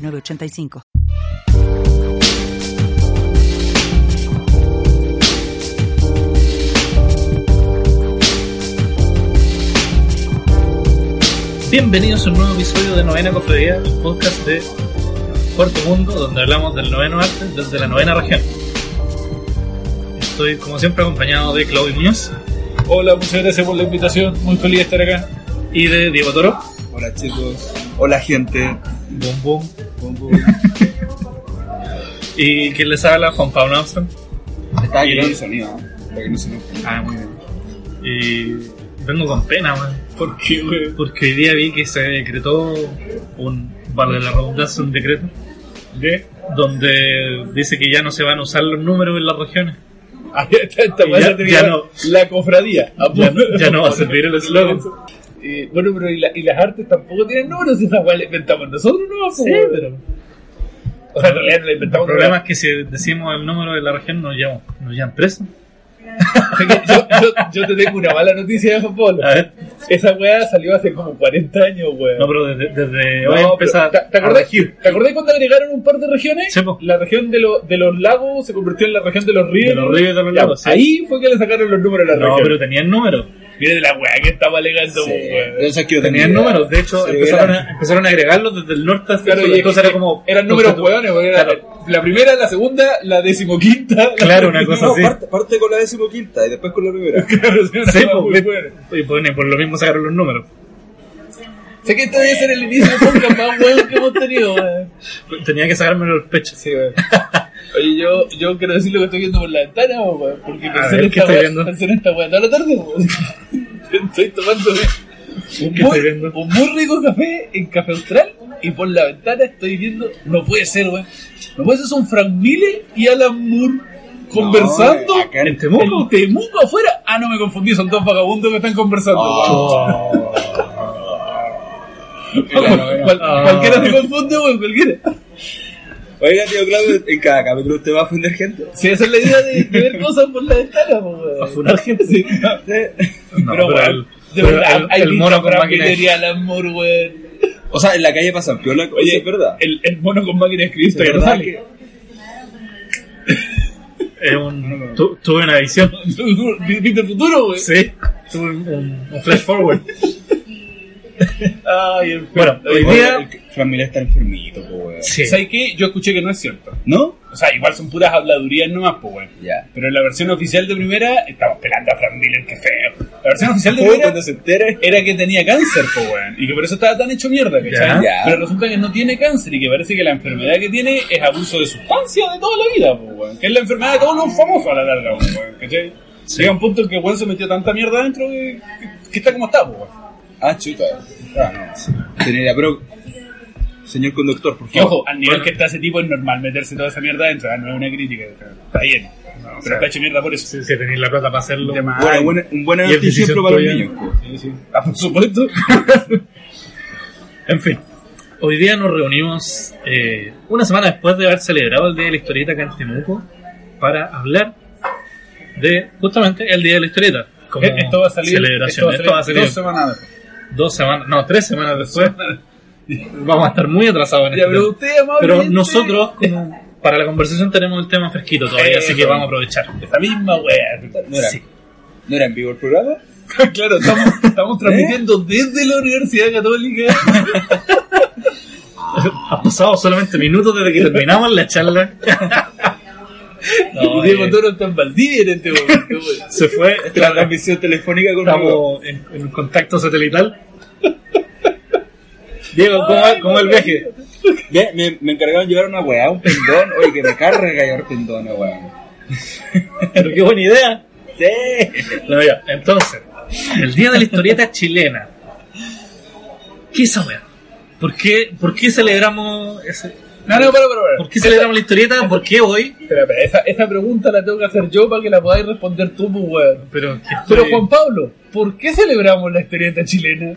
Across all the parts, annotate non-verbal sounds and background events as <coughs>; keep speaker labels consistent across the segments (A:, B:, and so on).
A: 985.
B: Bienvenidos a un nuevo episodio de Novena Cofradía, el podcast de Cuarto Mundo, donde hablamos del noveno arte desde la novena región. Estoy, como siempre, acompañado de Claudio Muñoz
C: Hola, muchas gracias por la invitación, muy feliz de estar acá.
B: y de Diego Toro.
D: Hola chicos, hola gente.
B: Boom, boom.
D: Bum, bum.
B: Y quien les habla, Juan Pablo Armstrong.
D: Estaba
B: Y-
D: lleno de sonido, ¿eh? para que no se enojen.
B: Ah, muy bien. Y vengo con pena, man.
C: ¿Por qué,
B: <laughs>
C: güey?
B: Porque hoy día vi que se decretó un, vale la redundancia, un decreto
C: ¿Qué?
B: donde dice que ya no se van a usar los números en las regiones.
C: Ahí está esta
B: Y
C: weá,
B: ya-
C: se tiene
B: ya
C: que
B: no.
C: llamar La cofradía. Ah, pues,
B: Ya no- ya no va a servir el eslogan.
C: Eh, bueno, pero y, la- y las artes tampoco tienen números, esa weá la inventamos nosotros, ¿no?
B: Sí,
C: Pues,
B: pero-
C: O sea, en realidad no la
B: El
C: inventamos
B: problema es que si decimos el número de la región nos llevan, nos llevan presos.
C: nosotros. yo, yo, yo te tengo una mala noticia, Juan Pablo.
B: A ver,
C: Esa weá salió hace como 40 años, weá.
B: no, pero desde, desde
C: No,
B: hoy
C: pero
B: empieza
C: ¿Te, te
B: a
C: acordás,
B: regir.
C: ¿Te acordás cuando agregaron un par de regiones?
B: Sí, po.
C: La región de, lo- de los lagos se convirtió en la región de los ríos.
B: De los ríos y de los
C: Ya,
B: lagos, sí.
C: Ahí fue que le sacaron los números a la
B: No,
C: región.
B: pero tenían números.
C: Mira la weá que estaba alegando,
D: Sí,
C: weón.
D: pero eso es que yo tenía
B: Tenían
D: idea.
B: números, de hecho
D: Sí,
B: empezaron,
D: eran-
B: a, empezaron a agregarlos desde el norte hasta
C: Claro,
B: el
C: y
B: sur.
C: es
B: Entonces
C: que
B: era como.
C: Eran números
B: constitu-
C: hueones, porque era
B: Claro.
C: la primera, la segunda, la decimoquinta.
B: <laughs> Claro, una cosa
D: No,
B: así.
D: parte, parte con la decimoquinta y después con la primera.
C: <laughs> Claro, sí, una
B: Sí,
C: weá muy
B: pues,
C: buena.
B: y por, y por lo mismo sacaron los números.
C: Sé que este debe ser el inicio del podcast más bueno que hemos tenido, weón.
B: Tenía que sacármelo del pecho.
C: Sí, weón. Oye, yo, yo quiero decir lo que estoy viendo por la ventana, weón. Porque pensé,
B: ver,
C: en
B: ¿qué
C: esta
B: estoy
C: weá-
B: viendo?
C: pensé en esta weá toda la tarde, weón. <laughs> Estoy tomando un
B: <laughs> ¿Qué estoy viendo?
C: muy, un muy rico café en Café Austral y por la ventana estoy viendo. No puede ser, weón. No puede ser, son Frank Miller y Alan Moore conversando.
D: No, acá en-
B: En Temuco.
C: El Temuco afuera. Ah, no me confundí, son dos vagabundos que están conversando.
B: Ah,
D: Oh.
C: weón.
D: Era novena.
C: <laughs> Cual-
B: Ah.
C: Cualquiera se confunde, weón, cualquiera.
D: Oiga, tío Claudio, en cada capítulo usted va a ofender gente.
C: Si esa es la idea de, de ver cosas por la ventana, pues, weón.
B: A funar gente.
C: Sí.
B: No,
C: pero,
B: <laughs> pero
C: weón,
B: el-
C: de
B: pero
C: verdad,
B: el-
C: hay
B: el
C: dicho
B: mono con
C: Frank
B: máquina de-
C: Miller y Alan Moore, weón. <laughs>
D: O sea, en la calle pasan piola, oye, es verdad.
B: eh,
C: El, el mono con máquina de escribir
D: Es
C: todavía no
D: verdad
C: sale.
D: que-
B: Es un, tu- tuve una visión.
C: ¿Viste el futuro, güey?
B: Sí, tuve un, un- un flash forward.
C: Ay, el
B: Bueno, hoy
D: Oye,
B: día.
D: el que- Fran Miller está enfermito, po, weón.
B: Sí.
C: ¿Sabes qué? Yo escuché que no es cierto.
D: ¿No?
C: O sea, igual son puras habladurías nomás, pues, güey.
D: Ya.
C: Pero en la versión oficial de primera, estamos pelando a Frank Miller, qué feo. La versión oficial de
D: Oye,
C: primera
D: Cuando se entere.
C: era que tenía cáncer, pues, weón. Y que por eso estaba tan hecho mierda, ¿cachai?
D: Ya.
C: Pero resulta que no tiene cáncer y que parece que la enfermedad que tiene es abuso de sustancia de toda la vida, pues, weón. Que es la enfermedad de todos los famosos a la larga, pues, weón, ¿cachai? Llega un punto en que weón se metió tanta mierda adentro que, que- que está como está, pues, weón.
D: Ah, chuta. Ah, no. Tenía idea, pero. Señor conductor, por
C: Que
D: favor.
C: ojo, al nivel
B: Bueno.
C: que está ese tipo es normal meterse toda esa mierda adentro, ¿eh? no es una crítica, está bien. pero
B: sea,
C: está hecho mierda por eso.
B: Sí, que tenéis la plata para hacerlo.
C: De más.
D: Bueno, buen- un buen
B: Y el
D: antiejemplo para los
B: decisión
D: niños, po.
C: Sí, sí. Ah, por supuesto.
B: <laughs> En fin, hoy día nos reunimos eh, una semana después de haber celebrado el Día de la Historieta acá en Temuco para hablar de justamente el Día de la Historieta. Como
C: E-, Eh, esto va a salir, esto
B: celebración.
C: va a
B: Esto va a
C: salir
B: salir
C: dos semanas después.
B: dos semanas, no, tres semanas después. <laughs> Vamos a estar muy atrasados en
C: Ya,
B: este
C: pero
B: tema.
C: usted, amablemente,
B: Pero nosotros, como <laughs> para la conversación, tenemos el tema fresquito todavía, así que
C: Eso.
B: vamos a aprovechar.
C: Esa misma wea.
D: ¿No era,
B: Sí.
D: ¿No era en vivo el
B: <laughs>
D: programa?
C: claro, estamos, estamos transmitiendo desde la Universidad Católica.
B: <laughs> Ha pasado solamente minutos desde que terminamos la
C: <laughs>
B: charla. No,
C: y Diego
B: eh,
C: Toro está en Valdivia en este momento, wea.
B: se fue.
D: La transmisión telefónica con
B: Estamos en, en contacto satelital. Diego, ¿cómo, va- cómo va el viaje? <laughs>
D: Ve, Me, me encargaron llevar una weá, un pendón. Oye, que me carga llevar pendones, weón.
B: Pero qué buena idea.
D: Sí.
B: No, ya, Entonces, el día de la historieta chilena. ¿Qué es esa weá? ¿Por qué, por qué celebramos ese-
C: No, no, pero, pero,
B: ¿Por qué celebramos la historieta? ¿Por qué hoy?
C: Espera, espera, esa, esa pregunta la tengo que hacer yo para que la podáis responder tú, pues, weón.
B: Pero, que
C: Pero
B: estoy-
C: Juan Pablo, ¿por qué celebramos la historieta chilena?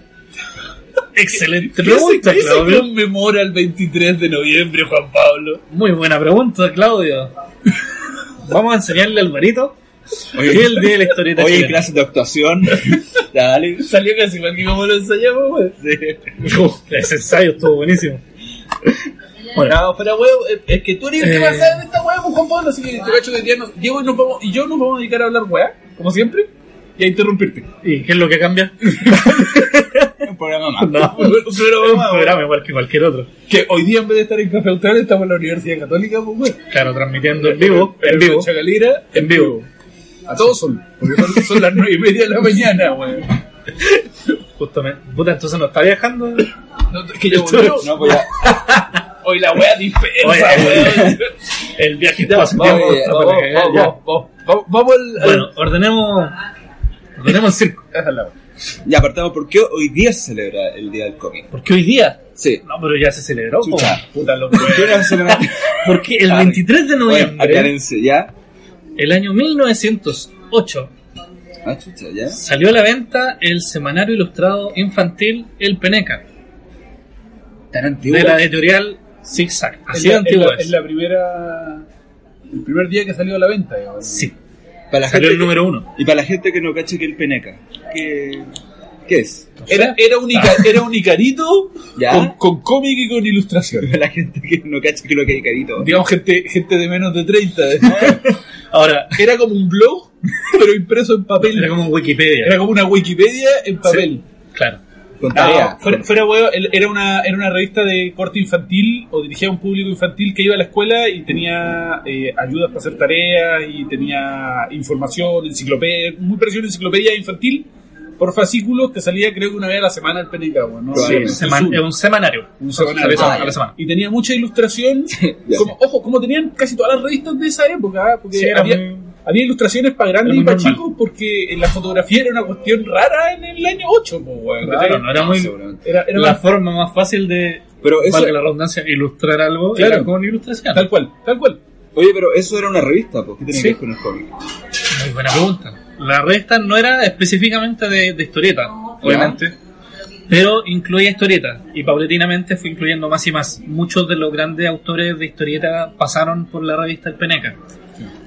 B: excelente
C: ¿Qué se,
B: pregunta,
C: qué se
B: Claudio.
C: conmemora el 23 de noviembre, Juan Pablo?
B: Muy buena pregunta, Claudio. Vamos a enseñarle al marito
D: Oye,
B: el día de la historieta
D: Oye,
B: chilena.
D: clase
B: <laughs>
D: de actuación. Ya, dale.
C: Salió casi igual que como lo ensayamos, weón.
B: Uf, ese ensayo estuvo buenísimo. Bueno,
C: No, fuera weón, es que tú eres el que
B: Eh.
C: más sabe de esta weón, pues, Juan Pablo, así que te cacho que día nos, Diego y, nos vamos, y yo nos vamos a dedicar a hablar weá, como siempre, y a interrumpirte.
B: ¿y qué es lo que cambia?
D: Un programa más.
B: No,
C: Pero,
B: <laughs>
C: pero,
B: un
C: weón,
B: programa igual que cualquier otro.
C: que hoy día en vez de estar en Café Austral estamos en la Universidad Católica, pues, weón.
B: Claro, transmitiendo en vivo, en vivo,
C: Chagalira,
B: en vivo.
C: A todos son. Porque son- son las nueve y media de la mañana, weón.
B: Justamente. Puta, entonces no está <laughs> viajando.
C: No, es que ya volvió.
D: No, pues ya.
C: Hoy la wea dispersa,
B: Oye. eh,
C: weón.
B: <laughs> El viaje
C: Ya,
B: está
C: vamos,
B: pasando.
D: ya,
C: vamos, vamos, vamos, vamos, vamos al-
B: Bueno, ordenemos. Ordenemos el circo.
C: al- al lado.
D: Ya apartamos, ¿por qué hoy día se celebra el Día del Cómic?
B: Porque hoy día.
D: Sí.
B: No, pero ya se celebró. po.
D: Chucha.
C: Puta los weones.
D: ¿Qué
B: <laughs>
D: era celebrar?
B: Porque el
D: Ah,
B: 23 de
D: Oye,
B: noviembre,
D: aclárense, ¿ya?
B: el año 1908,
D: Ah, chucha, ¿ya?
B: salió a la venta el semanario ilustrado infantil El Peneca,
D: Tan antiguo.
B: de la E, editorial Zig Zag. Así
C: Es
B: de
C: la- es
B: antiguo
C: la-
B: es.
C: es la primera. El primer día que salió a la venta, digamos.
B: Sí,
D: Para la
B: salió el
D: gente que-
B: número uno.
D: Y para la gente que no cacha que el Peneca. ¿Qué, ¿Qué es?
C: Era, era, un ica- era un icarito
D: Ya.
C: con, con cómic y con ilustración.
D: Para la gente que no cacha que lo que hay carito.
C: Digamos, gente, gente de menos de 30. de-
B: Ahora,
C: Era como un blog, pero impreso en papel.
B: era como Wikipedia.
C: Era como una Wikipedia en papel.
B: Claro.
D: Con
C: No,
B: Ah,
D: tarea.
C: fuera, fuera huevo, el- era una, era una revista de corte infantil o dirigía a un público infantil que iba a la escuela y tenía eh, ayudas para hacer tareas y tenía información, enciclopedia, muy parecido a una enciclopedia infantil por fascículos que salía creo que una vez a la semana al Penicagua, ¿no?
D: Sí,
B: Sí,
C: Era
B: un, seman-
C: sur,
B: es un semanario.
C: un semanario.
B: A la semana,
D: Ah,
B: a la semana.
C: Y tenía mucha <laughs> ilustración,
D: ya.
C: como, ojo, como tenían casi todas las revistas de esa época, ¿eh? porque
B: Sí, era
C: había,
B: muy-
C: había ilustraciones para grandes
B: Era
C: y
B: muy
C: para
B: normal.
C: chicos, porque la fotografía era una cuestión rara en el año 8, pues, weón,
B: Claro, no era muy.
D: seguramente.
C: era, era
B: la
C: más-
B: forma más fácil de,
D: Pero eso-
B: valga la redundancia, ilustrar algo
C: Claro.
B: era con ilustración.
C: tal cual, tal cual.
D: Oye, pero eso era una revista, pues. ¿Qué tiene
B: Sí.
D: que ver con el cómic?
B: Muy buena pregunta. La revista no era específicamente de, de historieta, obviamente, pero incluía historieta y paulatinamente fue incluyendo más y más. Muchos de los grandes autores de historieta pasaron por la revista El Peneca.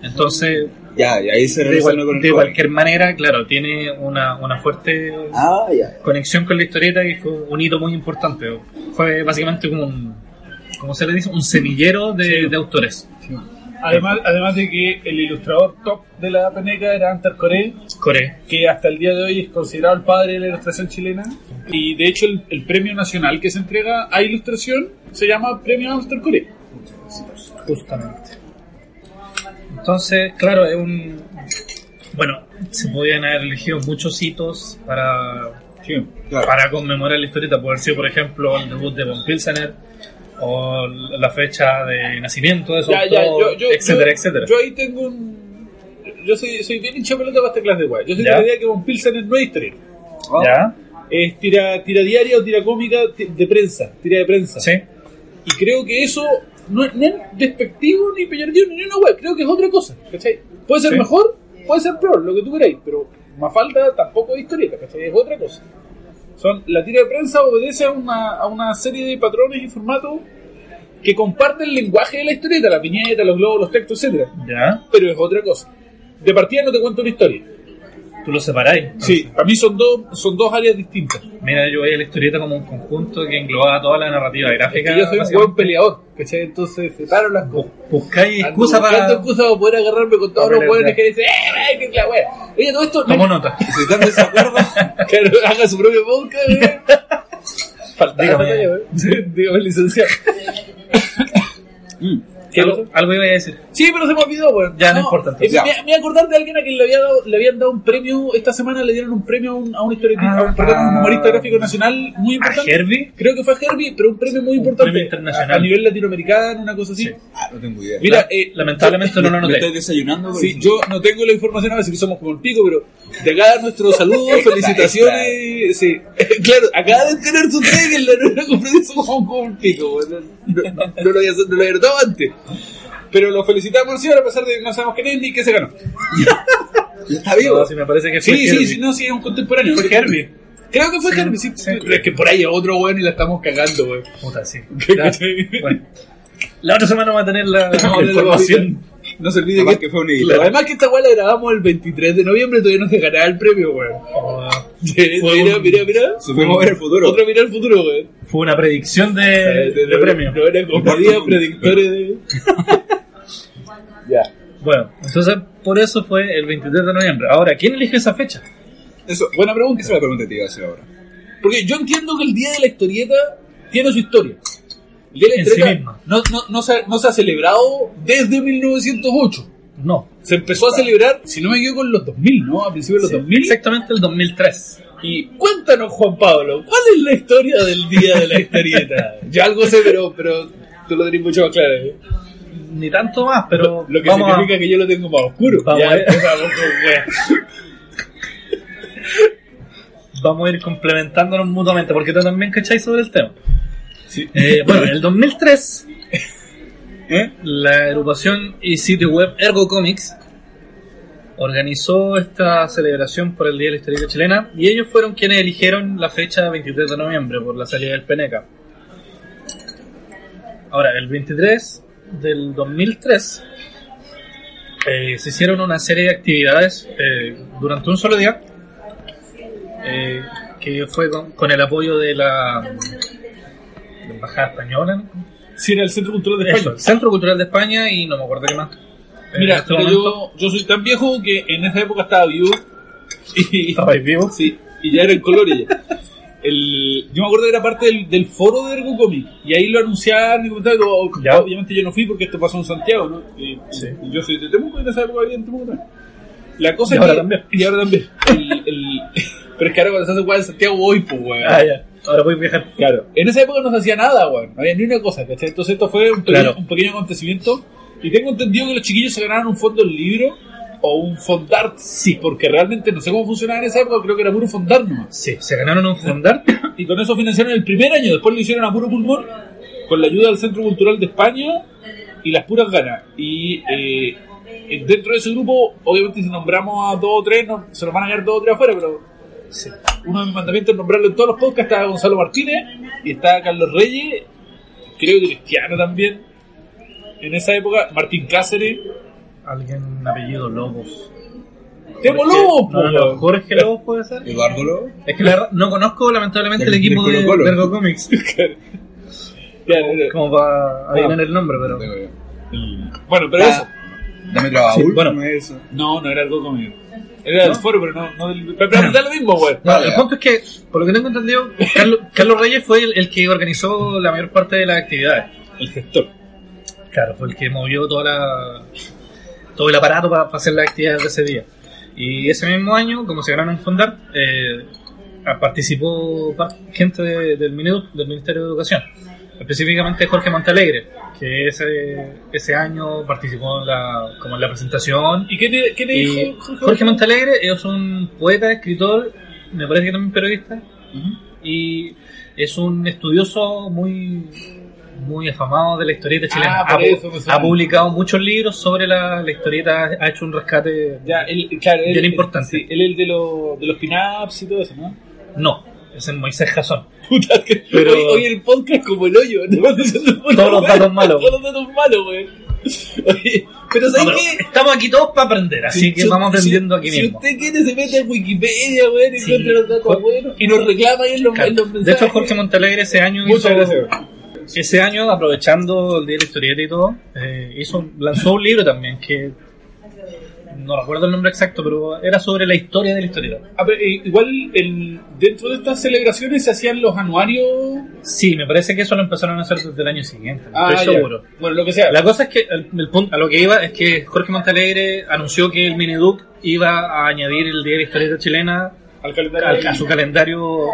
B: Entonces,
D: Ya, y ahí se
B: de,
D: relacionó
B: cual-
D: con el
B: de
D: cómic.
B: cualquier manera, claro, tiene una, una fuerte
D: Ah, ya.
B: conexión con la historieta y fue un hito muy importante. Fue básicamente como un, ¿cómo se le dice? Un semillero de, de autores.
C: Además, además de que el ilustrador top de la peneca era Antar Coré,
B: Core.
C: que hasta el día de hoy es considerado el padre de la ilustración chilena. Y de hecho, el, el premio nacional que se entrega a ilustración se llama Premio Antar Coré.
B: Justamente. Entonces, claro, es un. Bueno, se podían haber elegido muchos hitos para,
D: Claro.
B: para conmemorar la historieta. Puede haber sido, por ejemplo, el debut de Von Pilsener o la fecha de nacimiento de su
C: Ya, ya, yo,
B: autor,
C: yo,
B: etcétera,
C: yo-
B: etcétera.
C: yo ahí tengo un. Yo soy, soy bien hincha pelota para esta clase de guay. Yo soy de
B: Ya.
C: la idea que Von Pilsen no es historieta.
B: Ah,
D: Oh,
B: ¿Ya?
C: Es tira, tira diaria o tira cómica ti- de prensa, tira de prensa.
B: Sí.
C: Y creo que eso no es, no es despectivo ni peyorativo ni una web, creo que es otra cosa, ¿cachai? Puede ser
B: Sí.
C: mejor, puede ser peor, lo que tú queráis, pero Mafalda tampoco es historieta, ¿cachai? Es otra cosa. Son, la tira de prensa obedece a una, a una serie de patrones y formatos que comparten el lenguaje de la historieta, la viñeta, los globos, los textos, etcétera,
B: ¿Ya?
C: pero es otra cosa. De partida no te cuento una historia.
B: Tú lo separáis.
C: Sí, para mí son dos, son dos áreas distintas.
B: Mira, yo veía la historieta como un conjunto que englobaba toda la narrativa gráfica.
C: Que yo soy un
B: básicamente.
C: buen peleador, ¿cachai? Entonces separo las cosas.
B: Bu- Buscáis
C: Ando
B: excusa para.
C: buscando excusa para poder agarrarme con todos
B: Para
C: los
B: pelear,
C: hueones
B: ya.
C: que dicen, ¡eh, eh, que es la wea! Oye, todo esto,
B: Tomo nota.
D: Si están
B: <laughs>
D: de desacuerdo,
C: <laughs> claro, haga su propio podcast, eh. Faltaba, <laughs>
B: Dígame.
C: eh, eh. Dígame, licenciado.
D: Mm.
B: Que algo, algo iba a decir.
C: Sí, pero se me olvidó, weón.
B: Ya, no importa, entonces.
C: eh, Me, me acordar de alguien a quien le, había dado- le habían dado un premio. Esta semana le dieron un premio a un, a un historietista,
B: Ah.
C: a un, perdón, un humorista gráfico nacional
B: ¿A
C: muy importante.
B: Herbie?
C: Creo que fue a Herbie, pero un premio muy importante.
B: premio internacional.
C: A, a nivel latinoamericano, una cosa así.
B: Sí.
D: Ah, No tengo idea.
C: Mira, eh,
B: Lamentablemente no lo
D: Me estoy
B: noté.
D: desayunando. güey.
C: Sí, yo no tengo la información a ver si somos como el pico, pero de acá nuestros saludos, felicitaciones. Sí. Claro, acaba de tener su tag en la nueva conferencia somos como el pico. güey. No, no- no lo había, no lo había notado antes. Pero lo felicitamos, sí, a pesar de que no sabemos quién es ni qué se ganó.
D: Está vivo.
B: No, sí, me parece que fue
C: Sí, sí,
B: Herbie.
C: sí, no, sí, es un contemporáneo.
B: Fue Herbie.
C: Creo que fue Herbie, sí. Pero Es que por ahí es otro weón y la estamos cagando, weón.
B: Puta,
C: <laughs>
B: sí. Ya. <laughs>
C: ¿Cachai?
B: Bueno. La otra semana va a tener la
C: Vamos a hablar de la
B: información.
C: papita. <laughs> No se olvide
D: Además
C: que,
D: que fue un editor.
C: Claro, Además que esta weá la grabamos el 23 de noviembre, todavía no se ganaba el premio, weón. Sí,
B: Fue
C: mira,
B: un-
C: mira, mira.
D: Supimos ver el futuro.
C: Otro mirar al futuro, weón.
B: Fue una predicción de,
C: Eh,
B: de
C: no-
B: premio.
C: No eran
B: <laughs>
C: compañías predictores de.
D: Ya.
B: Bueno, entonces por eso fue el 23 de noviembre. Ahora, ¿quién eligió esa fecha?
D: Eso, buena pregunta. Esa es la pregunta que te iba a hacer ahora.
C: Porque yo entiendo que el día de la historieta tiene su historia. El día de la
B: En sí
C: historieta
B: misma.
C: no, no, no, se, ha- no se ha celebrado desde 1908.
B: No.
C: Se empezó a celebrar, si no me equivoco, en los 2000, ¿no? A principios de los
B: Sí,
C: 2000.
B: Exactamente el 2003.
C: Y cuéntanos, Juan Pablo, ¿cuál es la historia del día de
B: <laughs>
C: la historieta? Yo algo sé, pero, pero tú lo tenés mucho más claro. ¿eh?
B: Ni tanto más, pero
C: Lo que
B: vamos a-
C: significa que yo lo tengo más oscuro.
B: Vamos
C: Ya
B: a ver.
C: empezamos con wea.
B: <laughs> vamos a ir complementándonos mutuamente, porque tú también cacháis sobre el tema. Eh, bueno, en el
C: <laughs>
B: 2003,
D: ¿Eh?
B: la agrupación y sitio web Ergo Comics organizó esta celebración por el Día de la Historia Chilena y ellos fueron quienes eligieron la fecha 23 de noviembre por la salida del Peneca. Ahora, el 23 del 2003 eh, se hicieron una serie de actividades eh, durante un solo día eh, que fue con, con el apoyo de la, la Embajada Española, ¿no?
C: Si era el Centro Cultural de
B: Eso,
C: España.
B: el Centro Cultural de España y no me acuerdo qué más. Pero en
C: Mira,
B: este
C: pero
B: momento-
C: yo, yo soy tan viejo que en esa época estaba vivo. Y,
B: ¿Estabais vivos?
C: Sí, y ya era en color ella. El, yo me acuerdo que era parte del, del foro de Ergo Comic. Y ahí lo anunciaron y comentaron. o-
B: Ya.
C: Obviamente yo no fui porque esto pasó en Santiago, ¿no? Y,
B: Sí.
C: y yo soy de Temuco y en esa época vivía en Temuco también. La cosa
B: Y
C: es que-
B: ahora también.
C: Y ahora también. El- el- <laughs> pero es que ahora cuando se hace guay en Santiago voy, pues, weón.
B: Ah, ya. Ahora voy a viajar.
C: Claro. En esa época no se hacía nada, weón. No había ni una cosa, ¿cachai? Entonces esto fue un pequeño,
B: Claro.
C: un pequeño acontecimiento. Y tengo entendido que los chiquillos se ganaron un fondo del libro o un fondart, sí, porque realmente no sé cómo funcionaba en esa época, creo que era puro fondart nomás.
B: Sí, se ganaron un fondarte.
C: Y con eso financiaron el primer año, después lo hicieron a puro pulmón, con la ayuda del Centro Cultural de España y las puras ganas. Y eh, eh, dentro de ese grupo, obviamente si nombramos a dos o tres, no, se nos van a quedar dos o tres afuera, pero
B: Sí.
C: uno de mis mandamientos es nombrarlo en todos los podcasts. Está Gonzalo Martínez y está Carlos Reyes, creo que Cristiano también. En esa época, Martín Cáceres.
B: Alguien apellido Lobos.
C: ¡Temo
B: Jorge-
C: Lobos! po,
B: no, no,
C: weón!
B: Jorge Lobos puede ser.
D: Eduardo Lobo.
B: Es que la verdad, no conozco lamentablemente
D: Del-
B: el equipo
D: del
B: de
D: Colo-Colo.
B: Vergo Comics.
C: Claro, era-
B: Como para adivinar el nombre, pero.
D: No tengo idea.
C: Bueno, pero
D: Ah,
C: eso.
D: Dame trabajo.
B: Sí, bueno.
D: no es eso.
C: No, no era algo conmigo. Era del foro, pero no, no del. Pero, pero da lo mismo, güey.
B: No,
D: Vale,
B: el
D: ya.
B: punto es que, por lo que tengo entendido, Carlos, Carlos Reyes fue el, el que organizó la mayor parte de las actividades.
C: El gestor.
B: Claro, fue el que movió toda la, todo el aparato para, hacer las actividades de ese día. Y ese mismo año, como se ganaron en Fondar, eh, a- participó par- gente de- del, Minedu- del Ministerio de Educación, específicamente Jorge Montalegre, que ese, ese año participó en la, como en la presentación.
C: ¿Y qué te, qué te
B: Y
C: dijo
B: Eh, Jorge Montalegre es un poeta, escritor, me parece que también periodista, y es un estudioso muy muy afamado de la historieta chilena.
C: Ah, por
B: ha,
C: eso me suena.
B: ha publicado muchos libros sobre la, la historieta, ha hecho un rescate.
C: Ya, él, claro, él,
B: Bien importante.
C: sí, él es el de, los de los pin-ups y todo eso, ¿no? <laughs>
B: No, es en Moisés Jason.
C: Puta, que
B: Pero-
C: hoy, hoy el podcast como el hoyo. ¿no? <laughs>
B: Todos los datos malos.
C: Todos los datos malos, güey. Oye, pero ¿sabes
B: No, pero
C: qué?
B: estamos aquí todos para aprender, así que
C: Si-
B: vamos
C: si-
B: aprendiendo aquí
C: si
B: mismo.
C: usted quiere, se mete en Wikipedia, güey,
B: Sí.
C: encuentra los datos
B: Jorge-
C: buenos y nos reclama ahí en los,
B: Claro.
C: en los mensajes.
B: De hecho, Jorge Montalegre ese año
C: Muchas
B: hizo-
C: gracias.
B: Ese año, aprovechando el día de la historieta y todo, eh, hizo, lanzó un libro también que no recuerdo el nombre exacto, pero era sobre la historia del historieta.
C: A ver, eh, igual el- dentro de estas celebraciones se hacían los anuarios.
B: Sí, me parece que eso lo empezaron a hacer desde el año siguiente, no
C: Ah,
B: estoy
C: ya.
B: seguro.
C: Bueno, lo que sea.
B: La cosa es que el, el punto, a lo que iba es que Jorge Montalegre anunció que el Mineduc iba a añadir el Día de la Historieta Chilena
C: al calendario.
B: al- a su calendario,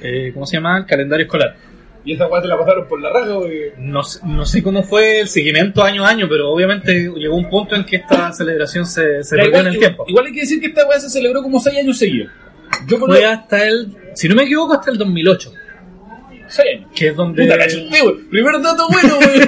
B: eh, ¿cómo se llama? El calendario escolar.
C: Y esa guay te la pasaron por la raja, güey.
B: No, sé- no sé cómo fue el seguimiento año a año, pero obviamente llegó un punto en que esta celebración se, se
C: Ya,
B: perdió
C: igual,
B: en el
C: igual-
B: tiempo.
C: igual hay que decir que esta weá se celebró como 6 años seguidos. Yo por
B: Fue hasta el, si no me equivoco, hasta el 2008,
C: 6 años.
B: que es donde...
C: Puta, la chuté, güey. Primer dato bueno,
B: <laughs>
C: güey.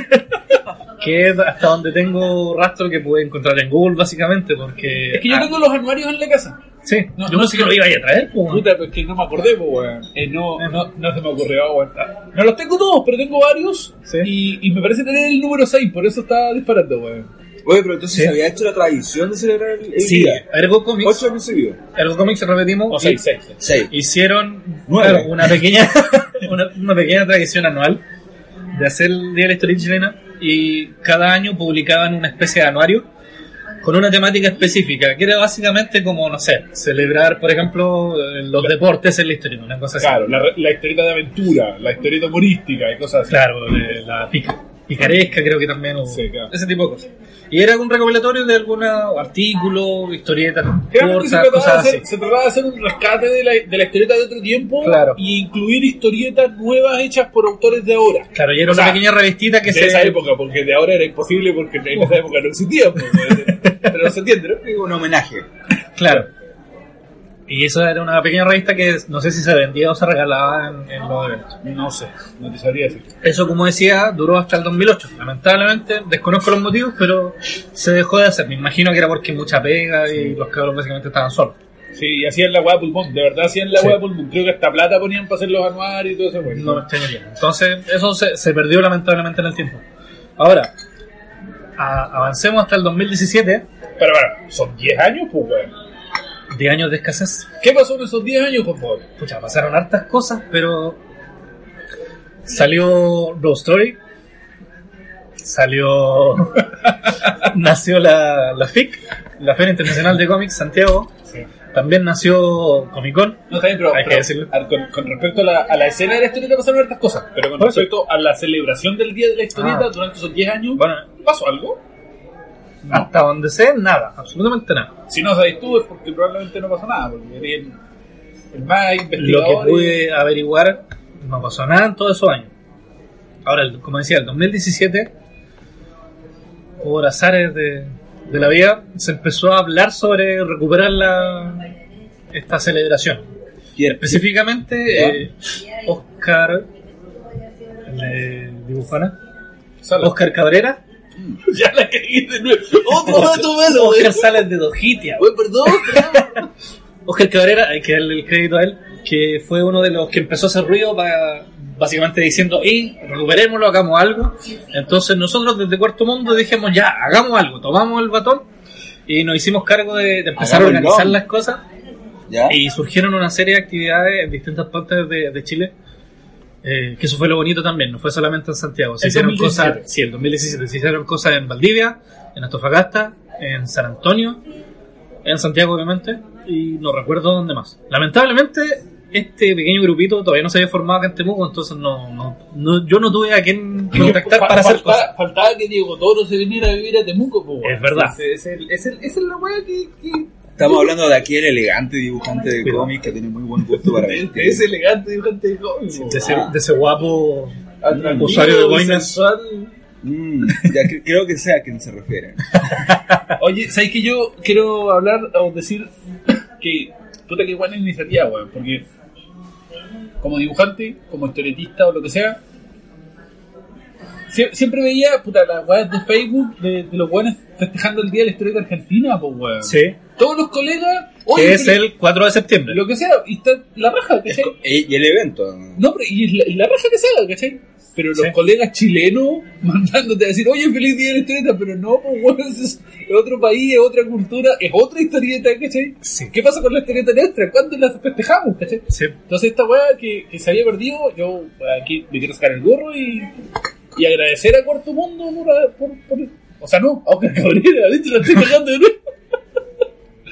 B: que es hasta donde tengo rastro que pude encontrar en Google, básicamente, porque...
C: es que yo
B: ah,
C: tengo los anuarios en la casa.
B: Sí,
C: no-
B: yo pensé que lo iba a ir a traer, pues.
C: Puta, pues que no me acordé, pues, weón. Eh, no, no, no se me ocurrió aguantar. No los tengo todos, pero tengo varios.
B: Sí.
C: Y, y me parece tener el número 6, por eso está disparando, weón.
D: Oye, pero entonces
B: Sí.
D: se había hecho la tradición de celebrar el, el
B: Sí,
D: día.
B: Ergo Comics,
D: Ocho años seguidos.
B: Ergo Comics repetimos,
C: O
B: y
C: 6, 6.
D: Seis.
B: hicieron
D: Nueve.
B: claro, una pequeña <laughs> una, una pequeña tradición anual de hacer el Día de la Historia Chilena y cada año publicaban una especie de anuario con una temática específica, que era básicamente como, no sé, celebrar, por ejemplo, eh, los deportes en la historia, una cosa así.
C: Claro, la, la historieta de aventura, la historieta humorística y cosas así.
B: Claro, de la pica, picaresca creo que también hubo.
C: Sí, claro.
B: Ese tipo de cosas. Y era un recopilatorio de algún artículo, historietas,
C: Generalmente
B: cortas,
C: se trataba, de
B: cosas
C: hacer,
B: así.
C: se trataba de hacer un rescate de la, de la historieta de otro tiempo
B: Claro.
C: y incluir historietas nuevas hechas por autores de ahora.
B: Claro, y era
C: O
B: una
C: sea,
B: pequeña revistita que
C: de
B: se...
C: esa época, porque de ahora era imposible porque en esa época no existía. pues, pero se entiende, ¿no?
D: Es un homenaje.
B: Claro. Y eso era una pequeña revista que no sé si se vendía o se regalaba en, en los eventos.
C: No sé, no te sabría decir.
B: Eso, como decía, duró hasta el 2008. Lamentablemente, desconozco los motivos, pero se dejó de hacer. Me imagino que era porque mucha pega y los cabros básicamente estaban solos.
C: Sí, y hacían la hueá pulmón, de verdad hacían la
B: Sí.
C: hueá pulmón. Creo que hasta plata ponían para hacer los anuarios y todo eso. güey.
B: No me extrañaría. Entonces, eso se, se perdió lamentablemente en el tiempo. Ahora, a- avancemos hasta el 2017,
C: Pero bueno, son 10 años, pues, weón.
B: 10 años de escasez.
C: ¿Qué pasó en esos 10 años, por favor?
B: Pucha, pasaron hartas cosas, pero salió Love Story, salió. <laughs> nació la, la FIC, la Feria Internacional de Cómics Santiago, también nació Comic Con.
C: No está bien, pero,
B: Hay que
C: pero
B: decirlo.
C: al- con, con respecto a la, a la escena de la historieta pasaron hartas cosas, pero con
B: Por eso.
C: respecto a la celebración del día de la historieta
B: Ah.
C: durante esos 10 años,
B: Bueno,
C: ¿pasó algo?
B: hasta donde sé, nada, absolutamente nada.
C: Si no sabéis tú es porque probablemente no pasó nada, porque eres el, el más
B: Lo
C: investigador.
B: que
C: y-
B: pude averiguar, no pasó nada en todos esos años. Ahora, el- como decía, el 2017, por azares de, de la vida, se empezó a hablar sobre recuperar la, esta celebración.
D: Y <laughs> el-
B: Específicamente, eh, Oscar. el de Dibujana.
C: Sala.
B: Oscar Cabrera.
C: <laughs> Ya la caí de nuevo.
D: Oh,
C: Otro dato malo, güey.
B: Oscar Salas de Dojitia.
C: Güey, perdón, perdón.
B: Oscar Cabrera, hay que darle el crédito a él, que fue uno de los que empezó a hacer ruido para básicamente diciendo, y recuperémoslo, hagamos algo. Entonces nosotros desde Cuarto Mundo dijimos, ya, hagamos algo, tomamos el batón y nos hicimos cargo de, de empezar a
D: Hagamos el
B: organizar
D: don.
B: las cosas.
D: ¿Ya?
B: Y surgieron una serie de actividades en distintas partes de, de Chile. eh, que eso fue lo bonito también, no fue solamente en Santiago. Se
C: El
B: hicieron
C: 2017.
B: cosas, sí, el 2017 se hicieron cosas en Valdivia, en Antofagasta, en San Antonio, en Santiago obviamente, y no recuerdo dónde más. Lamentablemente, este pequeño grupito todavía no se había formado acá en Temuco, entonces no, no, no- yo no tuve a quién contactar
C: Fa-
B: para hacer
C: faltaba-
B: cosas.
C: Faltaba que Diego Toro se viniera a vivir a Temuco, pues, güey.
B: Es verdad.
C: Ese- ese- ese- Esa es la weá que, que
D: Estamos hablando de aquel elegante dibujante de
B: Cuidado.
D: cómics que tiene muy buen gusto para
C: Es
D: vestir.
C: es elegante dibujante de cómics.
B: De ese, de ese guapo
C: Atractivo,
B: usuario de boinas.
C: sensual.
D: Mm, ya que- creo que sé a quién se refiere.
C: Oye, ¿sabes que yo quiero hablar o decir <coughs> que puta que buena iniciativa, weón? Porque como dibujante, como historietista o lo que sea, sie- siempre veía puta las weas de Facebook de, de los weones festejando el día de la historieta argentina, pues weón.
B: Sí,
C: Todos los colegas, oye,
B: que es el 4 de septiembre.
C: lo que sea, y está la raja, ¿cachai?
D: Eh, Y el evento.
C: No, pero y es la, y la raja que se haga, ¿cachai? Pero los
B: Sí.
C: colegas chilenos <laughs> mandándote a decir, oye, feliz día de la historieta, pero no, <laughs> pues bueno, es, es otro país, es otra cultura, es otra historieta, ¿cachai?
B: Sí.
C: ¿Qué pasa con la historieta nuestra? ¿Cuándo la festejamos, cachai?
B: Sí.
C: Entonces esta weá que, que se había perdido, yo aquí me quiero sacar el gorro y, y agradecer a Cuarto Mundo por, por, por- O sea, no, a Oscar Cabrera, ¿viste? La estoy cagando de nuevo.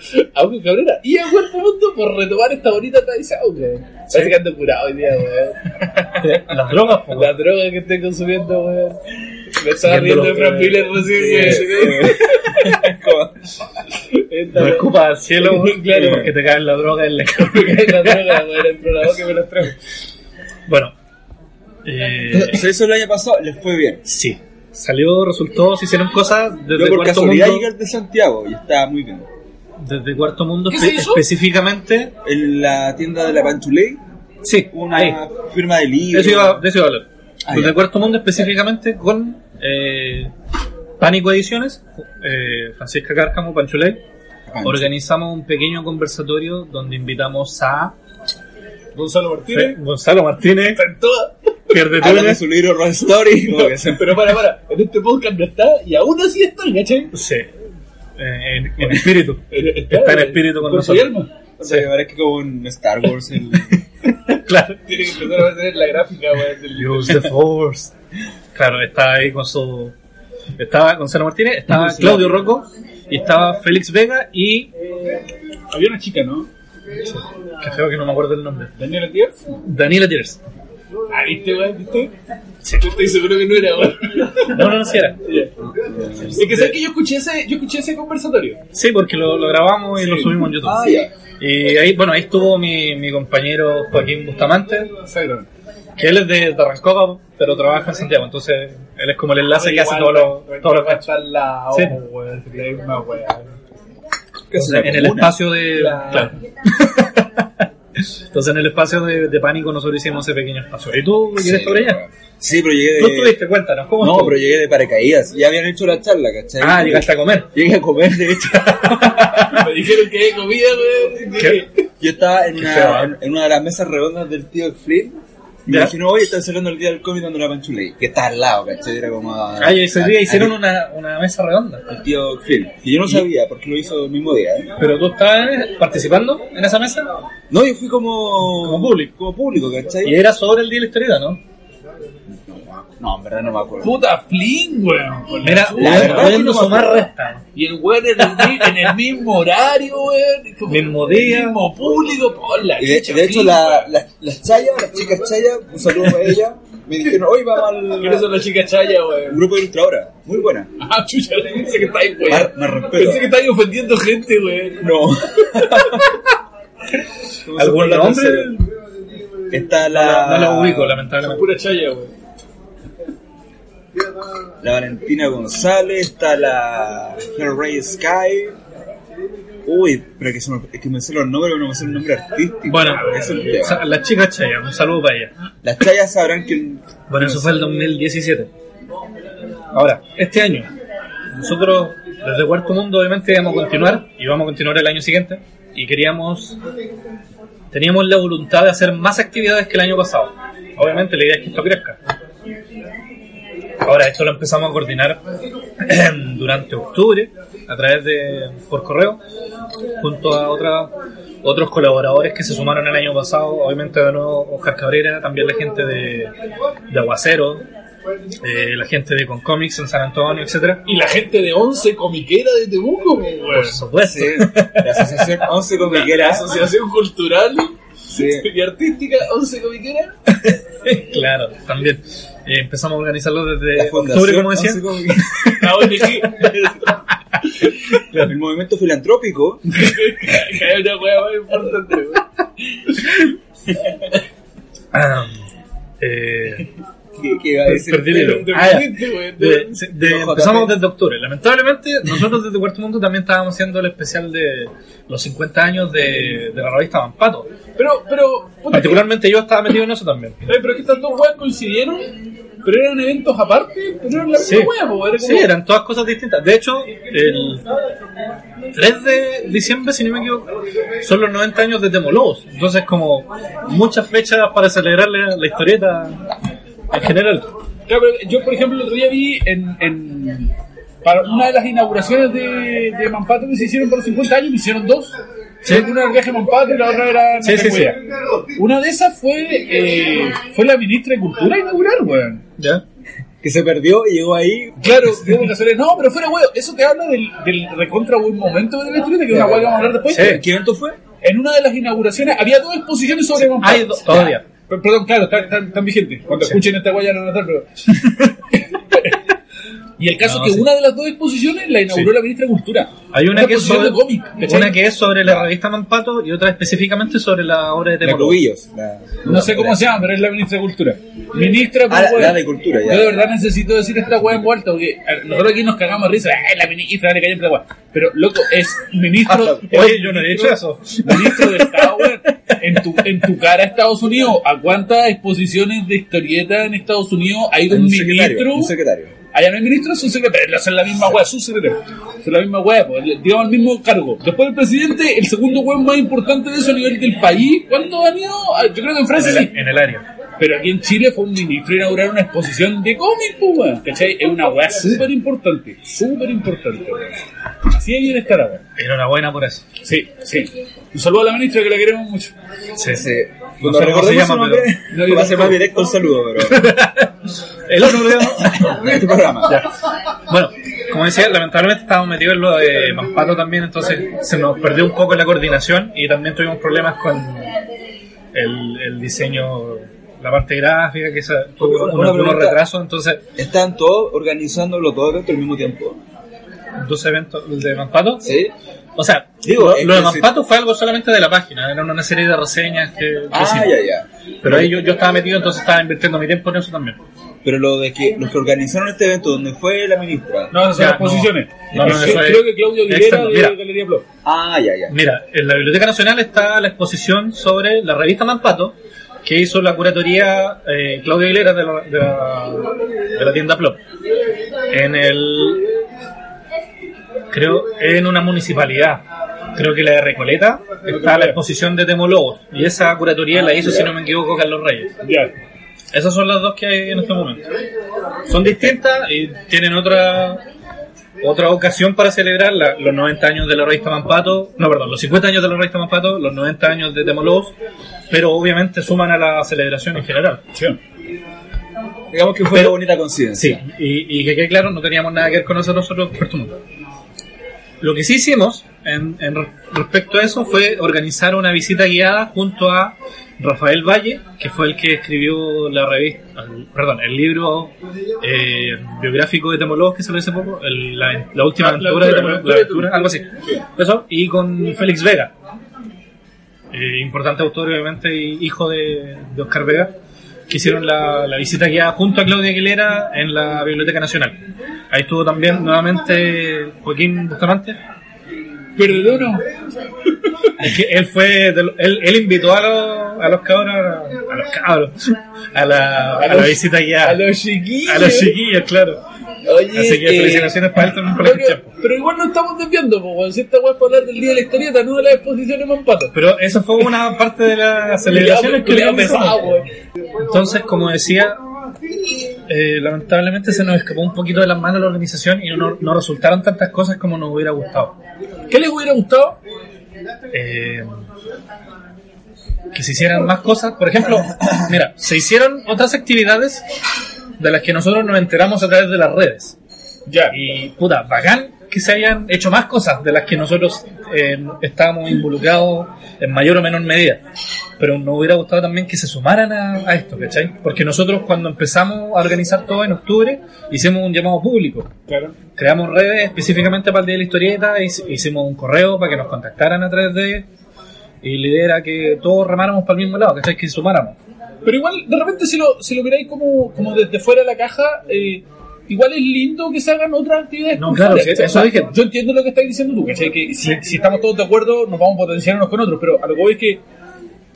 C: <laughs> a Hugo Cabrera y a Huerta Mundo por retomar esta bonita tradición, weón. Parece que ando curado hoy día, weón.
B: Las drogas, po,
C: La droga que estoy consumiendo, weón. Me estaba riendo de Frank Miller recién,
D: Eh, <laughs>
C: weón. Esta,
B: No
C: weón.
B: escupas al cielo, weón,
C: Claro.
B: porque te cae la droga en la cara.
C: Me cae la droga, weón, entró la boca y me los trajo.
B: <laughs> Bueno, eh,
D: Se hizo el año pasado, les fue bien.
B: sí. Salió, resultó, se hicieron cosas desde
D: Yo por
B: Cuarto
D: casualidad
B: Mundo.
D: llegué al de Santiago y estaba muy bien.
B: Desde Cuarto Mundo
C: ¿Qué se
B: espe-
C: hizo?
B: específicamente.
D: En la tienda de la Panchuley,
B: Sí,
D: una
B: ahí.
D: firma de
B: De
D: libros.
B: eso iba, de eso iba a hablar.
D: Ah,
B: Desde
D: ya.
B: Cuarto Mundo específicamente con eh, Pánico Ediciones, eh, Francisca Cárcamo, Panchuley.
D: Pancho.
B: Organizamos un pequeño conversatorio donde invitamos a
C: Gonzalo
B: Fe-
C: Martínez.
B: Gonzalo Martínez,
C: Está en todas.
B: Pierde
D: Hablan de su libro Roll Story, como
B: <laughs>
D: que siempre.
C: Pero para, para, en este podcast no está y aún así está el gache.
B: Sí, Eh, en, en
C: <laughs>
B: espíritu.
C: Está
B: en espíritu con
C: eh, su
B: nosotros.
C: alma.
D: O sea, ahora es que como un Star
B: <laughs>
D: Wars. el-
B: Claro.
C: Tiene que empezar a tener la gráfica, weón, del libro.
B: Use the force. Claro, estaba ahí con su. Estaba Gonzalo Martínez, estaba Claudio Rocco, y estaba Félix Vega y.
C: Había una chica, ¿no?
B: Que feo que no me acuerdo el nombre.
C: Daniela Díaz.
B: Daniela Tiers.
C: Ah, ¿viste, weón? ¿Viste? Yo estoy seguro que no era, weón.
B: No, no, no, sí era.
C: Es que sé que yo escuché ese, yo escuché ese conversatorio.
B: Sí, porque lo, lo grabamos y lo subimos en YouTube.
D: Ah, ya.
B: Y ahí, bueno, ahí estuvo mi, mi compañero Joaquín Bustamante,
C: Exactamente.
B: que él es de Tarrascoga, pero trabaja en Santiago. Entonces, él es como el enlace que hace todos los todos los
C: gastos. al lado,
B: Sí.
C: weón. sería una weón.
B: Entonces, en el espacio de.
C: Claro.
B: claro. <laughs> Entonces, en el espacio de, de pánico, nosotros hicimos ese pequeño espacio. ¿Y tú llegaste
D: Sí,
B: por allá?
D: weón. Sí, pero llegué
B: Tú
D: de.
B: estuviste, cuéntanos, ¿cómo
D: No,
B: estuvo?
D: pero llegué de paracaídas. Ya habían hecho la charla, ¿cachai?
B: Ah, llegaste a comer.
D: Llegué a comer, de hecho. <laughs>
C: Me dijeron que hay comida, weón.
B: ¿Qué?
D: Yo estaba en
B: feo, ¿eh?
D: una, en, en una de las mesas redondas del tío Flynn. Y
B: Ya.
D: me dijeron, oye, están cerrando el día del cómic dando la panchuley. Que está al lado, ¿cachai? Era como. a-
B: Ah, y ese
D: a-
B: día
D: a-
B: hicieron una, una mesa redonda.
D: al tío Flynn. Que yo no sabía porque lo hizo el mismo día, ¿eh?
B: ¿Pero tú estabas participando en esa mesa?
D: No, yo fui como.
B: Como público.
D: Como público, ¿cachai?
B: Y era sobre el Día de la Historieta, ¿no?
D: No, en verdad no me acuerdo.
C: Puta Flynn, weón. con la
B: Mira,
C: chucha.
D: la verdad es que
B: pudiendo
D: no me
B: sumar
D: acuerdo.
B: resta.
C: Y el weón en el, mi- en el mismo horario, weón. es como-
B: Mismo día.
C: el mismo público, por la
D: Y de,
C: chucha,
D: de hecho,
C: Flynn,
D: la,
C: weón.
D: la- las chayas, las chicas chayas, un saludo a ella, me dijeron, hoy vamos
C: ¿Quiénes son
D: al
C: las chicas chayas, weón?
D: grupo de ilustradora. Muy buena.
C: Ah, chucha, pensé que estáis,
D: Más,
C: weón.
D: más respeto.
C: Pensé que estáis ofendiendo gente, weón.
D: <laughs> No.
B: ¿Algún nombre?
D: Está la...
B: No la ubico,
C: Son
B: lamentablemente.
C: pura chaya, weón.
D: La Valentina González, está la Hellray Sky. Uy, pero que, se me, es que me sé los nombres, pero no me sé el nombre artístico.
B: Bueno,
D: Ah, es el tema.
B: sa- la chica Chaya, un saludo para ella.
D: Las chayas sabrán que...
B: Bueno, eso fue el 2017. Ahora, este año, nosotros desde Cuarto Mundo obviamente vamos a continuar y vamos a continuar el año siguiente y queríamos, teníamos la voluntad de hacer más actividades que el año pasado. Obviamente la idea es que esto crezca. Ahora, esto lo empezamos a coordinar <clears throat> durante octubre a través de por correo junto a otra, otros colaboradores que se sumaron el año pasado. Obviamente, de nuevo, Oscar Cabrera, también la gente de, de Aguacero, eh, la gente de Concomics en San Antonio, etcétera
C: Y la gente de Once comiquera de Temuco, weón.
B: Por supuesto.
D: Sí, la asociación 11 con
C: La
D: Miguel
C: Asociación Cultural
D: Sí.
C: y Artística Once Comiquera.
B: <laughs> claro, también. Eh, empezamos a organizarlo
D: La
B: desde
D: fundación
B: octubre, como decía.
D: 11 con Miguel. <laughs>
C: La ONG. <laughs>
D: El movimiento filantrópico
C: Que hay una weá más importante, weón.
B: Ah, eh,
D: que, que va a decir...
B: Perdí el hilo.
C: De
B: Ah, ya.
C: repente, weón,
B: De-
C: de-
B: se- de-
D: Los JP.
B: empezamos desde octubre. Lamentablemente, nosotros desde Cuarto Mundo también estábamos haciendo el especial de los 50 años de, de la revista Vampato.
C: Pero, pero, puta,
B: Particularmente yo estaba metido en eso también.
C: Ay, pero es que estas dos weas coincidieron, pero eran eventos aparte, pero eran la misma wea, po, era como-
B: Sí, eran todas cosas distintas. De hecho, el 3 de diciembre, si no me equivoco, son los 90 años de Demolobos. Entonces, como muchas fechas para celebrar la, la historieta en general.
C: Claro, pero yo, por ejemplo, el otro día vi en, en- para una de las inauguraciones de, de Mampato que se hicieron por los 50 años, me hicieron dos.
B: Sí.
C: Una era el viaje a Mampato y la otra era no
B: Sí, sí,
C: sé cuál era. Una de esas fue eh, fue la ministra de Cultura a inaugurar, weón.
B: ¿Ya?
D: que se perdió y llegó ahí.
C: Claro, hubo cazuelas. No, pero fuera huevo. Eso te habla del, del recontra buen momento de la historieta, que es una hueá que vamos a hablar después.
D: ¿Qué evento fue?
C: En una de las inauguraciones había dos exposiciones sobre Mampato.
B: Hay dos todavía.
C: P- Perdón, claro, están, están- están vigentes. Cuando escuchen esta guaya no van a estar, pero. <laughs> y el caso
B: No,
C: es que
B: sí.
C: una de las dos exposiciones la inauguró
B: Sí.
C: la ministra de Cultura.
B: Hay una que es
C: exposición
B: sobre,
C: de cómic. ¿cachai?
B: una que es sobre la revista Mampato y otra específicamente sobre la obra de
D: La
B: Temuco.
D: Cubillos. La,
C: No sé cómo se llama, pero es la ministra de Cultura. Ministra
D: Ah, la-
C: pues,
D: la de Cultura, ya.
C: Yo de verdad necesito decir esta weá en vuelta, porque a ver, nosotros aquí nos cagamos de risa. "Ay, la ministra, dale callante la weá. Pero, loco, es ministro.
B: Hasta- Ah, oye, yo no he dicho eso.
C: Ministro de Estado, weón. En tu, en tu cara, Estados Unidos, ¿a cuántas exposiciones de historieta en Estados Unidos ha ido un,
D: un secretario.
C: ministro?
D: Un secretario.
C: Allá no hay ministro, es un secretario. Es la misma weá, su secretario. Es la misma weá, pues, le- digamos el mismo cargo. Después del presidente, el segundo weón más importante de eso a nivel del país. ¿Cuántos han ido? Ah, Yo creo que en
B: En
C: Francia
B: el,
C: sí.
B: en el área.
C: Pero aquí en Chile fue un ministro a inaugurar una exposición de cómic, pues, weón. ¿Cachai? Es una weá súper importante. Súper importante, weón. Así hay estar ahora.
B: Enhorabuena por eso.
C: Sí, sí. Un saludo a la ministra que la queremos mucho.
B: Sí,
D: Sí.
B: No
D: Cuando
B: sé cómo se
D: recordemos
B: llama,
D: su nombre,
C: pero- No, yo
D: va a ser
C: tampoco.
D: más directo el saludo, pero.
B: El otro problema-
D: <laughs> en este programa.
B: Bueno, como decía, lamentablemente estábamos metidos en lo de Mampato también, entonces se nos perdió un poco la coordinación y también tuvimos problemas con el, el diseño, la parte gráfica, que se, tuvo
D: Una
B: unos- unos
D: pregunta.
B: retrasos, entonces
D: Están todos organizándolo todo esto al mismo tiempo.
B: dos eventos, el de Mampato.
D: ¿Sí?
B: O sea,
D: Digo,
B: lo,
D: es
B: lo de
D: que si-
B: Mampato fue algo solamente de la página, era una serie de reseñas que, que
D: Ah,
B: hicimos.
D: ya, ya.
B: Pero ahí yo, yo estaba metido, entonces estaba invirtiendo mi tiempo en eso también.
D: Pero lo de que los que organizaron este evento, donde fue la ministra.
C: No, esas son
B: Ya,
C: las posiciones.
B: no, no,
C: Yo
B: eso es
C: creo que Claudio Aguilera
B: externo.
C: de
B: Mira.
C: Galería Blog.
D: Ah, ya, ya.
B: Mira, en la Biblioteca Nacional está la exposición sobre la revista Mampato, que hizo la curatoría eh, Claudia Aguilera de la, de la- de la tienda Plop. En el. Creo, en una municipalidad. Creo que la de Recoleta está la exposición de Temólogos. Y esa curatoría la hizo, si no me equivoco, Carlos Reyes.
C: Ya.
B: Esas son las dos que hay en este momento. Son distintas y tienen otra otra ocasión para celebrar la- los 90 años de la revista Mampato, no, perdón, los 50 años de la revista Mampato, los 90 años de Temologos, pero obviamente suman a la celebración en general.
C: Sí.
D: Digamos que fue
B: Pero-
D: una bonita coincidencia.
B: Sí, y, y que quede claro, no teníamos nada que ver con eso nosotros, Puerto Montt. Lo que sí hicimos en, en re- respecto a eso fue organizar una visita guiada junto a Rafael Valle, que fue el que escribió la revista, el- perdón, el libro eh, biográfico de Temologos que salió hace poco, el- la, la última
C: Ah, la
B: aventura, de
C: aventura,
B: Temologos,
C: la
B: la
C: aventura,
B: aventura, algo así. Eso, y con Félix Vega, eh, importante autor, obviamente, y hijo de, de Oscar Vega, que hicieron la, la visita guiada junto a Claudia Aguilera en la Biblioteca Nacional. Ahí estuvo también nuevamente Joaquín Bustamante.
C: Perdono.
B: Es que él fue, de lo- él, él invitó a los, a los cabros, a los cabros, a la, a la visita guiada.
C: A los chiquillos.
B: A los chiquillos, claro.
C: Oye,
B: Así que
C: eh,
B: felicitaciones para él también por la
C: pero,
B: gestión.
C: pero igual no estamos desviando, po, weón. Si esta weá es para hablar del día de la historieta, no de las exposiciones Mampato.
B: Pero esa fue una parte de las celebraciones que
C: Culeado,
B: le
C: pesado, weón.
B: Entonces, como decía, eh, lamentablemente se nos escapó un poquito de las manos la organización y no, no resultaron tantas cosas como nos hubiera gustado.
C: ¿Qué les hubiera gustado?
B: Eh, que se hicieran más cosas. Por ejemplo, mira, se hicieron otras actividades de las que nosotros nos enteramos a través de las redes.
C: Ya.
B: Y puta, bacán que se hayan hecho más cosas de las que nosotros eh, estábamos involucrados en mayor o menor medida. Pero nos hubiera gustado también que se sumaran a, a esto, ¿cachai? Porque nosotros cuando empezamos a organizar todo en octubre, hicimos un llamado público.
C: Claro.
B: Creamos redes específicamente para el Día de la Historieta, hic- hicimos un correo para que nos contactaran a través de... Y la idea era que todos remáramos para el mismo lado, ¿cachai? Que sumáramos.
C: Pero igual, de repente, si lo, si lo miráis como, como desde fuera de la caja, eh, igual es lindo que se hagan otras actividades.
B: No,
C: culturales,
B: claro, sí,
C: ¿cachai?
B: eso
C: O sea,
B: dije.
C: Yo entiendo lo que estás diciendo tú, ¿cachai? Que si, si estamos todos de acuerdo, nos vamos a potenciar unos con otros, pero a lo que voy es que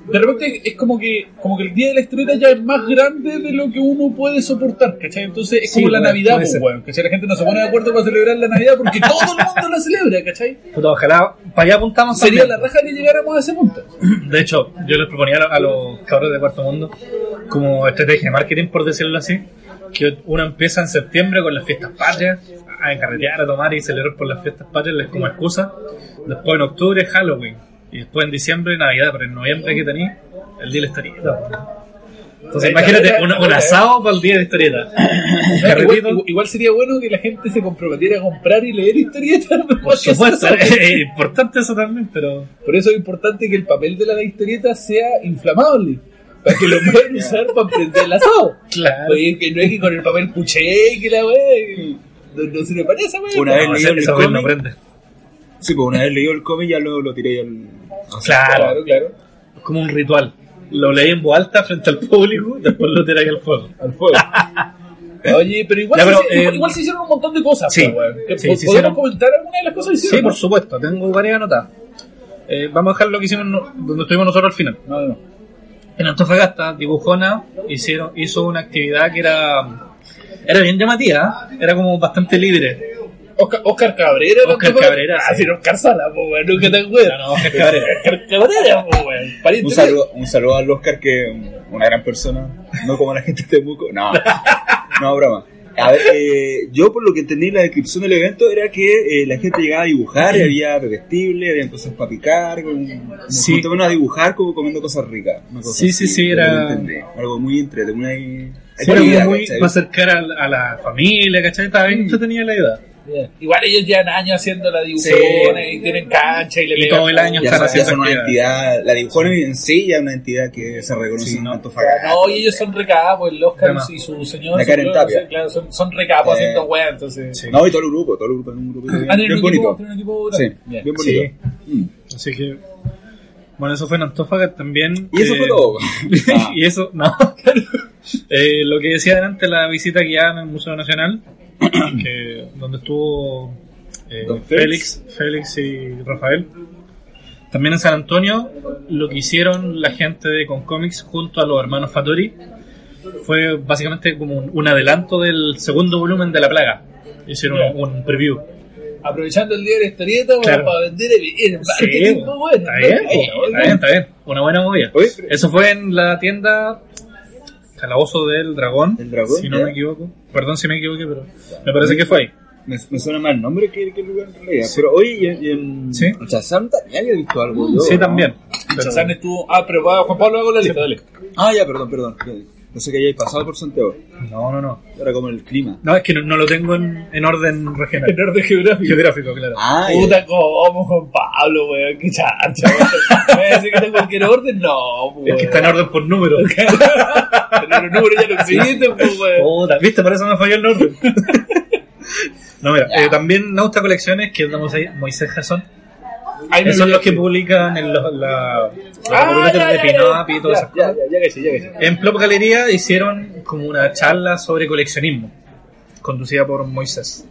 C: de repente es como que como que el día de la historieta ya es más grande de lo que uno puede soportar, ¿cachai? Entonces es
B: Sí,
C: como la
B: bueno,
C: Navidad,
B: puede
C: pues,
B: ser.
C: weón, ¿cachai? La gente no se pone de acuerdo para celebrar la Navidad porque todo el mundo la
B: <laughs>
C: celebra, ¿cachai?
B: Puta, ojalá para allá apuntamos
C: Sería
B: también.
C: la raja que llegáramos a ese punto.
B: <clears throat> De hecho, yo les proponía a lo- a los cabros de Cuarto Mundo como estrategia de marketing, por decirlo así, que uno empieza en septiembre con las fiestas patrias, a encarretear, a tomar y celebrar por las fiestas patrias les- como excusa. Después en octubre Halloween. Y después en diciembre Navidad, pero en noviembre que tenéis el día de la historieta. weón. Entonces imagínate, un, un asado para el día de historieta. Carretito.
C: Igual, igual sería bueno que la gente se comprometiera a comprar y leer historietas. <laughs>
B: Por supuesto, <laughs> es importante eso también, pero
C: Por eso es importante que el papel de la historieta sea inflamable. Para que lo
B: <laughs>
C: puedan usar para prender el asado.
B: claro.
C: Oye, que no es que con el papel cuché y que la wey. No, no sirve para esa wey.
D: Una vez
B: No,
D: leí
B: esa-
D: el
B: esa weá no
D: cómic.
B: prende.
D: Sí, pues una vez leí el cómic ya luego lo tiré al.
B: Claro,
C: Claro, claro.
B: es como un ritual. Lo leí en voz alta frente al público, <laughs> después lo tiráis al fuego.
C: Al fuego. Oye, pero igual,
B: Ya,
C: se,
B: pero,
C: hicieron-
B: eh,
C: igual se hicieron un montón de cosas.
B: sí,
C: pues, weón. Que
B: sí,
C: po-
B: se
C: ¿Podemos
B: hicieron-
C: comentar alguna de las cosas que
B: Sí,
C: hicieron?
B: por supuesto, tengo varias anotadas. Eh, vamos a dejar lo que hicimos no- donde estuvimos nosotros al final.
C: No, no, no.
B: En Antofagasta, Dibujona hicieron, hizo una actividad que era, era bien llamativa, ¿eh? era como bastante libre.
C: Oscar, Oscar Cabrera. ¿no?
B: Oscar
C: ¿Te acuerdas?
B: Cabrera,
C: Ah,
B: sí.
C: sí, Oscar Sala, pues, weón. Nunca te acuerdas.
B: No, no, Oscar Cabrera.
C: <laughs> Oscar Cabrera, pues, weón. Pariente
D: Un saludo, un saludo al Oscar, que mm, una gran persona, no como la gente de Temuco. No, no, broma. A ver, eh, yo por lo que entendí en la descripción del evento era que eh, la gente llegaba a dibujar y había bebestible, había cosas para picar, como, como
B: Sí.
D: junto a dibujar como comiendo cosas ricas. una cosa
B: Sí, sí,
D: así,
B: sí,
D: por lo que
B: era-
D: entendí. Algo muy entretenido. Una...
B: Sí, era
D: actividad,
B: como muy,
D: ¿cachai?
B: más cercana a la, a la familia, ¿cachai? Estaba bien entretenida la edad.
C: Bien. Igual ellos llevan años haciendo la dibujona
D: Sí.
C: y tienen cancha y le
B: Y
C: pegan
B: todo el año
D: Ya
B: están
D: son, ya
B: haciendo
D: son una
B: actividad.
D: entidad, la dibujona en sí ya es una entidad que se reconoce en Antofagasta.
C: No, y ellos son recapos, el Oscar
B: Además.
C: y su señor.
D: La
C: su-
D: Karen Tapia.
C: sí, Claro, son, son recapos
D: Eh,
C: haciendo weá, entonces.
B: Sí.
D: No, y todo el grupo, todo el grupo es un grupo bien,
C: Ah, tienen
D: bien
C: un equipo,
D: bonito.
C: tienen un equipo
D: Sí,
C: grande. Bien.
D: bien bonito. Mm.
B: Así que, bueno, eso fue en Antofagasta también.
D: Y eso
B: eh,
D: fue <laughs> todo. Ah.
B: y eso, no. <laughs> Eh, lo que decía adelante, la visita guiada en el Museo Nacional, que, donde estuvo eh,
D: Don
B: Félix, Félix y Rafael. También en San Antonio, lo que hicieron la gente de Concomics junto a los hermanos Fatori fue básicamente como un, un adelanto del segundo volumen de La Plaga. Hicieron
C: Ya.
B: un, preview.
C: Aprovechando el día de la historieta, weón,
B: Claro.
C: para vender el, el marketing,
B: Sí,
C: pues, bueno,
B: está bien,
C: ¿no?
B: po,
C: <laughs>
B: está bien, está bien. Una buena movida.
D: Oye, pero-
B: Eso fue en la tienda Calabozo del Dragón,
D: Del Dragón,
B: si no
D: ya.
B: me equivoco. Perdón si me equivoqué, pero me parece que fue ahí.
D: Me, me suena más el nombre que, que el lugar en realidad. Pero hoy y en, y en
B: Sí.
D: Shazam también había visto algo. yo,
B: Sí,
D: ¿no?
B: también.
C: Chazán estuvo. Ah, pero va, Juan Pablo, hago la lista, dale.
D: Ah, ya, perdón, perdón. No sé que hayáis pasado por Santiago.
B: No, no, no.
D: Era como el clima.
B: No, es que no, no lo tengo en, en orden regional.
C: En orden geográfico.
B: Geográfico, claro.
D: Ah, ya.
C: Puta, cómo, Juan Pablo, weón, qué charcha, weón. ¿Me vas a decir que está en cualquier orden? No, pues, weón.
B: Es que está en orden por número.
C: <laughs> Pero los números ya no existen, pues, weón.
B: Puta, ¿Viste? Por eso me falló el
C: <laughs>
B: orden. No, mira, eh, también Nauta Colecciones, que es de Moisés- Moisés Jason,
C: Ahí me
B: esos son
C: olvidé.
B: los que publican en los, la, los
C: Ah,
B: volúmenes
C: ya,
B: de
C: ya,
B: Pinap y todas
C: ya,
B: esas
C: ya,
B: cosas.
C: ya, ya que sí, ya que sí.
B: En Plop Galería hicieron como una charla sobre coleccionismo, conducida por Moisés.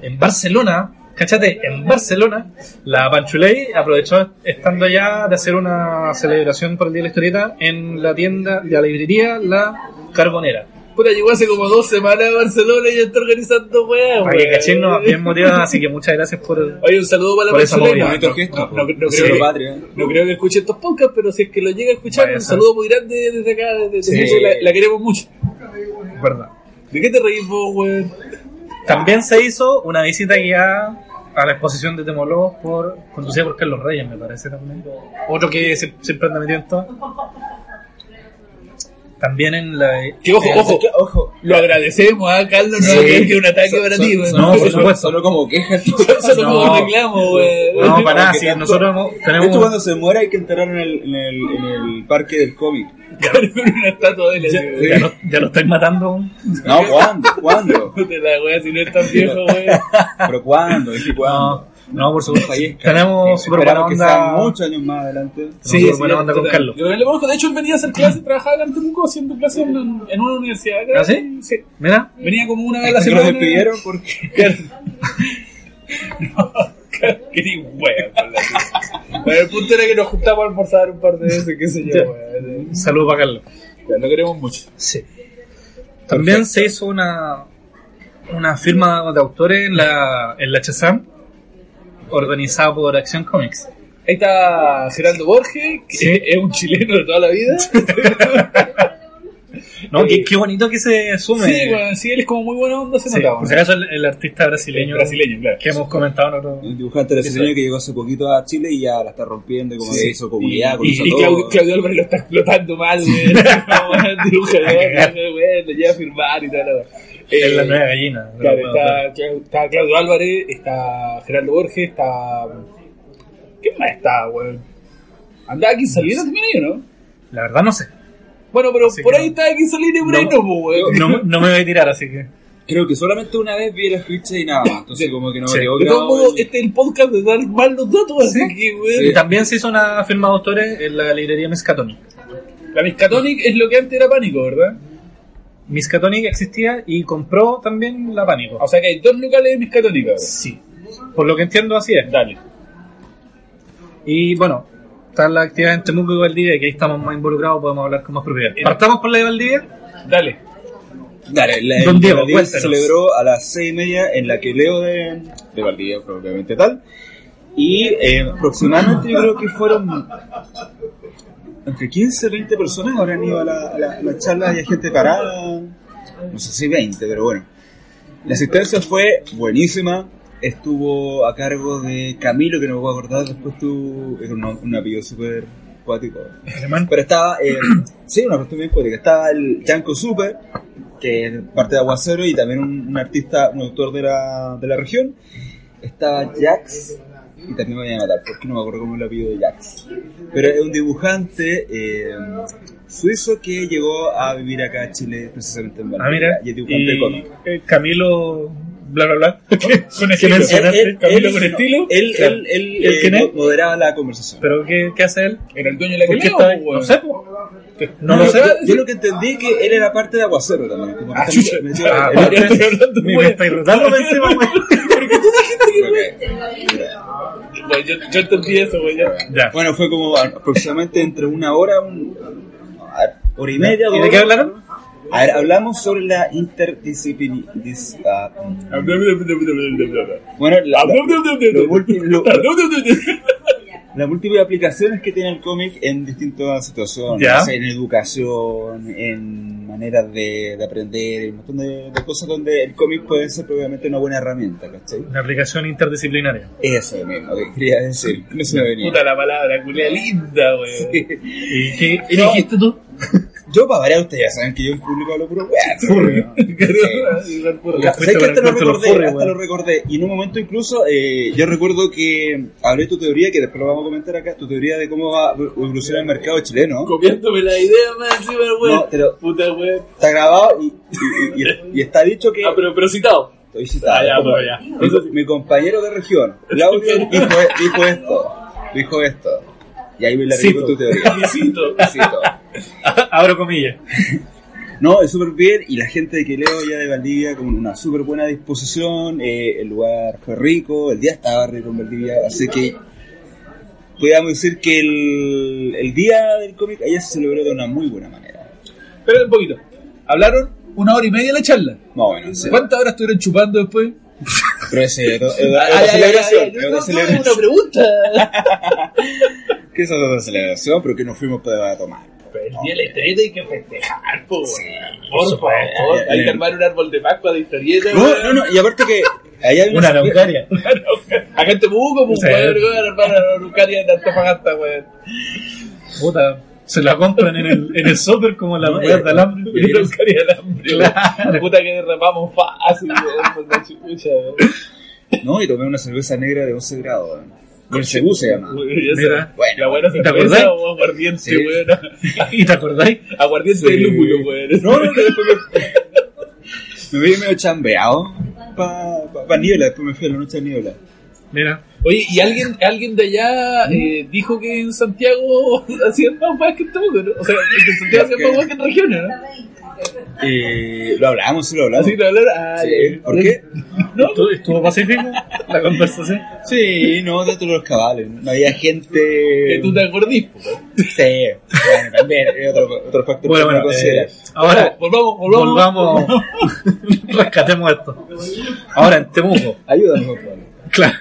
B: En Barcelona, cachate, en Barcelona, la Panchuley aprovechó estando allá de hacer una celebración por el Día de la Historieta en la tienda de la librería La Carbonera.
C: Puta, llegó hace como dos semanas a Barcelona y ya está organizando weá,
B: Para que
C: weón.
B: cachen nos bien motivada, así que muchas gracias por...
C: Oye, un saludo para la
B: Por esa
C: Barcelona.
B: movida.
D: Bonito gesto,
C: Ah, no,
D: po.
C: no, no
D: Haciendo
C: creo que,
D: patria. ¿eh?
C: no creo que escuche estos podcasts, pero si es que lo llega a escuchar,
B: Vaya,
C: un
B: sabe.
C: saludo muy grande desde acá, desde
D: Sí.
C: desde- la, la queremos mucho.
B: Verdad.
C: ¿De qué te reís vos, weón?
B: También se hizo una visita guiada a la exposición de Temologos por, conducida por Carlos Reyes, me parece también. Otro que se- siempre anda metido en todo. También en la...
C: Que ojo,
D: Eh,
C: ojo,
D: que- ojo.
C: lo agradecemos a Carlos, no
B: Sí.
C: que es un ataque para ti, weón.
B: no, por
D: solo-
B: supuesto.
D: Solo como quejas. <laughs>
C: Solo
B: no.
C: como reclamo, weón.
B: No, para nada,
D: Porque
B: sí,
D: tanto-
B: nosotros hemos-
D: Esto
B: tenemos...
D: cuando se muera hay que enterrar en el, en el, en el parque del cómic.
C: <laughs> Con una estatua de él, así, weón.
B: Ya lo, ya lo estáis matando. aún.
D: No, ¿cuándo? ¿Cuándo?
C: Puta la weá, si no es tan viejo,
B: <laughs>
C: weón.
D: ¿Pero cuándo? Dije, ¿cuándo?
B: No, no, por supuesto.
D: Fallezca.
B: Tenemos super buena
D: Esperamos que sea
B: onda.
D: muchos años más adelante.
B: Sí, sí, buena onda con
C: total.
B: Carlos.
C: Yo también lo conozco. De hecho, él venía a hacer clases, trabajaba acá en Temuco haciendo clases en, en una universidad. acá.
B: ¿Ah, sí?
C: Sí.
B: Mira,
C: Venía como una vez a la
D: Se lo
C: semana. <laughs>
D: despidieron porque...
C: Qué ni hueá, por la tía. Pero el punto era que nos juntamos a almorzar un par de veces, qué sé yo, weón.
B: un saludo para Carlos.
C: Ya, Lo queremos mucho.
B: Sí. También se hizo una, una firma de autores en la, en la Chazam, organizada por Acción Comics.
C: Ahí está Geraldo Borges, que
B: Sí. <laughs>
C: es un chileno de toda la vida.
B: No, qué, qué bonito que se asume.
C: Sí, bueno, sí, él es como muy buena onda, se
B: Sí, pues,
C: nota.
B: por
C: weón.
B: si acaso el, el artista brasileño,
C: El brasileño, claro.
B: que hemos comentado en otro...
D: Un dibujante brasileño que llegó hace poquito a Chile y ya la está rompiendo, y como que hizo comunidad, con
C: Y,
D: eso
C: y
D: todo.
C: Claudio, Claudio Álvarez lo está explotando
B: <laughs>
C: mal, güey. Lo lleva a firmar y tal.
B: Es la nueva gallina.
C: Eh, Claro,
B: Pero,
C: está, Clau- está Claudio Álvarez, está Geraldo Borges, está. ¿Qué más está, güey? Andaba aquí Salinas también ahí, ¿o ¿no?
B: La verdad no sé.
C: Bueno, pero
B: Así
C: por
B: que
C: ahí
B: no.
C: está aquí Salinas y por ahí
B: No.
C: no, güey. <laughs>
B: No, me- no me voy a tirar, así que...
D: Creo que solamente una vez vi el afiche y nada más, entonces como que no
B: Sí.
D: me quedó
C: De todos
D: grabado.
C: modos, este es el podcast de dar mal los datos, así que, güey.
B: Y también se hizo una firma de autores en la librería Miskatonic.
C: La Miskatonic es lo que antes era pánico, ¿verdad?
B: Miskatonic existía y compró también la Pánico.
C: O sea que hay dos locales de Miskatónica, güey.
B: Sí. Por lo que entiendo, así es.
C: Dale.
B: Y bueno, está la actividad entre Temuco y Valdivia, que ahí estamos más involucrados, podemos hablar con más propiedad. Partamos por la de Valdivia.
C: Dale.
D: Dale, la,
B: Don
D: el
B: Diego,
D: de Valdivia se
B: cuéntanos.
D: celebró a las seis y media en la que leo de, de Valdivia, probablemente tal. Y eh, aproximadamente yo creo que fueron entre 15 y 20 personas habrán ido a la, a la, a la charla y hay gente parada. No sé si 20, pero bueno. La asistencia fue buenísima. Estuvo a cargo de Camilo, que no me voy a acordar después tú. Era un, un apellido súper cuático. Pero estaba, eh, <clears throat> sí, una cuestión bien poética. Estaba el Janko Super, que es parte de Aguacero y también un, un artista, un autor de la, de la región. Estaba Jax, y también me voy a matar porque no me acuerdo cómo es el apellido de Jax. Pero es un dibujante eh, suizo que llegó a vivir acá a Chile, precisamente en
B: Ah,
D: Valdivia.
B: mira.
D: Y es dibujante
B: Y,
D: cómic.
B: eh, Camilo, bla, bla, bla. <laughs> con
D: Sí,
B: estilo.
D: él- él-
B: Camilo
D: él-
B: con estilo.
D: Él,
B: Claro.
D: él, él,
B: ¿El
D: eh,
B: quién es?
D: mo- moderaba la conversación.
B: ¿Pero qué, qué hace él?
C: ¿Era el dueño de la
B: ¿Por qué
C: que
B: está ahí? No sé. po. No lo
D: Yo-
B: sé.
D: Yo, yo lo que entendí es que él era parte de Aguacero también. Como que
C: Ah,
D: está
C: chucha.
D: metido-
B: Ah,
D: él-
B: vale.
C: Estoy hablando
B: Me,
C: muy-
B: me
D: <laughs>
B: está irritando por encima, güey.
C: Bueno, yo, yo entendí eso, güey. ya.
B: Ya.
D: Bueno, fue como aproximadamente entre una hora, un, a ver, hora y media.
B: ¿Y
D: dos
B: de qué
D: horas.
B: hablaron?
D: A ver, hablamos sobre la interdisciplinaridad. Bueno, la, lo multi- lo- las múltiples aplicaciones que tiene el cómic en distintas situaciones,
B: Ya.
D: o sea, en educación, en maneras de, de aprender, en un montón de, de cosas donde el cómic puede ser probablemente una buena herramienta, ¿cachai?
B: Una aplicación interdisciplinaria.
D: Eso mismo, que quería decir, no se me venía.
C: Puta la palabra, culia linda, güey.
B: ¿Y qué
D: ¿Y
B: no,
D: dijiste
C: <laughs>
B: tú?
D: Yo para variar, ustedes ya saben que yo en público hablo puro weá, ¿no?
B: Porque
D: Ya,
B: fuiste
D: ¿sabes que
B: con
D: hasta
B: el
D: lo
B: cuento de los
D: recordé,
B: furries,
D: hasta
B: weón.
D: lo recordé. Y en un momento incluso, eh, yo recuerdo que hablé tu teoría, que después lo vamos a comentar acá, tu teoría de cómo va a evolucionar el mercado chileno.
C: Copiándome la idea más encima, güey.
D: No, pero-
C: Puta, güey.
D: Está grabado y, y- y- y está dicho que...
C: Ah, pero, pero citado.
D: Estoy citado,
C: Ah, ya,
D: como-
C: bueno, ya.
D: Mi, mi compañero de región,
C: <laughs>
D: Claudio, dijo, dijo esto, dijo esto. Y ahí me la
B: Cito.
D: con tu teoría.
C: <laughs> Cito.
D: Cito.
B: <laughs> Abro comillas.
D: No, es súper bien y la gente de Queleo ya de Valdivia con una súper buena disposición, eh, el lugar fue rico, el día estaba rico en Valdivia, así que podríamos decir que el, el día del cómic allá se celebró de una muy buena manera.
C: Espera un poquito. Hablaron una hora y media la charla.
D: Más o menos, sí.
C: ¿Cuántas horas estuvieron chupando después?
D: Pero ese es otra- es
C: Ay,
D: otra
C: ay, ay,
D: celebración,
C: ay,
D: es
C: no, no,
D: otra
C: no, es
D: celebración.
C: una pregunta.
D: Que esa es otra celebración, pero que nos fuimos para tomar.
C: Pero el día de la historieta hay que festejar, po, güey. Por
D: ya,
C: favor,
D: ya,
C: hay que
D: ya.
C: armar un árbol de Pascua de historieta,
D: No,
C: güey.
D: no, no, y aparte que allá hay
B: Una araucaria.
C: Acá en Temuco, pues,
B: Sí.
C: weón, weón, hermano, Lucaria de Antofagasta, weón.
B: Puta, se la compran en el, en el súper como las
D: No,
B: weas
D: eh,
B: de alambre.
D: eh,
C: Lucaria de Alambre, weón.
B: Claro.
C: La puta que derrapamos fácil, weón, por la chucha, weón.
D: No, y tomé una cerveza negra de 11 grados. Con cebú se llama.
C: Weón, esa-
B: Mira.
C: La buena
B: ¿Te
C: cerveza,
B: acordás?
C: o aguardiente,
D: Sí.
C: weón. <laughs>
B: ¿Y te acordáis?
C: Aguardiente
D: Sí.
C: de lúpulo, weón.
D: No, no, no, después me, me vi medio chambeado para pa, pa Niebla, después me fui a la noche a Niebla.
B: Mira.
C: Oye, ¿y alguien, alguien de allá eh, dijo que en Santiago <laughs> hacían más weas que en Temuco, no? O sea, que en Santiago hacían más weas que en regiones, ¿no?
D: Eh, lo hablamos, sí lo hablamos.
C: Así que hablar, ay,
D: Sí, ¿Por qué?
B: ¿Estuvo, estuvo pacífico la conversación?
D: Sí, no, dentro de los cabales. No había gente.
C: que tú te acordís, po, weón.
D: Sí, bueno, también, es otro, otro factor
B: Bueno,
D: que no
B: bueno, eh,
D: considera.
B: ahora
C: Volvamos, volvamos.
B: volvamos, <laughs> rescatemos esto. Ahora en Temuco,
D: Ayúdanos, por favor.
B: claro.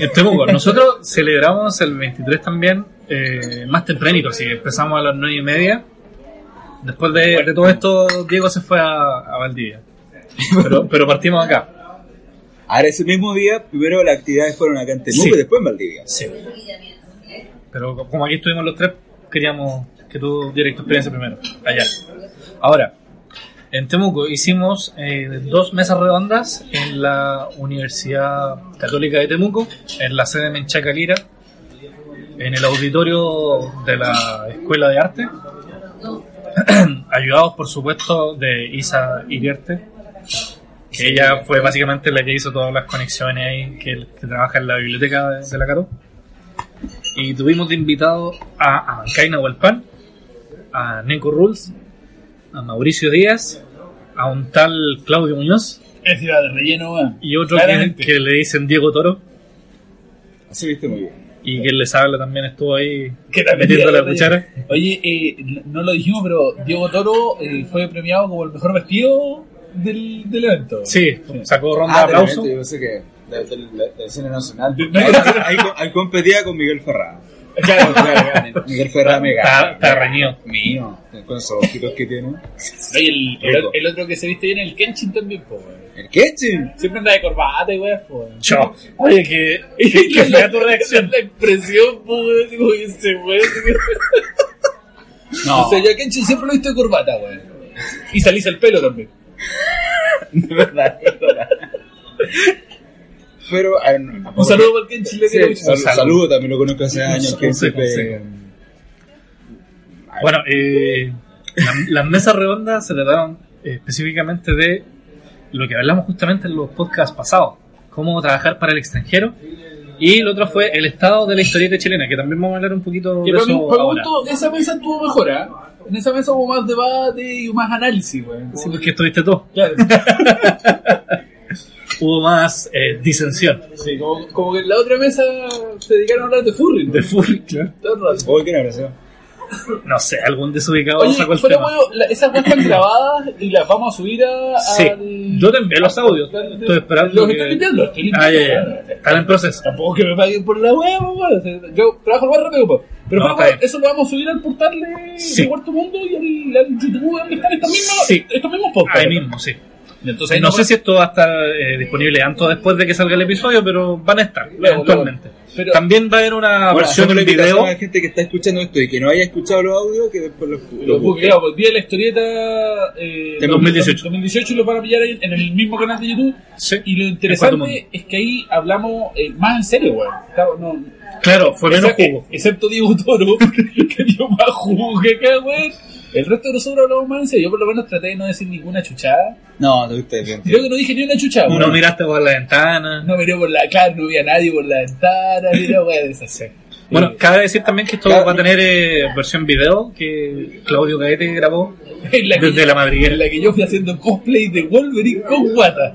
B: En Temuco, nosotros celebramos el 23 también eh, más tempranito, así que empezamos a las 9 y media Después de, de todo esto, Diego se fue a, a Valdivia. Pero, pero partimos acá.
D: Ahora ese mismo día, primero las actividades fueron acá en Temuco
B: Sí.
D: y después en Valdivia.
B: Sí. Pero co- como aquí estuvimos los tres, queríamos que tú dieras tu experiencia primero, allá. Ahora, en Temuco hicimos eh, dos mesas redondas en la Universidad Católica de Temuco, en la sede de Menchaca Lira, en el auditorio de la Escuela de Arte, <clears throat> ayudados por supuesto de Isa Iriarte, que ella fue básicamente la que hizo todas las conexiones ahí, que, que trabaja en la biblioteca de, de la Cato. Y tuvimos de invitado a, a Kaina Hualpán, a Nico Rules, a Mauricio Díaz, a un tal Claudio Muñoz
C: Es ciudad de relleno, weón.
B: y otro que,
C: Claramente.
B: que le dicen Diego Toro
D: Así viste muy bien.
B: y que les habla también estuvo ahí
C: Que también
B: metiendo
C: tiene
B: la cuchara.
C: Oye, eh, no lo dijimos, pero Diego Toro eh, fue premiado como el mejor vestido del, del evento.
B: Sí, sacó ronda
D: Ah,
B: de aplauso.
D: realmente, yo pensé que de, de- de- de escena nacional.
C: De- de-
D: Ahí, ahí, ahí competía con Miguel Ferrada. <laughs>
C: Claro, claro, claro.
D: Miguel Ferrada me
B: Está,
D: gana.
B: está reñido.
D: Mío, con esos ojitos que tiene.
C: Oye, el, el,
D: Rico.
C: el otro que se viste bien, el Kenshin también, po, weón.
D: ¿El
C: <laughs>
D: Ketchin?
C: Siempre anda de corbata y weón, po,
B: <laughs>
C: weón.
B: Yo, oye, que, <laughs> que, que fea tu reacción.
C: <laughs> La expresión, po, weón, digo, ese weón.
B: <laughs>
C: No. O sea, yo a Kenshin siempre lo he visto de corbata, weón. Y salís el pelo también.
D: De verdad, de verdad. Pero, a ver, no,
C: Un
D: tampoco-
C: saludo para el Kenshin, le
D: Sí,
C: quiero
D: sal-
C: mucho.
D: saludo, también lo conozco hace años.
B: saludo,
D: que
B: sí,
D: siempre-
B: sí. Bueno, eh, la- las mesas redondas se trataron eh, específicamente de lo que hablamos justamente en los podcasts pasados, cómo trabajar para el extranjero. Y el otro fue el estado de la historieta chilena, que también vamos a hablar un poquito de
C: Que para mí,
B: eso
C: para mi
B: ahora.
C: gusto, esa mesa estuvo mejor, ¿ah? En esa mesa hubo más debate y más análisis, weón.
B: Sí, porque estuviste tú.
C: Claro.
B: Hubo más eh, disensión.
C: Sí, como, como que en la otra mesa se dedicaron a hablar de furry, ¿no?
B: De furry, claro.
C: Todo el rato.
D: Hoy, ¿quién agradeció?
B: No sé, algún desubicado sacó
C: Oye,
B: el
C: fuera
B: tema.
C: huevo, la- esas weas
B: <coughs>
C: están grabadas y las vamos a subir a...
B: Sí,
C: al-
B: yo te envié los audios.
C: al-
B: Estoy esperando
C: Los
B: que-
C: estoy limpiando, los estoy
B: Ah,
C: limpiando.
B: ya, ya, ya. Están en proceso.
C: Tampoco que me paguen por la wea, po, weón. O sea, Yo trabajo más rápido, po. Pero
B: No,
C: fuera
B: está
C: huevo,
B: bien.
C: eso lo vamos a subir al portal de,
B: Sí.
C: de Cuarto Mundo y al, al YouTube donde están estos mismos,
B: Sí.
C: estos mismos podcasts.
B: Ahí mismo, sí.
C: Y Entonces, ahí
B: no
C: nos-
B: sé si esto va a estar eh, disponible antes o después de que salga el episodio, pero van a estar
C: Luego,
B: eventualmente.
C: luego. Pero-
B: También va a haber una
D: Ahora,
B: versión
D: hacemos la
B: en
D: invitación
B: video.
D: a la gente que está escuchando esto y que no haya escuchado los audios, que después los, los
C: Lo
D: busque.
C: busqué, claro, pues, Día de la Historieta eh,
D: En
B: 2018.
C: 2018 lo van a pillar ahí en el mismo canal de YouTube.
B: Sí.
C: Y lo
B: En Cuarto
C: interesante es que ahí hablamos eh, más en serio, weón. Claro, no-
B: Claro, fue menos
C: excepto-
B: jugo.
C: Excepto Diego Toro, <laughs> que dio más jugo que acá, weón. El resto de nosotros hablamos más en serio. Yo por lo menos traté de no decir ninguna chuchada.
D: No, te gusta bien.
C: Creo que no dije ni una chuchada,
B: No,
C: weón.
B: miraste por la ventana.
C: No miré por la... Claro, no vi a nadie por la ventana, ni una weá de esas. <laughs>
B: Bueno, cabe decir también que esto
D: Claro.
B: va a tener eh, versión video que Claudio Caete grabó
C: En la que-
B: desde la
C: en
B: madriguera.
C: la que yo fui haciendo cosplay de Wolverine con guata.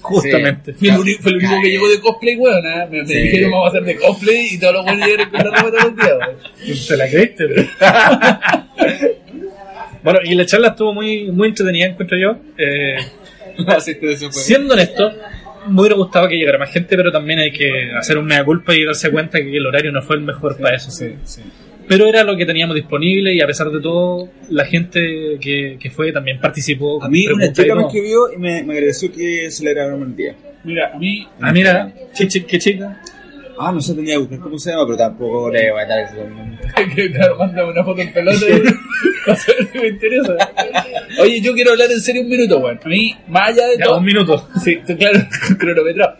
B: Justamente. <laughs>
C: Fui el, uni- fue el único que llegó de cosplay, weón. ¿ah? Me, me
D: Sí.
C: dijeron vamos a hacer de cosplay y todos los buenos llegaron con la ropa todos los días, weón.
B: ¿Te la creíste? bro? <laughs> bueno, y la charla estuvo muy, muy entretenida, encuentro yo. Eh, Pues, Siendo honesto, me hubiera gustado que llegara más gente, pero también hay que hacer una culpa y darse cuenta que el horario no fue el mejor para eso. Pero era lo que teníamos disponible y a pesar de todo, la gente que, que fue también participó.
D: A
B: con
D: mí una
B: preguntas y
D: chica me
B: todo.
D: escribió y me, me agradeció que celebráramos el día.
C: Mira, a mí
B: Ah, mira, qué, chi- qué chica.
D: Ah, no sé, tenía que buscar cómo se llama, pero tampoco le va a dar ese nombre.
C: <laughs> que claro, mándame una foto en pelota y <laughs> para saber si me interesa. Oye, yo quiero hablar en serio un minuto, weón. A mí, más allá de
B: Ya,
C: todo.
B: un
D: <laughs>
B: minuto.
C: Sí, tú, claro, <laughs> cronometrado.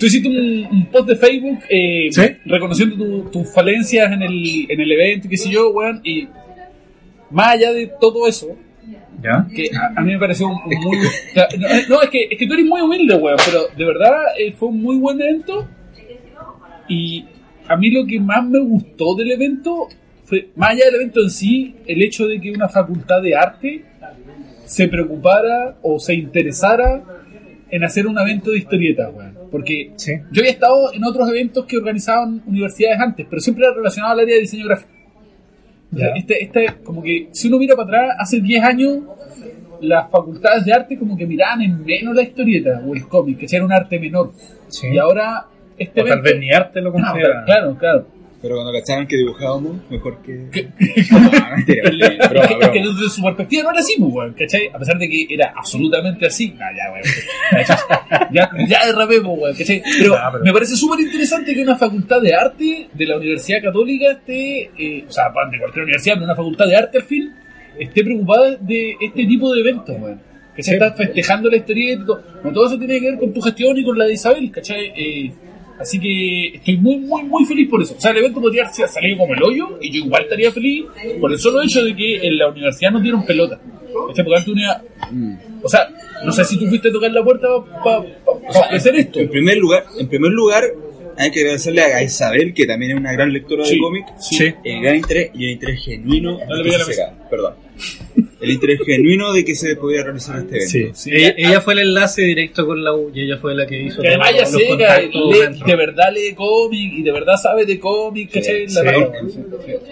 C: Tú hiciste un, un post de Facebook eh,
B: ¿Sí?
C: reconociendo tu- tus falencias en el, en el evento, qué sé yo, weón. Y más allá de todo eso,
B: Ya.
C: que a, a mí me pareció un, un muy... Claro, No, eh, <laughs> no, es, que, es que tú eres muy humilde, weón, pero de verdad eh, fue un muy buen evento. Y a mí lo que más me gustó del evento fue, más allá del evento en sí, el hecho de que una facultad de arte se preocupara o se interesara en hacer un evento de historietas, weón. Porque
B: Sí.
C: yo había estado en otros eventos que organizaban universidades antes, pero siempre era relacionado al área de diseño gráfico.
B: Ya.
C: Este, este, como que si uno mira para atrás, hace 10 años las facultades de arte como que miraban en menos la historieta o el cómic, que era un arte menor.
B: Sí.
C: Y ahora este
B: O tal
C: evento-
B: vez ni arte lo
C: Ah,
B: considera.
C: claro, claro.
D: Pero cuando cacharon que dibujábamos, mejor que. <laughs>
C: <laughs> Pero es que- es que desde su perspectiva no era así, pues, weón, ¿cachai? A pesar de que era absolutamente así. Nah, ya, weón. Ya, ya derrapé, pues, weón, ¿cachai? Pero,
B: Nah, pero-
C: me parece súper interesante que una facultad de arte de la Universidad Católica esté, eh, o sea, de cualquier universidad, pero una facultad de arte al fin, esté preocupada de este tipo de eventos, weón. Que se está festejando la historia y todo. Bueno, todo eso tiene que ver con tu gestión y con la de Isabel, ¿cachai? Eh, así que estoy muy, muy, muy feliz por eso. O sea, el evento podría haber salido como el hoyo y yo igual estaría feliz por el solo hecho de que en la universidad nos dieron pelota. ¿Cachai? Porque antes una-
D: Mm.
C: O sea, no sé si tú fuiste a tocar la puerta para hacer esto.
D: En primer lugar, en primer lugar, hay que agradecerle a Isabel, que también es una gran lectora
C: Sí,
D: de cómics,
B: sí.
D: el gran interés y el interés genuino
C: No
D: que
C: le pegué a la
D: se sacaba. Perdón. El interés genuino de que se podía realizar este evento.
B: Sí. Ella, ella fue el enlace directo con la U y ella fue la que hizo
C: Que además
B: todos
C: ya
B: los
C: sé
B: contactos dentro.
C: de verdad lee cómic y de verdad sabe de cómic, ¿cachai?
B: Sí,
C: La
B: sí.
C: raja,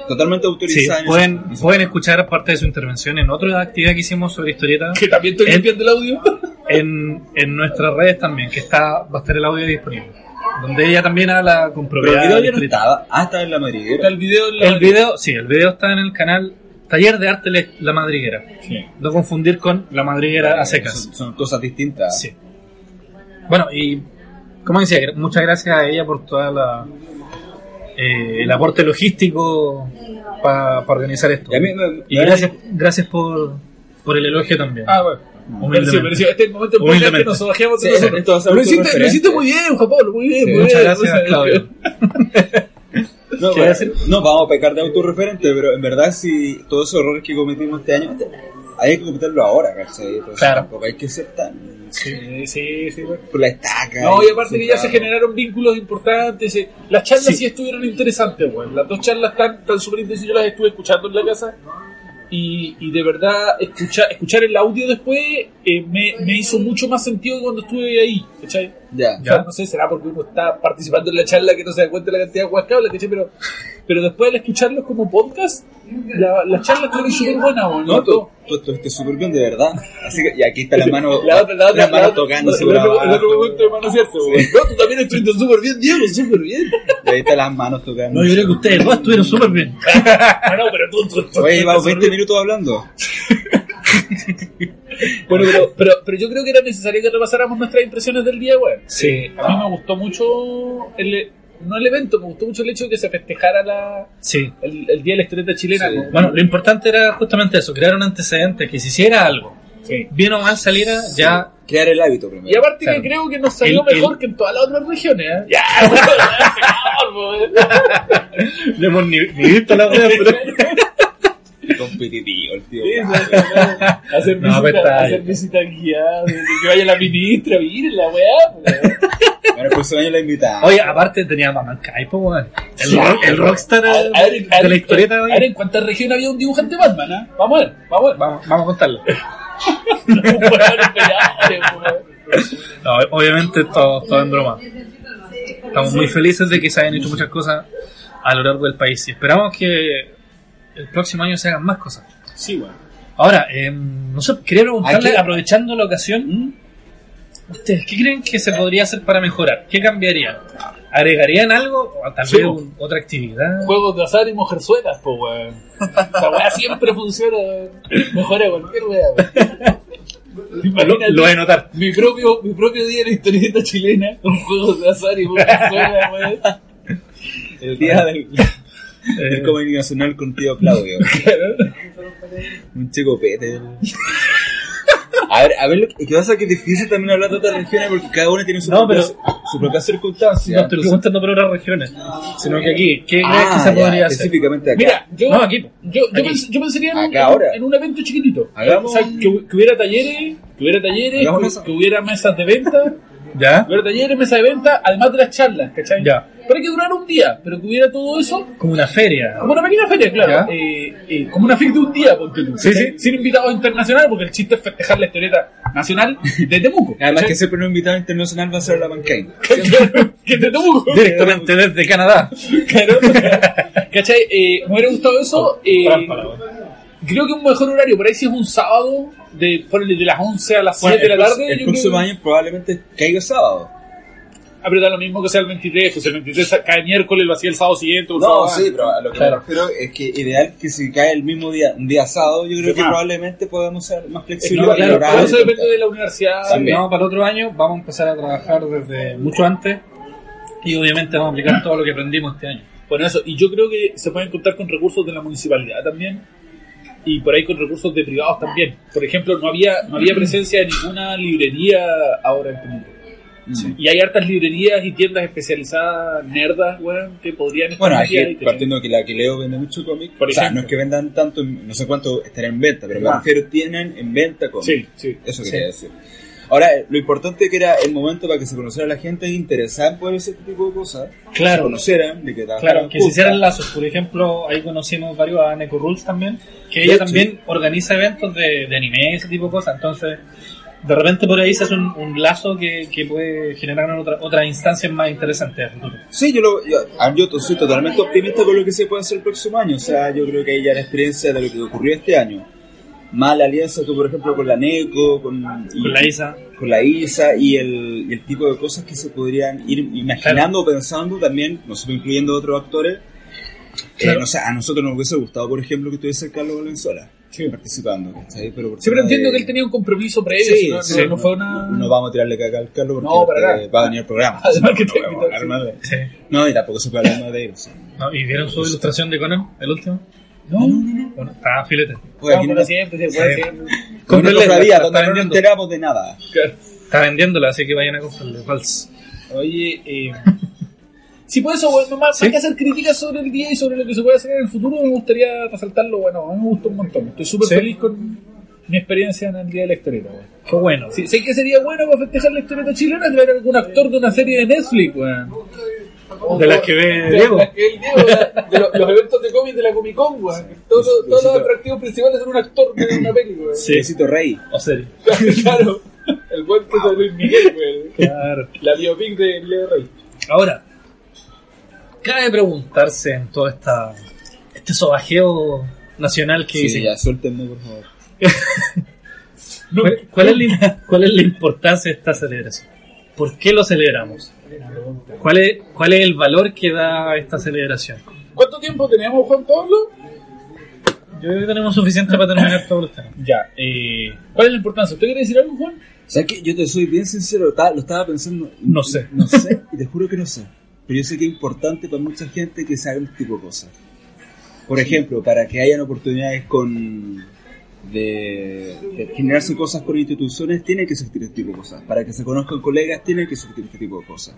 D: Totalmente
B: Sí,
D: autorizada. en
B: pueden, pueden escuchar parte de su intervención en otra actividad que hicimos sobre historieta
C: Que también estoy
B: ¿Eh?
C: limpiando el audio. <laughs>
B: en, en nuestras redes también, que está va a estar el audio disponible. Donde ella también habla con
D: Pero el
B: propiedad.
D: video
B: de
D: ya no
B: historieta.
D: estaba. Ah, estaba en la madriguera.
C: Está el video en la
B: El video, sí, el video está en el canal Taller de Arte Le- La Madriguera. No confundir con La Madriguera a secas.
D: Son, son cosas distintas.
B: Sí. Bueno, y como decía, gra- muchas gracias a ella por toda la eh, el aporte logístico para organizar esto.
D: Y a mí me-
B: Y
D: me-
B: gracias, gracias por, por el elogio también.
C: Ah, bueno.
B: Humildemente.
C: Mereció, mereció. Este es el momento en el
B: Humildemente.
C: podcast que nos bajamos
D: Sí,
C: nosotros.
D: esto va a ser
C: Lo
D: nuestro
C: hiciste, lo
D: referente.
C: hiciste muy bien, Juan Pablo, muy bien, muy bien.
B: Muchas
D: <laughs>
C: O sea,
B: gracias, Claudio.
D: No,
B: ¿Qué iba a
D: bueno, no vamos a pecar de autorreferente, pero en verdad si todos esos errores que cometimos este año, hay que cometerlo ahora, ¿cachai? Entonces,
B: Claro.
D: Tampoco hay que ser tan...
C: Sí, sí, sí. bueno.
D: Por la estaca.
C: No, y aparte que ya se
D: claro.
C: generaron vínculos importantes. eh. Las charlas sí,
B: Sí.
C: estuvieron interesantes, weón. Las dos charlas están tan súper intensas. Yo las estuve escuchando en la casa. Y, y de verdad, escuchar, escuchar el audio después eh, me, me hizo mucho más sentido que cuando estuve ahí, ¿cachai?
D: Ya.
C: O sea,
B: Ya.
C: no sé, será porque uno está participando en la charla que no se da cuenta de la cantidad de guas que habla, ¿cachai? Pero, pero después al escucharlos como podcast, la- las charlas estuvieron súper buenas, weón.
D: No,
C: ¿no?
D: tú, tú, tú estás súper bien, de verdad. Así que, y aquí está
C: <laughs>
D: la mano,
C: La otra, la otra,
D: las manos
C: la otra-
D: tocándose
C: el
D: por
C: otro- el otro
D: abajo.
C: momento de manosearse, weón. No, tú también estuviste súper bien, Diego, súper bien.
D: Y ahí están las manos tocando.
B: No, yo creo que ustedes dos estuvieron súper bien.
C: Ah, no, pero tú, tú- tú-
D: Oye,
C: tú-
D: llevamos
C: tú-
D: 20 minutos hablando.
C: Bueno, pero, pero, pero yo creo que era necesario que repasáramos nuestras impresiones del día, weón.
B: Sí,
C: A mí me gustó mucho, el, no el evento, me gustó mucho el hecho de que se festejara la,
B: sí.
C: el, el Día de la Historieta Chilena. como-
B: Bueno, lo importante era justamente eso, crear un antecedente, que se hiciera algo.
C: sí.
B: Bien o mal saliera, ya...
D: Crear el hábito
C: Y
D: primero.
C: aparte
B: Claro.
C: que creo que nos salió
B: El- el-
C: mejor que en todas las otras regiones, ¿eh? Ya, <laughs> weón,
B: Le hemos ni, visto la
D: Competitivo, el tío.
C: Sí, sí, sí, sí. Hacer
B: No, pero
C: visita,
B: está
C: hacer
B: bien.
C: visita guiada, de que vaya la ministra, mire la weá. pues, weón.
D: Bueno, el próximo año la
B: <laughs>
D: invitamos.
B: Oye, aparte teníamos a Mancay, po, weón. El, rock- el rockstar
C: A ver, a ver,
B: de la historieta,
C: a
B: weón.
C: ver, en cuántas regiones había un dibujante Batman, ¿ah? Vamos a ver, vamos a ver.
B: Vamos, vamos a contarlo.
C: <laughs> Un weón imperial, weón.
B: No, obviamente todo, todo en broma. Estamos muy felices de que se hayan hecho muchas cosas a lo largo del país y esperamos que el próximo año se hagan más cosas.
C: Sí, weón.
B: Ahora, em, no sé, quería preguntarle,
D: Aquí-
B: aprovechando la ocasión,
C: ¿Mm?
B: ¿ustedes qué creen que se podría hacer para mejorar? ¿Qué cambiarían? ¿Agregarían algo? ¿O tal
C: Sí,
B: vez
C: po.
B: un- otra actividad?
C: Juegos de azar y mujerzuelas, pues, weón. La weá siempre funciona, weón. Mejora cualquier weá, weón.
B: Lo,
C: Imagínate
B: lo voy a <laughs> notar.
C: mi, propio, mi propio día en la historieta chilena con juegos de azar y mujerzuelas, weón.
D: El día del,
B: Eh,
D: del Comedy Nacional con tío
C: <laughs>
D: Claudio. Un chico pete. A ver, a ver, lo que- lo que pasa es que es difícil también hablar de otras regiones porque cada una tiene su,
B: No,
D: propia,
B: pero-
D: su propia circunstancia.
B: no estoy preguntando por otras regiones, sino que aquí, ¿qué crees que
D: Ah,
B: se
D: ya,
B: podría hacer?
D: específicamente acá.
C: Mira, yo,
B: No, aquí.
C: yo, yo,
B: Aquí.
C: pens- yo pensaría en, un-
D: Acá ahora.
C: en un evento chiquitito.
D: Hagamos
C: O sea, que, hu- que hubiera talleres, que hubiera talleres,
D: Hagamos
C: que,
D: eso.
C: que hubiera mesas de venta,
B: ¿Ya?
C: que hubiera talleres, mesas de venta, además de las charlas, ¿cachai?
B: Ya.
C: Pero hay que durar un día, pero que hubiera todo eso.
B: Como una feria.
C: Como una pequeña feria, claro.
B: Ya.
C: Eh, eh, como una feria de un día, ponte tú.
B: Sí,
C: ¿cachai?
B: sí.
C: Sin invitados internacionales, porque el chiste es festejar la historieta nacional de Temuco.
D: <laughs> Además
C: ¿cachai?
D: que siempre un invitado internacional va a ser la Mankind.
C: <laughs> que es de
B: <laughs>
C: Temuco.
B: Directamente desde Canadá.
C: Claro. <laughs> ¿Cachai? Eh, me hubiera gustado eso. eh, creo que un mejor horario, por ahí si es un sábado, de, ponele de las 11 a las 7
D: el
C: de la
D: próximo-
C: tarde.
D: el
C: yo
D: próximo
C: creo-
D: año probablemente caiga sábado.
C: Ah, pero da lo mismo que sea el 23, pues el 23 sa- cae miércoles, lo hacía el sábado siguiente. o el sábado
D: No,
C: antes.
D: sí, pero a lo que
C: Claro.
D: me refiero es que ideal que si cae el mismo día, un día sábado, yo creo que
C: Ajá.
D: probablemente podamos ser más
C: Es que,
D: flexibles.
C: no,
D: en el
C: claro,
D: horario.
C: pero eso depende de la universidad.
B: Si no, para el otro año vamos a empezar a trabajar desde mucho antes y obviamente vamos a aplicar todo lo que aprendimos este año.
C: Bueno, eso. Y yo creo que se pueden contar con recursos de la municipalidad también. Y por ahí con recursos de privados también. Por ejemplo, no había, no había presencia de ninguna librería ahora en Temuco.
D: Mm.
C: Y hay hartas librerías y tiendas especializadas, nerdas, weón, que podrían estar
D: Bueno, hay
C: metidas ahí,
D: que,
C: ¿cachai?
D: partiendo que la que leo vende mucho cómic,
C: Por
D: o sea,
C: ejemplo.
D: no es que vendan tanto, no sé cuánto estará en venta, pero me
C: Ah.
D: refiero tienen en venta cómic.
C: Sí, sí.
D: Eso quería decir. Ahora, eh, lo importante que era el momento para que se conociera la gente interesada en poder hacer este tipo de cosas. Que se
B: Claro,
D: conocieran, de que
B: claro,
D: trabajaran
B: que se
D: juntas.
B: hicieran lazos. Por ejemplo, ahí conocimos varios a Neko Rules también, que
D: De
B: ella
D: hecho.
B: también organiza eventos de, de anime, ese tipo de cosas. Entonces, de repente por ahí se hace un, un lazo que, que puede generar otra- otras instancias más interesantes a futuro.
D: Sí, yo, lo, yo, ah, yo to- soy totalmente optimista con lo que se puede hacer el próximo año. O sea, yo creo que ahí ya la experiencia de lo que ocurrió este año. Más la alianza que, por ejemplo, con la NECO, con,
B: Con la ISA.
D: con la ISA y el, y el tipo de cosas que se podrían ir imaginando, pensando también, nosotros incluyendo otros actores. Eh,
B: Claro.
D: no sé, a nosotros nos hubiese gustado, por ejemplo, que estuviese Carlos Valenzuela participando. ¿cachai? Pero por
C: Sí, pero
D: tema
C: entiendo
D: de-
C: que él tenía un compromiso previo.
D: Sí,
C: si no, no-
D: sí.
C: no, fue una...
D: No vamos a tirarle caca al Carlos porque
C: No, para
D: eh,
C: nada.
D: va a venir el
C: <laughs>
D: programa.
C: Además que
D: No
C: te-
D: podemos hablar más de-
B: Sí.
D: No, y tampoco se puede hablar más de él. o sea.
B: ¿No? ¿Y vieron su ilustración de Conan, el último?
C: No, no, no.
B: Bueno, estaba filete.
D: Oye, aquí
C: Vamos
D: no-
C: para siempre, se puede
D: Sí.
C: siempre.
D: con
B: Comprarle,
D: una cofradía
B: está
D: donde no nos
B: vendiendo.
D: enteramos de nada.
B: Está vendiéndola, así que vayan a comprarle. Vals.
C: Oye, eh, si por eso, bueno, más,
B: ¿Sí?
C: más que hacer críticas sobre el día y sobre lo que se puede hacer en el futuro, me gustaría resaltarlo. Bueno, a mí me gustó un montón. Estoy súper
B: ¿Sí?
C: feliz con mi experiencia en el día de la historieta, weón.
B: Qué bueno.
C: Sí, sé que sería bueno para festejar la historieta chilena traer algún actor de una serie de Netflix, weón.
B: De las que ve
C: De <laughs>
B: Diego.
C: las que ve el Diego, la- de lo- los eventos de cómic de la Comic Con, weón. Todos, los- todos los atractivos principales son un actor de una peli, weón.
B: Sí.
D: Necesito rey.
B: O serio.
C: <laughs> Claro, el buen que de Luis Miguel, weón.
B: Claro.
C: La biopic de Leo Rey.
B: Ahora, cabe preguntarse en todo esta, este sobajeo nacional que
D: Sí,
B: hice,
D: ya, suéltenme, por favor.
B: ¿cuál, cuál es la, im- cuál es la importancia de esta celebración? ¿Por qué lo celebramos? ¿Cuál es, ¿Cuál es el valor que da esta celebración?
C: ¿Cuánto tiempo tenemos, Juan Pablo?
B: Yo creo que tenemos suficiente para terminar todos los temas.
C: Ya, eh, ¿cuál es la importancia? ¿Usted quiere decir algo, Juan?
D: O sea, que yo te soy bien sincero, ta- lo estaba pensando.
B: No sé.
D: No sé, y te juro que no sé. Pero yo sé que es importante para mucha gente que se hagan este tipo de cosas. Por ejemplo, para que hayan oportunidades con. De, de generarse cosas con instituciones, tiene que existir este tipo de cosas. Para que se conozcan colegas, tiene que existir este tipo de cosas.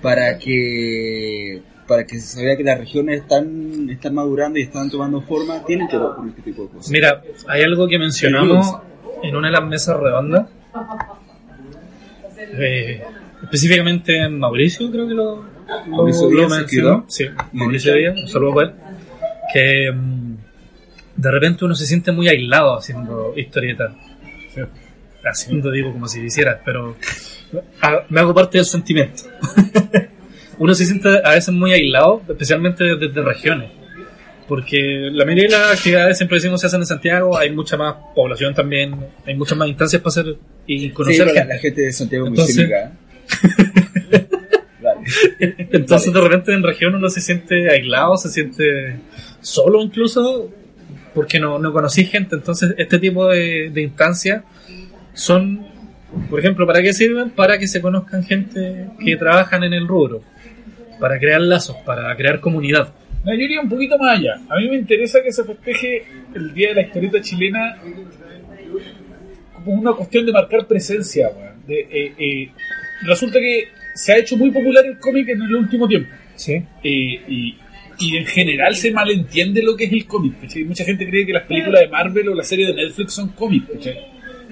D: Para que para que se vea que las regiones están, están madurando y están tomando forma, tienen que ocurrir este tipo de cosas.
B: Mira, hay algo que mencionamos en una de las mesas redondas. Eh, específicamente en Mauricio, creo que lo, lo,
D: Mauricio
B: lo
D: Díaz,
B: mencionó.
D: izquierdo.
B: Sí, Mauricio Díaz, un saludo para él. Que mm, de repente uno se siente muy aislado haciendo historietas. Haciendo, digo, como si lo hicieras, pero a- Ah, me hago parte del sentimiento. <laughs> uno se siente a veces muy aislado, especialmente desde, regiones. Porque la mayoría de las actividades, siempre decimos, se hacen en Santiago, hay mucha más población también, hay muchas más instancias para hacer y conocer
D: Sí, pero la,
B: gente.
D: la gente de Santiago es muy
B: Entonces-
D: cínica. ¿eh? Vale.
B: Entonces de repente en región uno se siente aislado, se siente solo incluso, porque no, no conocí gente. Entonces este tipo de, de instancias son, por ejemplo, ¿para qué sirven? Para que se conozcan gente que trabajan en el rubro, para crear lazos, para crear comunidad.
C: No, yo iría un poquito más allá. A mí me interesa que se festeje el Día de la Historieta Chilena como una cuestión de marcar presencia, weón. De, eh, eh, resulta que se ha hecho muy popular el cómic en el último tiempo.
B: Sí.
C: Eh, y, y en general se malentiende lo que es el cómic. ¿cachai? Mucha gente cree que las películas de Marvel o las series de Netflix son cómics. ¿cachai?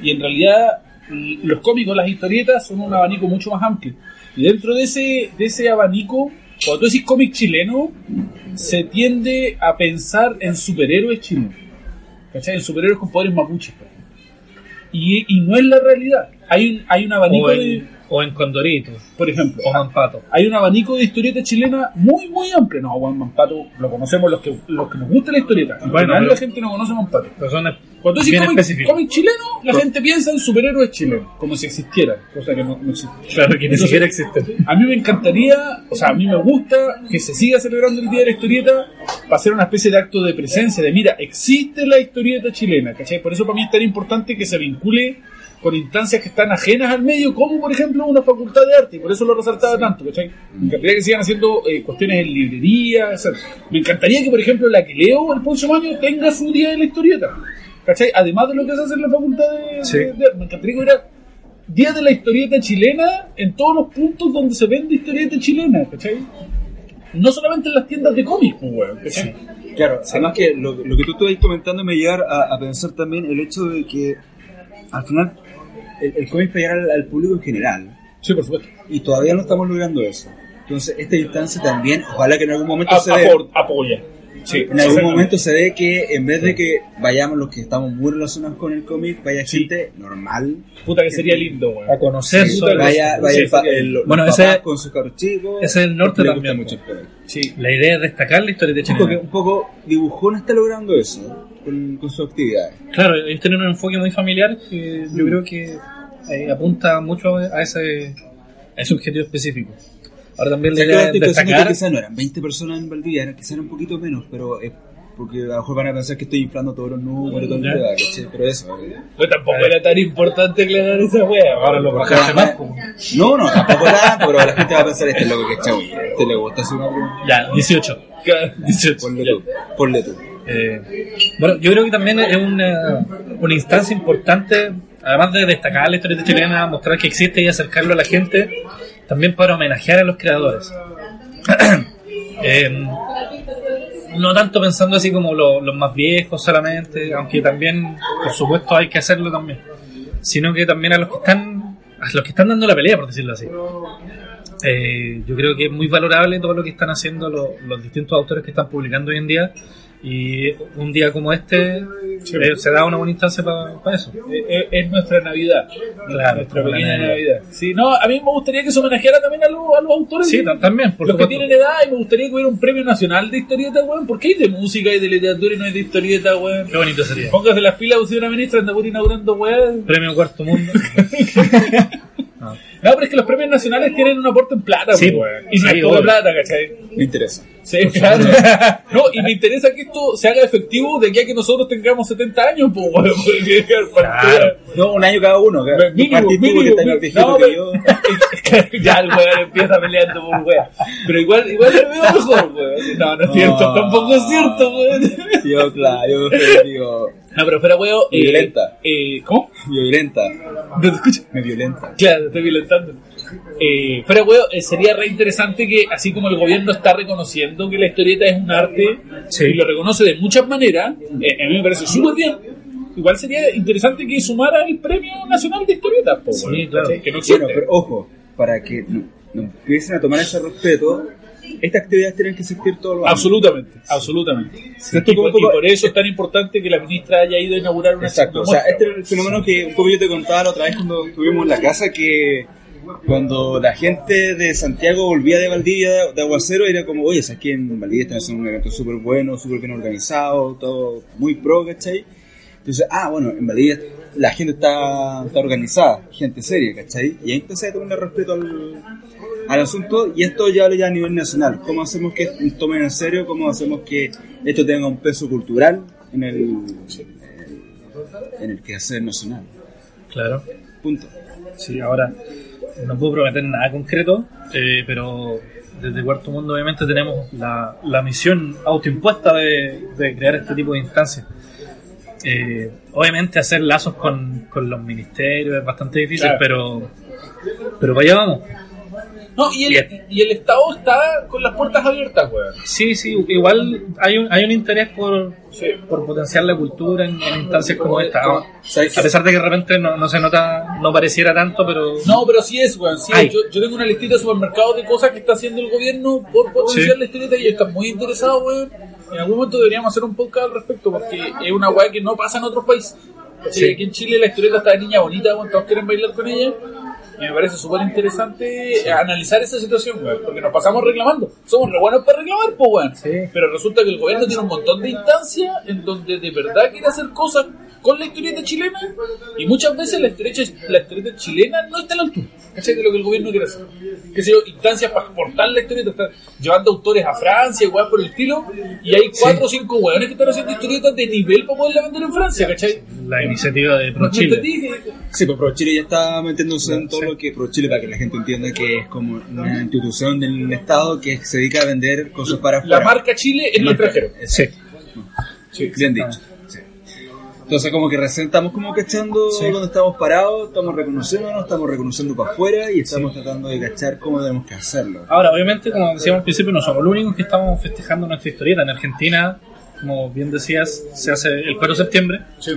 C: Y en realidad l- los cómics o las historietas son un abanico mucho más amplio. Y dentro de ese, de ese abanico, cuando tú decís cómic chileno, se tiende a pensar en superhéroes chinos. ¿Cachai? En superhéroes con poderes mapuches. por ejemplo. Y, y no es la realidad. Hay un, hay un abanico
B: O
C: de...
B: en, o en Condorito,
C: Por ejemplo,
B: o Mampato.
C: hay un abanico de historieta chilena muy, muy amplio. No, Juan Mampato lo conocemos los que, los que nos gusta la historieta. En
B: Bueno,
C: general
B: pero-
C: la gente no conoce a Mampato.
B: Pero son
C: Cuando tú
B: Bien
C: dices cómic,
B: específico.
C: cómic chileno, la gente piensa en superhéroes chilenos, como si existieran, cosa que no, no existe.
B: Claro, que ni siquiera existe.
C: A mí me encantaría, o sea, a mí me gusta que se siga celebrando el Día de la Historieta para hacer una especie de acto de presencia, de mira, existe la historieta chilena, ¿cachai? Por eso para mí es tan importante que se vincule con instancias que están ajenas al medio, como por ejemplo una facultad de arte, y por eso lo resaltaba tanto, ¿cachai? Me encantaría que sigan haciendo eh, cuestiones en librerías, etc. Me encantaría que, por ejemplo, la que leo el próximo año tenga su Día de la Historieta, ¿cachai? Además de lo que se hace en la facultad de,
B: Sí.
C: de- de- Me encantaría que hubiera Día de la historieta chilena en todos los puntos donde se vende historieta chilena, ¿cachai? No solamente en las tiendas de cómics, pues, weón, ¿cachai?
D: Claro, además que lo, lo que tú estabas comentando me lleva a, a pensar también el hecho de que al final el, el cómic va a llegar al, al público en general
C: Sí, por supuesto.
D: y todavía no estamos logrando eso. Entonces, esta instancia también, ojalá que en algún momento
C: A-
D: se dé.
C: apor- apoya. Sí,
D: En algún momento se ve que en vez de que vayamos los que estamos muy relacionados con el cómic, vaya gente normal,
C: Puta que sería lindo, weón.
B: A conocer
C: Sí,
B: sobre
D: vaya, vaya
C: sí,
D: el pa-
C: sí.
D: el- los
B: Bueno,
D: papás
B: ese-
D: con sus cabros chicos.
B: ese es el norte
D: porque le gusta
B: también,
D: mucho el cómic.
C: Sí.
B: la idea es destacar la historia de
D: Sí, porque
B: Chile.
D: un poco Dibujón está logrando eso con, con sus actividades.
B: Claro, ellos tienen un enfoque muy familiar que yo creo que eh, apunta mucho a ese, a ese objetivo específico. Ahora también la
D: O sea,
B: idea
D: claro,
B: es
D: estoy pensando
B: destacar.
D: que quizás no eran 20 personas en Valdivia, eran- quizás eran un poquito menos, pero es porque a lo mejor van a pensar que estoy inflando todos los números, todo el
B: Ya.
D: tema, ¿cachai? pero eso. eh.
C: Pues tampoco era tan importante aclarar esa weá. Ahora lo
D: Porque
C: bajaste más,
D: además-
B: pues,
D: No, no, tampoco nada, pero la gente va a pensar, este es loco que es chavo, este le gusta su nombre,
B: Ya, 18. <laughs>
C: pues.
B: 18.
D: ponle tú, ponle tú.
B: Eh, bueno, yo creo que también es una, una instancia importante, además de destacar la historia chilena, mostrar que existe y acercarlo a la gente, también para homenajear a los creadores. Eh, no tanto pensando así como lo- los más viejos solamente, aunque también, por supuesto, hay que hacerlo también, sino que también a los que están, a los que están dando la pelea, por decirlo así. Eh, yo creo que es muy valorable todo lo que están haciendo lo- los distintos autores que están publicando hoy en día. Y un día como este eh, se da una buena instancia para eso.
C: Eh, eh, es nuestra Navidad.
B: Claro,
C: nuestra
B: como la
C: pequeña
B: Navidad.
C: Navidad. Sí, no, a mí me gustaría que se homenajeara también a, los- a los autores.
B: Sí,
C: de-
B: tam- también, por
C: los
B: supuesto.
C: que tienen edad y me gustaría que hubiera un premio nacional de historieta, weón. ¿Por qué hay de música y de literatura y no hay de historieta, weón?
B: Qué bonito sería.
C: Póngase las pilas, usted una ministra, anda por inaugurando weón.
B: Premio Cuarto <laughs> Mundo.
C: No, pero es que los premios nacionales tienen un aporte en plata, pues,
B: Sí,
C: weón. Y no
B: sí,
C: es poca
B: obvio.
C: plata, ¿cachai?
D: Me interesa.
C: Sí, claro. <laughs> No, y me interesa que esto se haga efectivo de aquí a que nosotros tengamos 70 años, pues, weón. <laughs> Porque,
B: Claro.
D: No, un año cada uno, claro.
C: Mínimo,
D: Martín, tú,
C: mínimo,
D: que estás
C: mínimo.
D: más viejito
C: No,
D: que
C: pero-
D: yo.
C: ya el weón empieza peleando por weón. Pero igual, igual lo veo mejor, weón. No, no es cierto,
D: Ah.
C: tampoco es cierto, weón.
D: Yo, claro, yo me digo,
C: No, pero fuera weón. eh,
D: Violenta.
C: Eh, ¿Cómo?
D: violenta,
C: No te escucho.
D: me violenta.
C: Claro, te estoy violentando. Eh, fuera weón, eh, sería re interesante que, así como el gobierno está reconociendo que la historieta es un arte
B: Sí.
C: y lo reconoce de muchas maneras, eh, a mí me parece súper bien. Igual sería interesante que sumara el Premio Nacional de Historietas, po,
B: Sí,
C: weón,
B: claro.
C: ¿cachai? que no existe.
D: Bueno, pero ojo, para que no- no empiecen a tomar ese respeto, estas actividades tienen que existir todos los años.
C: Absolutamente, absolutamente.
D: Sí.
C: Y, por, y por eso es tan importante que la ministra haya ido a inaugurar una
D: Exacto,
C: una
D: o sea,
C: muestra.
D: este era el fenómeno que un poco yo te contaba la otra vez cuando estuvimos en la casa, que cuando la gente de Santiago volvía de Valdivia, de Aguacero, era como, oye, ¿sabes que en Valdivia están haciendo un evento súper bueno, súper bien organizado, todo muy pro, ¿cachai? Entonces, ah, bueno, en Valdivia la gente está, está organizada, gente seria, ¿cachai? Y ahí empecé a tomarle respeto al, al asunto y esto ya ya a nivel nacional. ¿Cómo hacemos que tomen en serio? ¿Cómo hacemos que esto tenga un peso cultural en el, en el quehacer nacional?
B: Claro.
D: Punto.
B: Sí, ahora no puedo prometer nada concreto, eh, pero desde Cuarto Mundo obviamente tenemos la, la misión autoimpuesta de, de crear este tipo de instancias. Eh, obviamente hacer lazos con, con los ministerios es bastante difícil,
C: Claro.
B: pero pero para allá vamos.
D: este-
C: No, y el,
B: Bien.
C: y el Estado está con las puertas abiertas, weón.
B: Sí, sí, igual hay un, hay un interés por, por potenciar la cultura en, en instancias como esta. ¿no?
D: ¿Sabes qué?
B: A pesar de que de repente no, no se nota, no pareciera tanto, pero...
C: No, pero sí es, weón. Sí,
B: Ay.
C: yo, yo tengo una listita de supermercados de cosas que está haciendo el gobierno por potenciar
B: Sí.
C: la historieta y yo estoy muy interesado, weón. En algún momento deberíamos hacer un podcast al respecto porque es una weá que no pasa en otros países. Sí.
B: Sí.
C: aquí en Chile la historieta está de niña bonita, weón. Todos quieren bailar con ella. Y me parece súper interesante eh, analizar esa situación, weón. Porque nos pasamos reclamando. Somos re buenos para reclamar, pues, weón.
B: Sí.
C: Pero resulta que el gobierno tiene un montón de instancias en donde de verdad quiere hacer cosas con la historieta chilena y muchas veces la historieta, la historieta chilena no está a la altura, ¿cachai? De lo que el gobierno quiere hacer. Que sé yo, instancias para exportar la historieta, están llevando autores a Francia, weón, por el estilo, y hay cuatro o cinco weones que están haciendo historietas de nivel para poderla vender en Francia, ¿cachai?
B: La iniciativa de
C: No te
B: ProChile.
C: dije,
D: Sí, pero ProChile ya está metiéndose en todo lo que ProChile, para que la gente entienda que es como una institución del Estado que se dedica a vender cosas para
C: La
D: afuera. Eh,
C: marca Chile en el extranjero. Ah.
D: Sí. Bien dicho. sí. Entonces como que recién estamos como cachando dónde estamos parados, estamos reconociéndonos, estamos reconociendo para afuera y estamos tratando de cachar cómo tenemos que hacerlo.
B: Ahora, obviamente, como decíamos al principio, no somos los únicos que estamos festejando nuestra historieta. En Argentina, como bien decías, se hace el 4 de septiembre. Se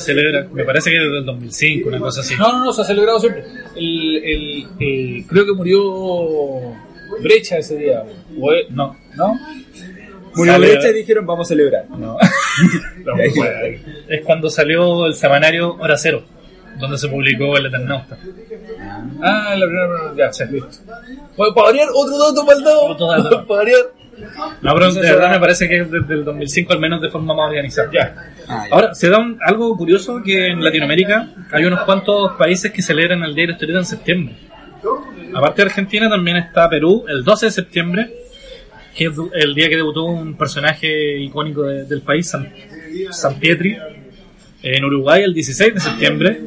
B: celebra, me parece que desde el 2005, una cosa así.
C: No, no, no, se ha celebrado siempre. El, el, eh, creo que murió Brecha ese día. O, eh, no, ¿no?
D: Murió
B: Sale-
D: Brecha y dijeron vamos a celebrar.
C: <laughs>
D: No. <laughs> Y ahí-
B: Es cuando salió el semanario Hora Cero, donde se publicó El Eternauta.
C: Ah, la primera, ya, se listo. Pues, Para variar, otro dato maldado.
B: Otro dato.
C: <laughs> Para variar.
B: No, pero de verdad me parece que es desde el 2005 al menos de forma más organizada.
D: Ah, ya.
B: Ahora, se da un- algo curioso que en Latinoamérica hay unos cuantos países que celebran el Día de la Historieta en septiembre. Aparte de Argentina también está Perú el 12 de septiembre, que es du- el día que debutó un personaje icónico de- del país, San, San Pietri. En Uruguay el 16 de septiembre,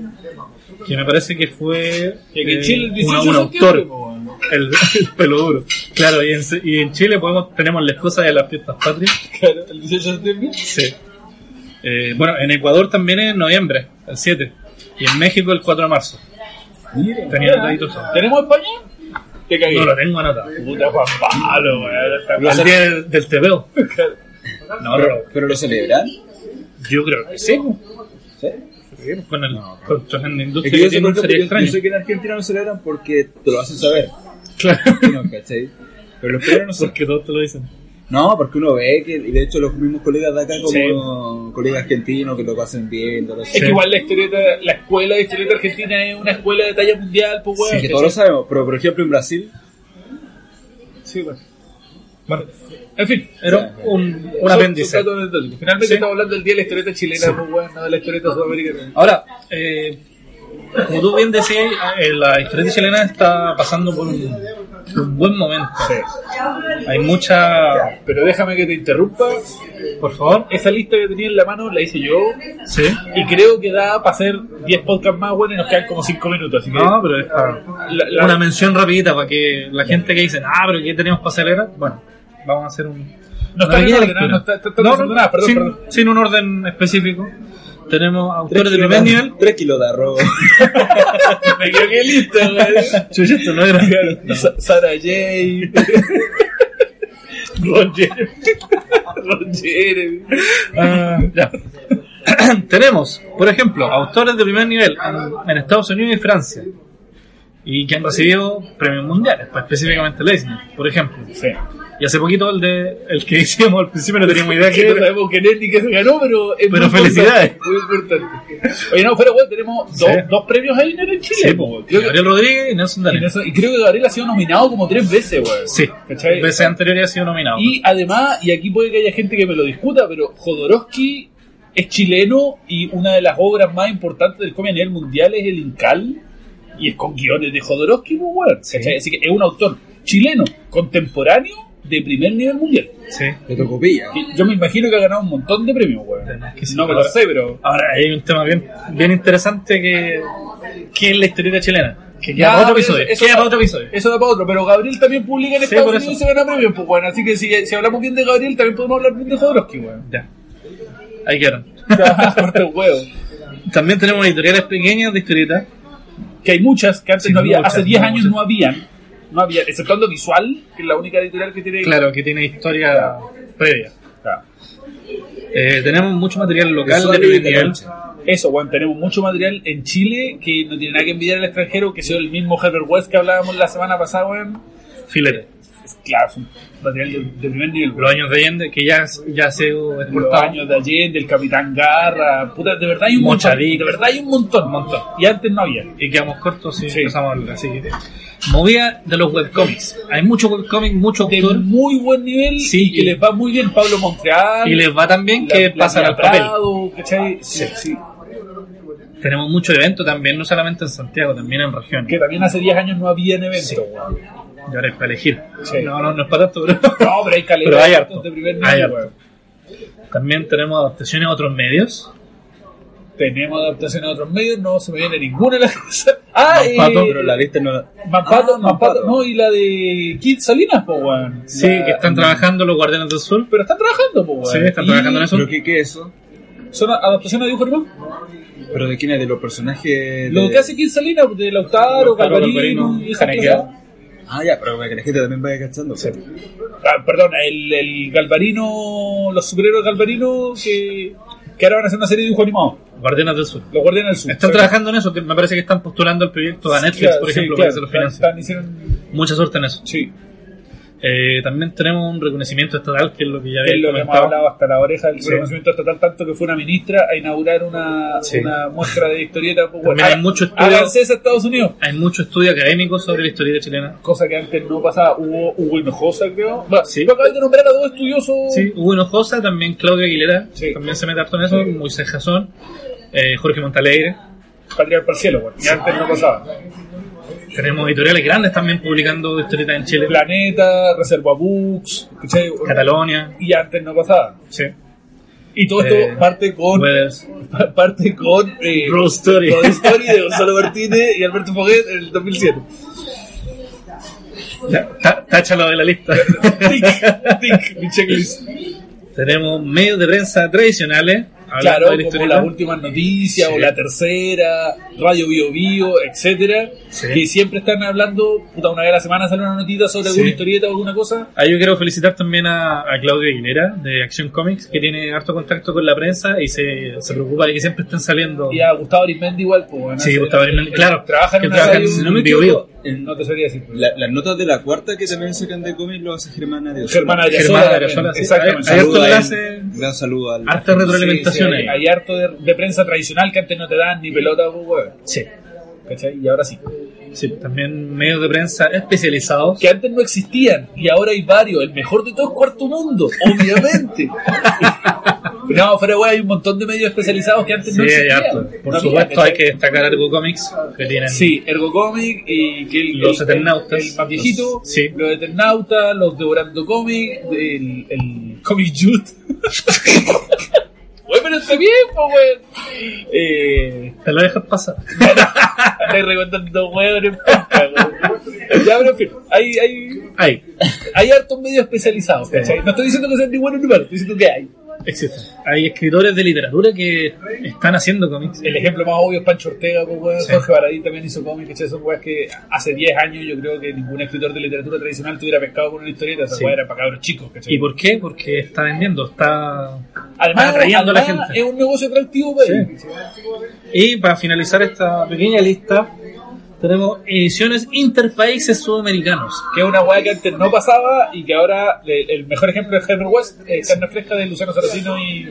B: que me parece que fue
C: Y que en
B: eh,
C: Chile el 18
B: un, un
C: de septiembre,
B: autor,
C: po, bueno.
B: el, <laughs> el pelo duro. Claro, y en, y en Chile podemos, tenemos la excusa de las fiestas patrias.
C: Claro, el 18 de septiembre.
B: Sí. Eh, bueno, en Ecuador también es en noviembre, el 7. Y en México el 4 de marzo. Tenía anotaditos.
C: ¿Tenemos España? Te cagué.
B: No lo tengo anotado.
C: Puta Juan Pablo, weón. Está-
B: Al día del, del TVO. No,
D: Pero,
B: pero
D: pero lo celebran.
B: yo creo que sí. pues.
D: ¿Sí?
B: Con el
D: No,
B: con con la
D: Es
B: industria
D: que yo,
B: que
D: sé,
B: tiene
D: por ejemplo,
B: sería
D: yo- yo
B: extraño.
D: sé que en Argentina no celebran porque te lo hacen saber.
B: Claro.
D: No, ¿cachai? Pero los peruanos no
B: <laughs>
D: son
B: Porque todos te lo dicen.
D: No, porque uno ve que, y de hecho los mismos colegas de acá, como
B: Sí.
D: colegas argentinos que lo pasan bien, todo eso.
C: Es que igual la historieta, la escuela de historieta argentina es una escuela de talla mundial, pues
D: Sí,
C: weón.
D: que todos lo sabemos, pero por ejemplo en Brasil,
C: Sí, weón.
B: Bueno,
C: En fin,
B: era un, un
C: Son-
B: apéndice.
C: son datos anecdóticos. Finalmente
B: Sí.
C: estamos hablando del día de la historieta chilena, muy buena, de la historieta sudamericana.
B: Ahora, eh, como tú bien decías, eh, la historieta chilena está pasando por un, un buen momento. Hay mucha...
C: Pero déjame que te interrumpa.
B: Por favor.
C: Esa lista que tenía en la mano la hice yo
B: Sí.
C: y creo que da para hacer 10 podcasts más buenos y nos quedan como 5 minutos. Así que
B: No, pero es para-
C: la- la-
B: una mención rapidita para que la gente que dice, ah, pero ¿qué tenemos para celebrar? Bueno, vamos a hacer un...
C: No
B: una
C: está en
B: pequeña
C: orden,
B: lectura.
C: no está- está- está haciendo nada, perdón,
B: sin,
C: perdón.
B: sin un orden específico. Tenemos
D: tres
B: autores de
D: kilos,
B: primer
D: de,
B: nivel.
D: tres kilos de <laughs> arroz.
C: <laughs> me quedé lista, güey.
B: Chucha, esto no era.
C: Sa- Sara J. <laughs> Ron Jeremy. <laughs> Ron Jeremy.
B: Ah, <coughs> ya. Tenemos, por ejemplo, autores de primer nivel en, en Estados Unidos y Francia. Y que han recibido premios mundiales, pues, específicamente Leisner, por ejemplo.
C: Sí.
B: Y hace poquito el de el que <laughs> hicimos al principio no teníamos idea que
C: Que no
B: era.
C: sabemos quién es ni qué se ganó, pero es
B: Pero
C: muy
B: felicidades.
C: importante, Muy importante. Oye, no, fuera weón, tenemos dos,
B: Sí.
C: dos premios ahí ¿no? en Chile.
B: Sí,
C: po,
B: po.
C: weón. Creo que-
B: pues, Gabriel Rodríguez y Nelson
C: Y en
B: Darén.
C: eso- y creo que Gabriel ha sido nominado como tres veces, weón.
B: Sí,
C: ¿Cachai?
B: veces anteriores ha sido nominado.
C: Y además, y aquí puede que haya gente que me lo discuta, pero Jodorowsky es chileno y una de las obras más importantes del cómic a nivel mundial es El Incal y es con guiones de Jodorowsky, pues, weón. ¿Cachai? Así que es un autor chileno, contemporáneo, de primer nivel mundial.
B: Sí.
D: De <laughs> tocopilla.
C: Que Yo me imagino que ha ganado un montón de premios, weón.
B: Además que sí,
C: No me lo
B: ahora-
C: sé, pero...
B: Ahora hay un tema bien, bien interesante que, que es la historieta chilena. Que queda
C: Ah,
B: para otro
C: pero
B: episodio.
C: eso- eso
B: queda
C: da-
B: para otro episodio.
C: Eso da para otro, pero Gabriel también publica en
B: Sí,
C: Estados
B: por
C: Unidos y
B: eso.
C: se gana premios, pues bueno, así que si, si hablamos bien de Gabriel también podemos hablar bien de Jodorowsky,
B: <laughs>
C: weón. <laughs>
B: Ya. Ahí quedaron.
C: Corta un huevo.
B: También tenemos editoriales pequeñas de historietas.
C: Que hay muchas que antes
B: Sí,
C: no había,
B: muchas,
C: hace 10
B: muchas.
C: años no habían, no había, exceptuando Visual, que es la única editorial que tiene. Ah,
B: Claro, que tiene historia previa.
C: Claro.
B: Eh, tenemos mucho material local
D: Eso
B: de
D: es lo que
B: primer
D: te
B: nivel.
D: cancha.
C: Eso, weón, tenemos mucho material en Chile que no tiene nada que envidiar al extranjero, que sea el mismo Herbert West que hablábamos la semana pasada, weón.
B: Filete.
C: Es claro, es un material de, de primer nivel, weón.
B: Los años de Allende, que ya, ya ha sido
C: Los
B: exportado.
C: años de Allende, el Capitán Garra, puta, de verdad hay un
B: Mochadic.
C: montón. De verdad hay un montón, montón. Y antes no había.
B: y quedamos cortos si
C: Sí.
B: empezamos a hablar. Así que, movida de los webcomics. Hay mucho webcomic, mucho
C: de
B: autor.
C: muy buen nivel
B: Sí.
C: y que les va muy bien Pablo Montreal
B: Y les va también
C: la-
B: que
C: la
B: pasan
C: Mia
B: al papel.
C: Prado, ¿cachai? Sí, sí.
B: Tenemos muchos eventos también, no solamente en Santiago, también en
C: Que
B: regiones.
C: también hace 10 años no había en evento,
B: Sí.
C: weón.
B: Y ahora es para elegir.
C: Sí.
B: No, no, no es para tanto, pero...
C: No, pero hay calidad
B: Pero hay
C: de
B: harto.
C: eventos de primer
B: Hay
C: nivel,
B: harto.
C: weón.
B: <laughs> También tenemos adaptaciones a otros medios.
C: Tenemos adaptación a otros medios, no se me viene ninguna a la cabeza. Ah, eh,
D: Pato, pero la lista no la...
C: Mampato,
D: Ah,
C: Mampato,
D: Mampato.
C: no, y la de Kid Salinas, po, weón.
B: Sí,
C: La-
B: que están trabajando los Guardianes del Sur.
C: Pero están trabajando, po, weón.
B: Sí, están trabajando en eso.
D: ¿Pero qué, qué es eso?
C: Y ¿Son adaptaciones a dibujo animal?
D: ¿Pero de quién es? ¿De los personajes? de-
C: Lo que hace Kid Salinas, de Lautaro,
B: Lautaro,
C: Calvarino
B: Galvarino,
C: y esas
B: Haneke.
C: cosas.
D: Ah, ya, pero para que la gente también vaya cachando. pues.
C: Ah, perdón, el, el Galvarino, los superhéroes Galvarino que, que ahora van a hacer una serie de dibujo animado.
B: Guardianes del Sur.
C: Los Guardianes del Sur.
B: Están
C: Sí.
B: trabajando en eso, que me parece que están postulando el proyecto a Netflix,
C: Claro,
B: por
C: sí,
B: ejemplo, para
C: claro,
B: que se los
C: están-
B: financie.
C: están- hicieron-
B: Mucha suerte en eso.
C: sí,
B: Eh, también tenemos un reconocimiento estatal, que es lo que ya
C: que es
B: había
C: lo que hemos
B: comentado.
C: hablado hasta la oreja del
B: Sí.
C: reconocimiento estatal, tanto que fue una ministra a inaugurar una,
B: Sí.
C: una muestra de historieta. pues,
B: También
C: bueno,
B: hay mucho
C: a-
B: estudio-
C: háganse esa a Estados Unidos.
B: Hay mucho estudio académico sobre la historia chilena.
C: Cosa que antes no pasaba. Hubo Hugo Hinojosa, creo. Bueno,
B: Ah, Sí.
C: Yo acabé de nombrar a dos estudiosos.
B: Sí, Hugo Hinojosa, también Claudio Aguilera,
C: Sí.
B: también se mete harto en eso, Moisés Jasón, eh, Jorge Montalegre.
C: Para tirar para el cielo, bueno, que antes no pasaba.
B: Tenemos editoriales grandes también publicando historietas en Chile.
C: Planeta, Reserva Books, ¿cachai?
B: Catalonia,
C: y antes no pasaba.
B: sí.
C: Y todo esto
B: Eh,
C: parte con
B: Weathers.
C: pa- <laughs> parte con eh,
B: Road Story.
C: Road
B: <laughs>
C: Story de Gonzalo Martínez y Alberto Foguet en el 2007.
B: Ya, tá- Táchalo de la
C: <laughs>
B: lista.
C: Tic, tic, mi checklist.
B: Tenemos medios de prensa tradicionales. hablando
C: Claro,
B: de la
C: como
B: historieta.
C: las últimas noticias
B: Sí.
C: o la tercera, Radio Bio Bio, etcétera,
B: Sí.
C: que siempre están hablando, puta, una vez a la semana sale una notita sobre
B: Sí.
C: alguna historieta o alguna cosa.
B: Ah, yo quiero felicitar también a, a Claudio Aguilera de Acción Comics, que tiene harto contacto con la prensa y se, se preocupa de que siempre estén saliendo.
C: Y a Gustavo Arismendi igual, pues bueno.
B: Sí,
C: hace-
B: Gustavo Arismendi,
C: él
B: claro,
C: Trabaja en
B: que
C: una
B: trabaja
C: radio-
B: en- no me equivoco,
D: en-
C: No te sabría decir. pues. pero-
D: La- las notas de la cuarta que también sacan de cómic lo hace Germana de Osorno.
C: Germana de
B: Germán
C: Azola,
B: Arasola, sí.
C: exactamente.
B: Hay- hay
D: Saludo
B: harto
D: a él.
B: enlace,
D: Un gran saludo al.
B: harta
C: Sí, sí,
B: retroalimentación
C: hay,
B: ahí.
C: hay harto de, de prensa tradicional que antes no te dan ni pelota, pues, weón.
B: Sí,
C: ¿Cachai? Y ahora sí.
B: sí, también medios de prensa especializados.
C: Que antes no existían y ahora hay varios. El mejor de todo es Cuarto Mundo, obviamente. <laughs> no, fuera weón, hay un montón de medios especializados que antes
B: Sí,
C: no
B: hay
C: existían.
B: harto. Por
C: No había,
B: supuesto,
C: ¿cachai?
B: hay que destacar Argo Comics, que tienen.
C: Sí, Ergo Comic y que el,
B: Los
C: el-
B: Eternautas.
C: El, más viejito,
B: Los- sí.
C: los Eternautas, los Devorando Comic, el, el Comic Youth. Güey, pero está bien, po, güey. Eh, <laughs>
B: Te lo dejas pasar.
C: estoy recordando hueones, puta, güey. Ya, pero en fin, hay, hay,
B: Hay,
C: hay hartos medios especializados, ¿cachai? No estoy diciendo que sean ni buenos ni malos, estoy diciendo que hay.
B: existen. Hay escritores de literatura que están haciendo cómics.
C: El ejemplo más obvio es Pancho Ortega, pues, weón.
B: Sí.
C: Jorge Baradí también hizo cómics, ¿cachai? Son weas que hace 10 años yo creo que ningún escritor de literatura tradicional tuviera pescado con una historieta. Esa
B: Sí.
C: wea era para cabros chicos, ¿cachai?
B: ¿Y por qué? Porque está vendiendo, está
C: además,
B: atrayendo a la
C: además,
B: gente.
C: es un negocio atractivo pues. para ellos, ¿cachai?
B: Y para finalizar esta pequeña lista, tenemos ediciones interpaíses sudamericanos.
C: Que es una wea que antes no pasaba y que ahora el, el mejor ejemplo es Herbert West, eh, Carne Fresca de Luciano Saracino y...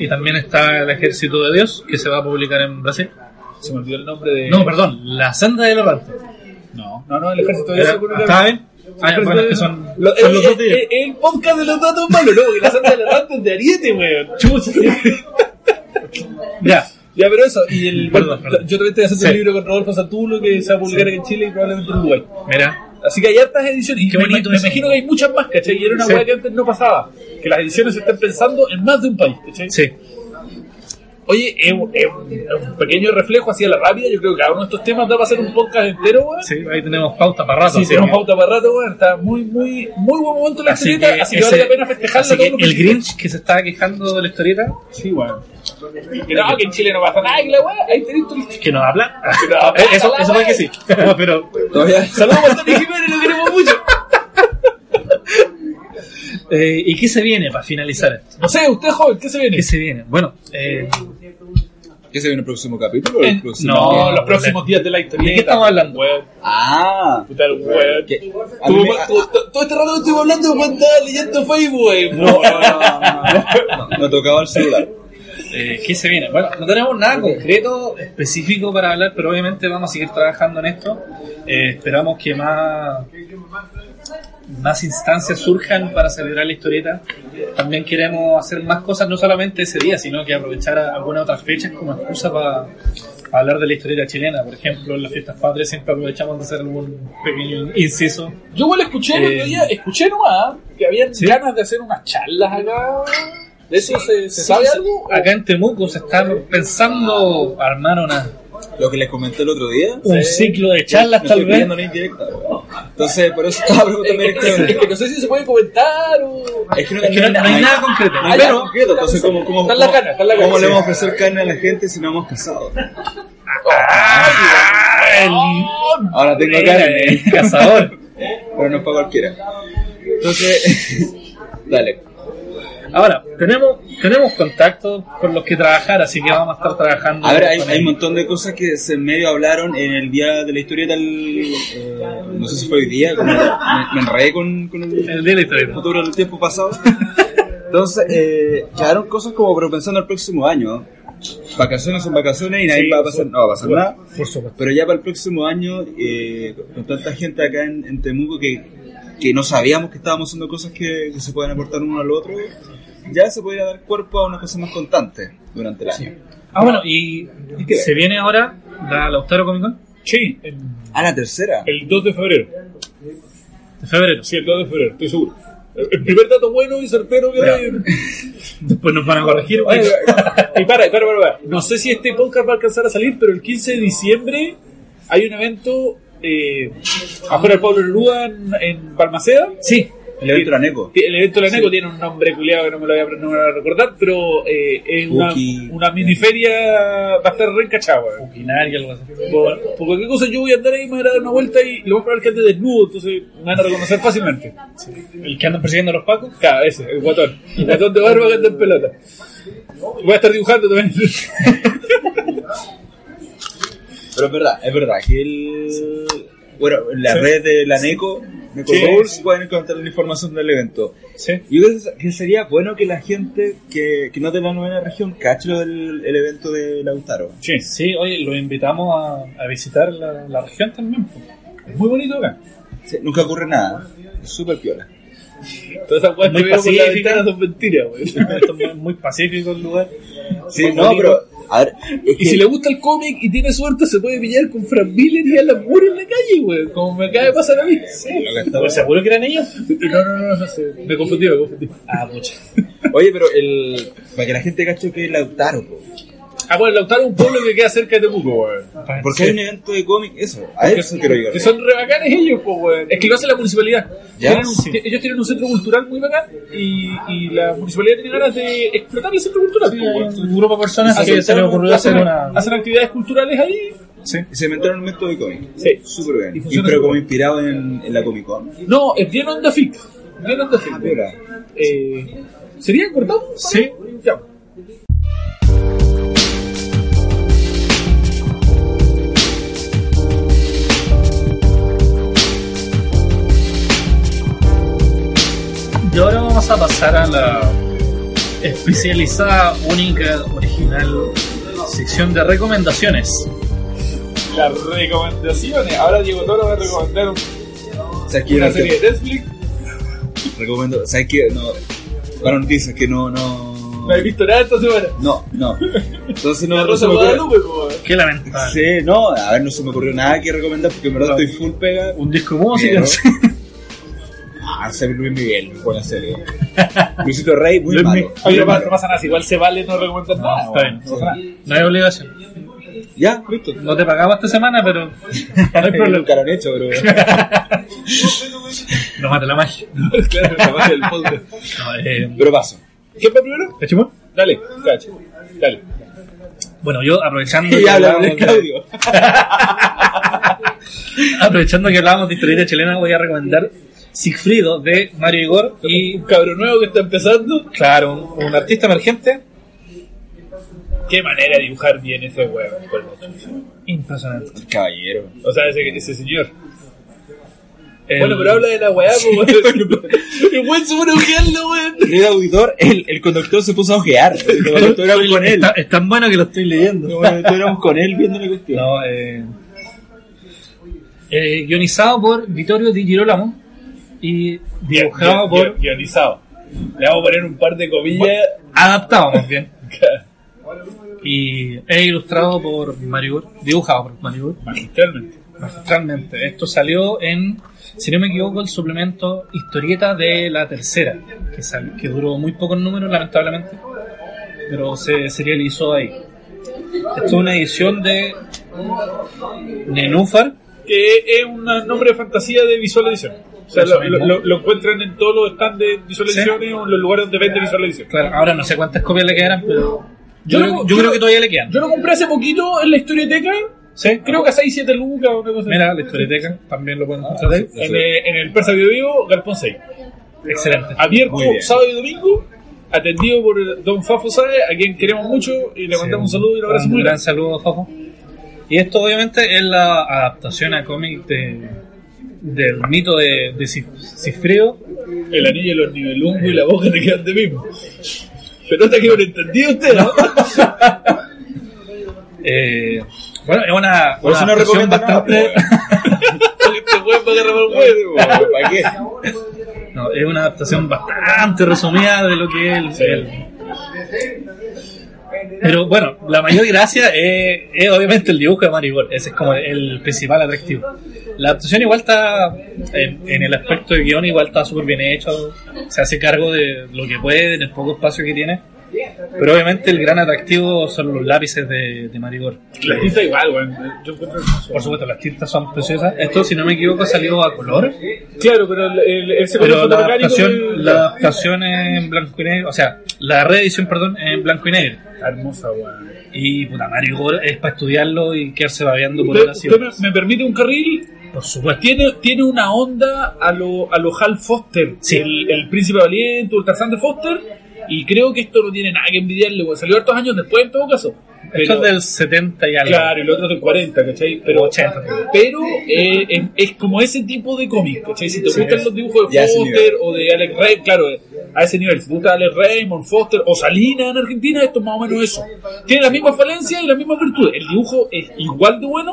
B: Y también está El Ejército de Dios, que se va a publicar en Brasil. Eh,
C: Se me olvidó el nombre de...
B: No, perdón, La Senda del Errante.
C: No, no, no, el ejército de Dios.
B: ¿Está bien? Ah, ya, bueno, es que son,
C: pues, Lo- eh,
B: son
C: el,
B: los dos de
C: el-
B: ellos.
C: el- el podcast de los datos malos, no, que la santa de los datos de Ariete, weón. Chucha.
B: Ya,
C: <laughs> Ya, pero eso, y el,
B: Perdón, perdón.
C: yo también estoy haciendo
B: Sí.
C: un libro con Rodolfo Santulo que se va a publicar aquí en Chile y probablemente en Uruguay.
B: mira,
C: Así que hay hartas ediciones, y
B: Qué
C: me,
B: bonito
C: me
B: eso.
C: imagino que hay muchas más, ¿cachai? Y era una
B: Sí.
C: hueá que antes no pasaba, que las ediciones se estén pensando en más de un país, ¿cachai?
B: sí,
C: Oye, es un, es un- es un pequeño reflejo hacia la rápida, yo creo que cada uno de estos temas da para hacer un podcast entero, weón.
B: sí, ahí tenemos pauta para rato.
C: Sí,
B: así
C: tenemos
B: que-
C: pauta para rato, weón. Está muy, muy, muy buen momento la
B: así
C: historieta,
B: que,
C: así que
B: ese-
C: vale la pena festejarla.
B: así que
C: todos los
B: el Grinch que se estaba quejando de la historieta,
C: Sí, weón. Que no, que en Chile no pasa nada, que la weá, ahí tenés tu
B: que nos habla.
C: nos habla,
B: <laughs> eso
C: la
B: eso fue
C: wea.
B: que sí. Pero <laughs>
D: Todavía-
C: Saludos a Tony Jiménez, lo queremos mucho.
B: Eh, ¿Y qué se viene para finalizar esto?
C: No sé, usted joven, ¿qué se viene?
B: ¿Qué se viene? Bueno, eh,
D: ¿Qué se viene el próximo capítulo? o el próximo?
B: no,
C: no, los
B: la-
C: próximos días de la historieta.
B: ¿De qué estamos hablando?
C: Weón,
D: Ah.
C: puta, el weón.
D: que- a mí
C: Tuvo-
D: me-
C: tu-
D: <laughs>
C: tu- Todo este rato que estuve hablando, weón, estaba leyendo Facebook, weón.
D: No, no, no, no, no. No tocaba el celular.
B: eh, ¿qué se viene? Bueno, no tenemos nada concreto, específico para hablar, pero obviamente vamos a seguir trabajando en esto. Eh, esperamos que más, más instancias surjan para celebrar la historieta. También queremos hacer más cosas, no solamente ese día, sino que aprovechar a- algunas otras fechas como excusa para hablar de la historieta chilena. Por ejemplo, en las fiestas padres siempre aprovechamos de hacer algún pequeño inciso.
C: Yo igual escuché el otro
B: Eh,
C: día, escuché nomás que habían
B: ¿sí?
C: ganas de hacer unas charlas acá. ¿De eso se, se
B: Sí,
C: sabe
B: se-
C: algo?
B: Acá en Temuco se está pensando armar una-
D: Lo que les comenté el otro día.
B: un ciclo de charlas,
D: Me
B: tal
D: estoy
B: vez.
D: pidiendo una indirecta, weón. Entonces, por eso estaba preguntando
C: Es que, es que no sé si se puede comentar o...
D: Es que no,
B: Es que no, no hay nada concreto.
D: No hay nada
C: Pero-
D: concreto, entonces, ¿cómo, cómo,
C: Están las
D: cómo-
C: ganas, están las ganas,
D: cómo le
C: sí.
D: vamos a ofrecer carne a la gente si no hemos casado? Ahora tengo carne,
B: El cazador.
D: pero no es para cualquiera. Entonces, <laughs> dale.
B: Ahora, tenemos, tenemos contactos con los que trabajar, así que vamos a estar trabajando.
D: A ver, hay,
B: con
D: hay un
B: ellos.
D: montón de cosas que se medio hablaron en el día de la historieta. el, eh, no sé si fue hoy día, como me, me enredé con, con el,
B: El día de la
D: <laughs>
B: historieta.
D: futuro del
B: <laughs>
D: tiempo pasado. Entonces, eh, quedaron cosas como pero pensando el próximo año. ¿no? Vacaciones son vacaciones y nadie
B: Sí,
D: va a pasar, no va a pasar nada.
B: Por supuesto.
D: Pero ya para el próximo año, eh, con tanta gente acá en, en Temuco que, que no sabíamos que estábamos haciendo cosas que, que se pueden aportar uno al otro, ya se podría dar cuerpo a una cosa más constante durante el año.
B: Ah, bueno, y
D: que-
B: se viene ahora la Lautaro Comic Con
C: Sí, el,
D: Ah, la tercera.
C: el 2 de febrero.
B: de febrero.
C: Sí, el 2 de febrero, estoy seguro. El el primer dato bueno y certero que
B: Ya.
C: hay.
B: <laughs> Después nos van a corregir.
C: Oye, y para, y para, para, para. No sé si este podcast va a alcanzar a salir, pero el 15 de diciembre hay un evento eh, afuera del pueblo de Lúa, en, en Balmaceda.
B: Sí,
D: El evento de la NECO.
C: El evento de la NECO tiene un nombre culiado que no me lo voy a, no me lo voy a recordar, pero eh, es una,
D: Fuki.
C: una miniferia, va a estar re encachada, weón.
B: Binario, algo así.
C: Por, por cualquier cosa yo voy a andar ahí, me voy a dar una vuelta y lo voy a probar que ande desnudo, entonces me van a reconocer fácilmente.
B: El que andan persiguiendo a los pacos.
C: Claro, ese, el guatón. El guatón de barba que anda en pelota. Voy a estar dibujando también.
D: Pero es verdad, es verdad que el... Bueno, en la red de la NECO, NECO
C: Sí.
D: Bowls, pueden encontrar la información del evento.
B: Sí.
D: Yo creo que sería bueno que la gente que, que no es de la novena región cache lo del el evento de Lautaro.
C: Sí,
B: Sí, oye, los invitamos a, a visitar la, la región también. po.
C: es muy bonito acá.
D: Sí, nunca ocurre nada. Es súper piola.
C: Todas esas cosas
B: Muy
C: que veo por la
B: pacífica.
C: ventana son mentiras, güey.
B: Esto es muy, muy pacífico el lugar.
D: Sí,
B: Muy
D: no,
B: bonito.
D: pero. A ver, es
C: Y si le gusta el cómic y tiene suerte, se puede pillar con Frank Miller y Alan Moore en la calle, güey. Como me acaba de pasar a mí.
D: lo que está-
B: Pero
C: pues,
B: seguro que eran ellos.
C: No, no, no, no sé. Me confundí, me confundí.
B: Ah, pucha.
D: Oye, pero el. Para que la gente cache que es Lautaro, po.
C: Ah, bueno, Lautaro es un pueblo que queda cerca de Temuco, güey.
D: Porque hay un evento de cómic, eso. A eso quiero llegar.
C: Que son re bacanes ellos, pues, weón. Es que lo hace la municipalidad.
D: Ya,
C: Tienen un-
D: sí.
C: que- ellos tienen un centro cultural muy bacán y, y la municipalidad tiene ganas de explotar el centro cultural, pues, weón.
B: Un grupo de personas que se les ocurrió hacer
C: hacen,
B: una.
C: hacen actividades culturales ahí.
D: Y se inventaron un evento de cómic.
C: Sí.
D: Súper bien.
C: Y
D: Y
C: funciona
D: pero
C: súper
D: como
C: bien.
D: inspirado en, en la Comic Con.
C: No, es bien onda fic. Bien onda fic.
D: Ah, piola.
C: eh, ¿Sería cortado?
B: Sí.
C: Ya.
B: Y ahora vamos a pasar a la especializada, única, original sección de recomendaciones.
C: Las recomendaciones. Ahora Diego Toro va a recomendar
D: ¿Sabes qué?
C: una
D: Una
C: serie de Netflix.
D: Recomiendo. ¿Sabes qué? No. Para noticias que no. No,
C: No he visto nada esta semana.
D: no. no. Entonces no.
C: La
D: no se
C: Rosa
D: me
C: de
D: ocurre-
C: Guadalupe, pues, weón.
B: Qué lamentable.
D: Sí, no. A ver, no se me ocurrió nada que recomendar porque en verdad
B: No.
D: estoy full pega.
B: Un disco de música.
D: Pero- <laughs> Ah, se ve Luis Miguel. Buena serie. Luisito Rey, muy
B: Luis
D: malo.
B: Miguel.
C: Oye,
D: Muy
C: no, pa-
D: malo.
C: no pasa nada. Si igual se vale no recomendar nada.
B: Está
C: weón.
B: bien. No hay obligación.
D: Ya, listo.
B: No te pagamos esta semana, pero no <laughs> hay problema.
D: Nunca lo han hecho,
C: <laughs>
D: pero.
B: No mata la magia. <laughs>
C: claro, la base del podcast.
B: No, eh,
D: Pero paso.
C: ¿Qué fue primero?
B: ¿cachimbo?
C: Dale, cacho. Dale.
B: Bueno, yo
C: <laughs>
B: aprovechando
D: Y
B: que
D: habla
B: hablábamos
D: de
B: de,
D: Claudio.
B: aprovechando que hablábamos de historieta chilena, voy a recomendar Sigfrido de Mario Igor y
C: Y un cabrón nuevo que está empezando.
B: claro, un, un artista emergente
C: Qué manera de dibujar bien ese huevo con la chucha.
B: impresionante.
D: El caballero.
C: O sea, ese, ese señor. Em,
B: El-
C: Bueno, pero habla de la weá, pues,
B: <laughs>
C: weón. El buen se pone a ojearlo, weón.
D: El auditor, el, el conductor se puso a ojear. Cuando tú éramos con él.
B: Está- es tan bueno que lo estoy leyendo.
D: Cuando tú éramos con él viendo la cuestión.
B: No, eh, eh, guionizado por Vittorio Di Girolamo y dibujado
C: Guion-
B: por
C: Guionizado. Le vamos a poner un par de comillas.
B: adaptado más bien Y es ilustrado por Maribor, dibujado por Maribor,
C: magistralmente.
B: magistralmente. Esto salió en, si no me equivoco, el suplemento Historieta de la Tercera, que, sal- que duró muy pocos números, lamentablemente, pero se serializó ahí. Esto es una edición de Nenúfar,
C: Que es un nombre de fantasía de visualización. O sea,
B: Eso
C: lo, lo-
B: mismo.
C: lo- lo encuentran en todos los stands de visualizaciones o en los lugares donde venden visualización.
B: Claro, ahora no sé cuántas copias le quedarán, pero yo,
C: Yo
B: creo,
C: no-
B: yo
C: yo
B: creo
C: no-
B: que todavía le quedan.
C: Yo lo compré hace poquito en la historieteca.
B: Sí,
C: Creo que a 6, 7 lucas o una cosa así.
B: Mira, la historieteca también lo pueden encontrar ahí.
C: En, eh, en el Persa Vivo Vivo, Galpón 6.
B: Excelente.
C: Abierto
D: Muy bien.
C: sábado y domingo. Atendido por el don Fafo Sae, a quien queremos mucho y le mandamos un saludo y un abrazo muy
B: Un gran
C: grande.
B: saludo, Jojo. Y esto obviamente es la adaptación a cómic de, del mito de, de Cif- Cifreo.
C: El anillo, de los nivelungos y la boca te quedan de mismo. Pero hasta que lo entendido usted, ¿no?
B: Eh, bueno, es una,
D: Por eso no
B: adaptación
D: recomiendo nada, pues,
B: bastante,
C: Porque este weón va a agarrar un huevo.
D: ¿Para qué?
B: no, es una adaptación bastante resumida de lo que es el, el- pero bueno, la mayor gracia es, es obviamente el dibujo de Maribor, ese es como el principal atractivo. La adaptación igual está, en, en el aspecto de guión igual está súper bien hecho, se hace cargo de lo que puede, en el poco espacio que tiene, pero obviamente el gran atractivo son los lápices de, de Maribor.
C: La tinta igual, weón. Yo encuentro hermoso.
B: Por supuesto, las tintas son preciosas. Esto, si no me equivoco, salió a color.
C: Claro, pero el, el, ese
B: Pero
C: color
B: la
C: fotocálico de-
B: adaptación, la adaptación en blanco y negro, o sea, la reedición, perdón, en blanco y negro.
C: Hermosa, weón.
B: Y puta, Mario Gor es para estudiarlo y quedarse babeando por
C: Usted,
B: el
C: usted
B: ácido.
C: me, me permite un carril?
B: Por supuesto.
C: Tiene, tiene una onda a lo, a lo Hal Foster.
B: Sí.
C: El, el príncipe valiente, o el Tarzán de Foster. Y creo que esto no tiene nada que envidiarle, weón. Salió hartos años después, en todo caso.
B: Esto
C: Pero-
B: es del 70 y algo.
C: Claro, y lo otro es del 40, ¿cachai? Pero,
B: 80.
C: pero eh, es, es como ese tipo de cómic, ¿cachai? Si te gustan los dibujos
D: Ya
C: de
D: a ese
C: Foster
D: nivel.
C: o de Alex Rey, claro, eh, a ese nivel. Si te gusta Alex Raymond, Foster o Salinas en Argentina, esto es más o menos eso. Tiene las mismas falencias y las mismas virtudes. El dibujo es igual de bueno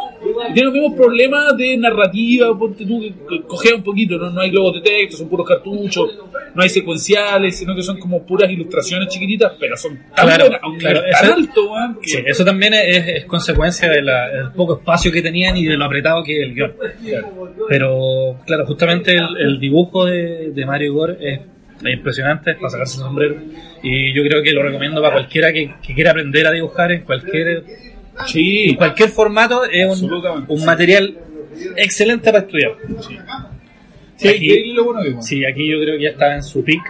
C: y tiene los mismos problemas de narrativa, ponte tú, que co- cojea un poquito, ¿no? no hay globos de texto, son puros cartuchos, no hay secuenciales, sino que son como puras ilustraciones chiquititas, pero son tan
B: Claro,
C: buenas, a un nivel
B: claro,
C: tan
B: esa-
C: alto, weón, que-
B: Sí, eso también es, es consecuencia de la- del poco espacio que tenían y de lo apretado que es el guión. Pero, claro, justamente el, el dibujo de, de Mario Gore es, es impresionante, es para sacarse el sombrero. Y yo creo que lo recomiendo para cualquiera que, que quiera aprender a dibujar en cualquier,
C: Sí,
B: en cualquier formato. Es un,
C: Absolutamente.
B: un material excelente para estudiar.
C: Sí,
B: Aquí-
C: que es lo bueno que es, bueno.
B: Sí, aquí yo creo que ya estaba en su pick,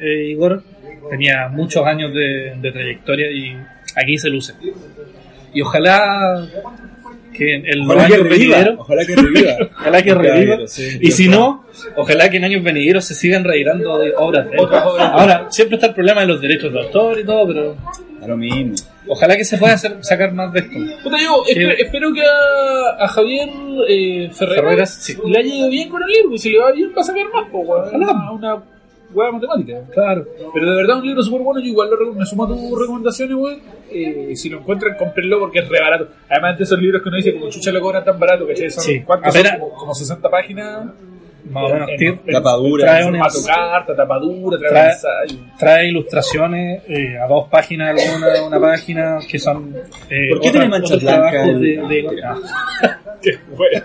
B: eh, Igor. Tenía muchos años de, de trayectoria y aquí se luce. Y ojalá que en el
D: Ojalá que
B: año
D: reviva.
B: venidero,
D: Ojalá que reviva.
B: ojalá que
D: Claro,
B: reviva.
D: sí,
B: y
D: yo
B: si
D: creo.
B: no, ojalá que en años venideros se sigan reeditando de obras. de él.
C: Otras obras.
B: Ahora, siempre está el problema de los derechos de autor y todo, pero
D: Da lo mismo.
B: ojalá que se pueda hacer, sacar más de esto.
C: Puta, yo espe- Pues espero que a, a Javier eh, Ferreras,
B: Ferreras, sí.
C: le haya ido bien con el libro. y Si le va bien, va a sacar más, po, weón.
B: Ojalá.
C: Una, una weá matemática.
B: Claro.
C: Pero de verdad, un libro súper bueno. Yo igual lo reco- me sumo a tus recomendaciones, weón. Eh, si lo encuentran, cómprenlo porque es re barato. Además de esos libros que uno dice, como chucha lo cobran tan barato, que son,
B: Sí.
C: ¿cuántos
B: Apenas-
C: son? Como, como 60 páginas.
B: Más o menos,
C: En-
B: tío.
D: eh,
C: en
D: Tapadura.
B: Trae un
C: Formato carta, tapadura, trae,
B: Trae-
C: ensayo. <laughs>
B: Trae ilustraciones eh, a dos páginas, alguna una página, que son... eh,
D: ¿Por qué
B: otras-
D: tiene manchas
B: otros
D: blancas
B: trabajos
D: el-
B: de- ah, de-
D: Mira.
C: Qué bueno.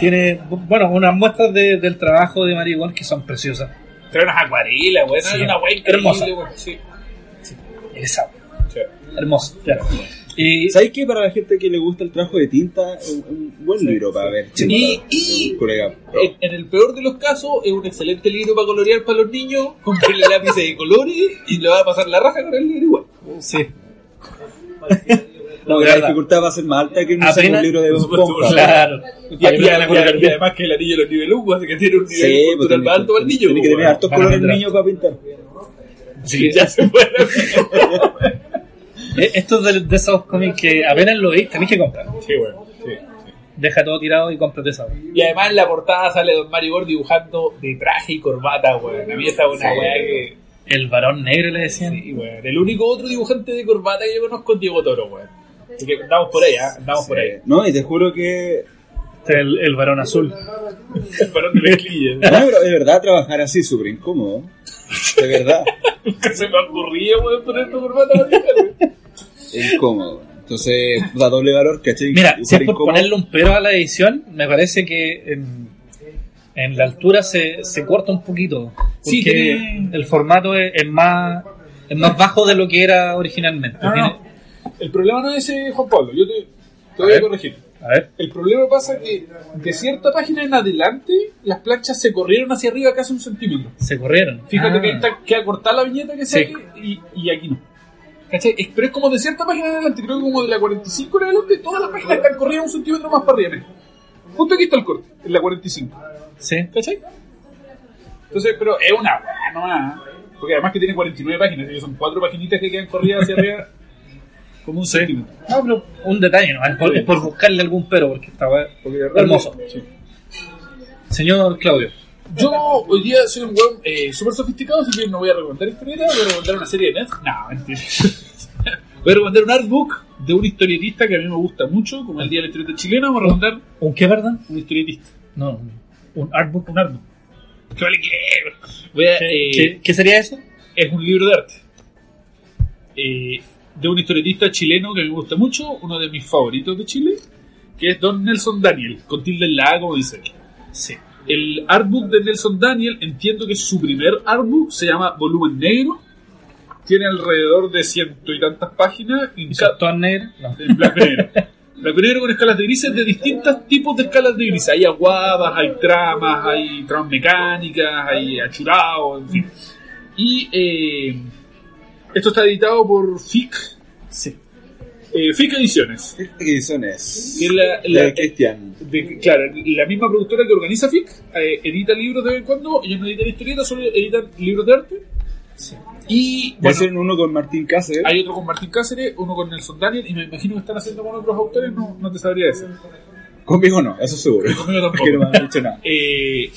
B: Tiene, bueno, unas muestras de- del trabajo de Maribor que son preciosas.
C: Trae unas acuarelas, weón.
B: Sí.
C: Una weá
B: Hermosa.
C: increíble, weón. Sí.
B: Esa,
C: Sí.
B: hermosa. ya. Y
D: ¿Sabes qué? Para la gente que le gusta el trabajo de tinta, es un, un buen libro para ver.
C: Y,
D: Para-
C: y Eh,
D: Colega.
C: en, en el peor de los casos, es un excelente libro para colorear para los niños. <laughs> Comprarle lápices de colores y le va a pasar la raja con el libro igual.
B: sí,
D: No, la
B: verdad.
D: dificultad va a ser más alta que no
B: Apenas-
D: saque un libro de
B: <laughs>
C: Por
D: Bob
C: supuesto,
D: Esponja.
B: claro.
C: Y, y- y- y además que el anillo lo nivel 1, así que tiene un nivel
D: Sí, pues
C: cultural
D: tiene
C: más alto para el
D: que-
C: niño. pues,
D: tiene que tener <laughs>
C: weón.
D: hartos
B: Van a
D: colores el
B: entrar.
D: niño para pintar.
B: Sí,
C: Ya se fue
D: <laughs>
C: la mierda.
B: Eh, Esto es de, de esos cómics que apenas lo veis, tenéis que comprar.
C: Sí, weón, sí.
B: Deja todo tirado y cómprate esa.
C: Y además en la portada sale Don Mario Gore dibujando de traje y corbata, weón. A mí esa es una
D: Sí.
C: weá que...
B: El varón negro le decían.
C: Sí, weón. El único otro dibujante de corbata que yo conozco es Diego Toro, weón. Así que andamos por ahí, ¿ah? andamos por ahí. <laughs>
D: No, y te juro que.
B: Este El, el varón azul.
C: El varón de mezclilla.
D: No, pero de verdad trabajar así es súper incómodo. De verdad.
C: Nunca <laughs> se me ocurría, weón, poner tu corbata marica, weón.
D: Es incómodo. Entonces, da doble valor, ¿cachai?
B: Mira,
D: Dibujar
B: si es por
D: incómodo.
B: ponerle un pero a la edición, me parece que en, en la altura se, se corta un poquito. Porque
C: Sí, tiene-
B: el formato es, es más es más bajo de lo que era originalmente.
C: No, no.
B: Tiene-
C: El problema no es ese, Juan Pablo, yo te, te
B: A
C: voy a,
B: ver.
C: corregir.
B: A ver,
C: El problema pasa que de cierta página en adelante las planchas se corrieron hacia arriba casi un centímetro.
B: se corrieron.
C: Fíjate
B: Ah.
C: que está, queda cortada la viñeta que
B: Sí.
C: sale y, y aquí no. ¿Cachai? Es- Pero es como de cierta página en adelante, creo que como de la 45 en adelante, todas las páginas están corridas un centímetro más para arriba. mira. Justo aquí está el corte, en la 45.
B: Sí.
C: ¿Cachai? Entonces, pero es una weá nomás. ¿eh? Porque además que tiene 49 páginas, y son cuatro paginitas que quedan corridas hacia
B: <laughs>
C: arriba como un centímetro.
B: No, pero un detalle, ¿no? Es por, es por buscarle algún pero, porque estaba hermoso.
C: Sí.
B: Señor Claudio,
C: Yo hoy día soy un weón eh, súper sofisticado, así que no voy a recomendar historietas, voy a recomendar una serie de Netflix. No, mentira. <laughs> voy a recomendar un artbook de un historietista que a mí me gusta mucho, como el Día de la Historieta Chilena, voy a recomendar
B: ¿un qué, verdad?
C: un historietista.
B: No, un artbook. Un artbook.
C: ¿Qué vale que? Voy a, eh,
B: ¿Qué, qué sería eso?
C: es un libro de arte. Eh, de un historietista chileno que me gusta mucho, uno de mis favoritos de Chile, que es Don Nelson Daniel, con tilde en la A, como dice.
B: Sí.
C: Este, El artbook de Nelson Daniel, entiendo que su primer artbook se llama Volumen Negro, tiene alrededor de ciento y tantas páginas, en
B: ¿Y
C: ca-
B: son todas negras? No.
C: en blanco
B: <laughs>
C: y negro. Blanco y negro con escalas de grises de distintos tipos de escalas de grises. Hay aguadas, hay tramas, hay tramas mecánicas, hay achurados, en fin. Y eh, esto está editado por FIC.
B: Sí.
C: eh, FIC Ediciones.
D: ¿Qué ediciones?
C: Que es la,
D: La
C: la-
D: de Cristian.
C: de- claro, la misma productora que organiza FIC eh, edita libros de vez en cuando. Ellos no editan historietas, solo editan libros de arte. Y
D: Va a
C: bueno,
D: ser uno con Martín Cáceres.
C: hay otro con Martín Cáceres, uno con Nelson Daniel, y me imagino que están haciendo con otros autores, no, no te sabría decir.
D: Conmigo no, eso seguro.
C: Conmigo tampoco.
D: Que no me han dicho nada.
C: Eh,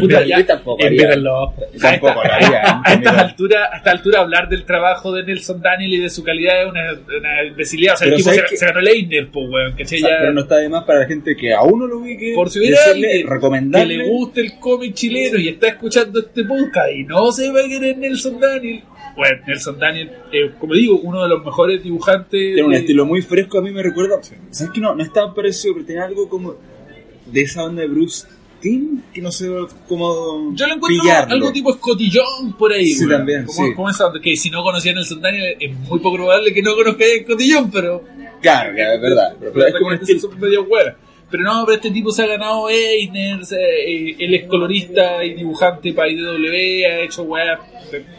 C: puta, ya,
D: tampoco.
B: Empírenlo.
D: Tampoco lo haría.
C: a, estas
D: mira.
C: alturas, a esta altura hablar del trabajo de Nelson Daniel y de su calidad es una, una imbecilidad. O sea, el
D: Pero
C: tipo se,
D: ¿sabes qué?
C: se ganó el Eisner, po, weón, ¿cachai? Ya,
D: Pero no está de más para la gente que aún no lo ubique.
C: por si hubiera
D: decirle,
C: alguien que
D: recomendarle.
C: le gusta el cómic chileno y está escuchando este podcast y no se va a querer Nelson Daniel. Bueno, Nelson Daniel, eh, como digo, uno de los mejores dibujantes.
D: Tiene un
C: de-
D: estilo muy fresco, a mí me recuerda. ¿Sabes que no? No está parecido, pero tiene algo como. de esa onda de Bruce Tim, que no sé cómo.
C: Yo lo encuentro
D: pillarlo.
C: algo tipo escotillón por ahí.
D: Sí,
C: güey.
D: también,
C: Como,
D: sí.
C: como esa, que si no conocía a Nelson Daniel, es muy poco probable que no conozca a escotillón, pero.
D: Claro, que es verdad. Pero,
C: pero
D: es como un
C: realmente
D: estilo.
C: son medio güera. Pero no, pero este tipo se ha ganado Eisner, se- eh, él es colorista y dibujante para IDW, ha hecho weá,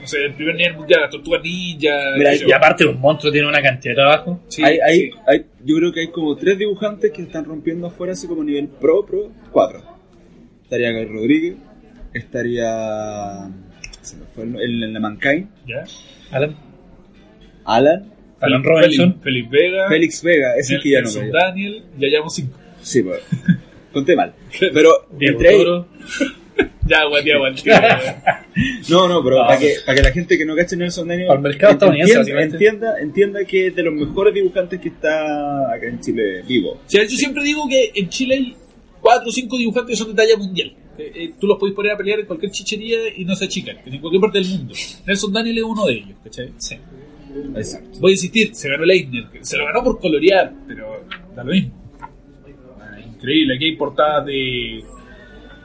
C: no sé, el primer nivel mundial, la tortuga ninja.
D: Mira,
C: qué sé
B: Y
C: yo.
B: aparte, un monstruo tiene una cantidad de trabajo.
C: Sí,
D: hay, hay,
C: sí.
D: hay- yo creo que hay como tres dibujantes que están rompiendo afuera, así como nivel pro, pro, cuatro. Estaría Gael Rodríguez, estaría. Se me fue el, el, el Mankind,
C: Ya.
B: Alan,
D: Alan,
B: Alan
C: Felipe-
B: Robinson.
C: Félix Vega,
D: Félix Vega, ese es que ya no
C: Ah. Nelson
D: me-
C: Daniel, ya llevamos cinco.
D: Sí, pues. Conté
C: <laughs>
D: mal. Pero
B: Diego
D: entre ellos-
B: Toro.
C: Ya, weá, ya, weá,
D: <laughs>
C: ya, weá.
D: No, no, pero para, que, para que la gente que no cache Nelson Daniel
B: Para el mercado estadounidense,
D: entienda,
B: básicamente.
D: entienda, entienda que es de los mejores dibujantes que está acá en Chile vivo.
C: O sea, yo siempre digo que en Chile hay cuatro o cinco dibujantes que son de talla mundial. Eh, eh, tú los podés poner a pelear en cualquier chichería y no se achican, en cualquier parte del mundo. Nelson Daniel es uno de ellos, ¿cachai? Sí.
D: Exacto.
C: Voy a insistir, se ganó el Eisner, que se lo ganó por colorear, pero da lo mismo. Ah, Increíble, aquí hay portadas de,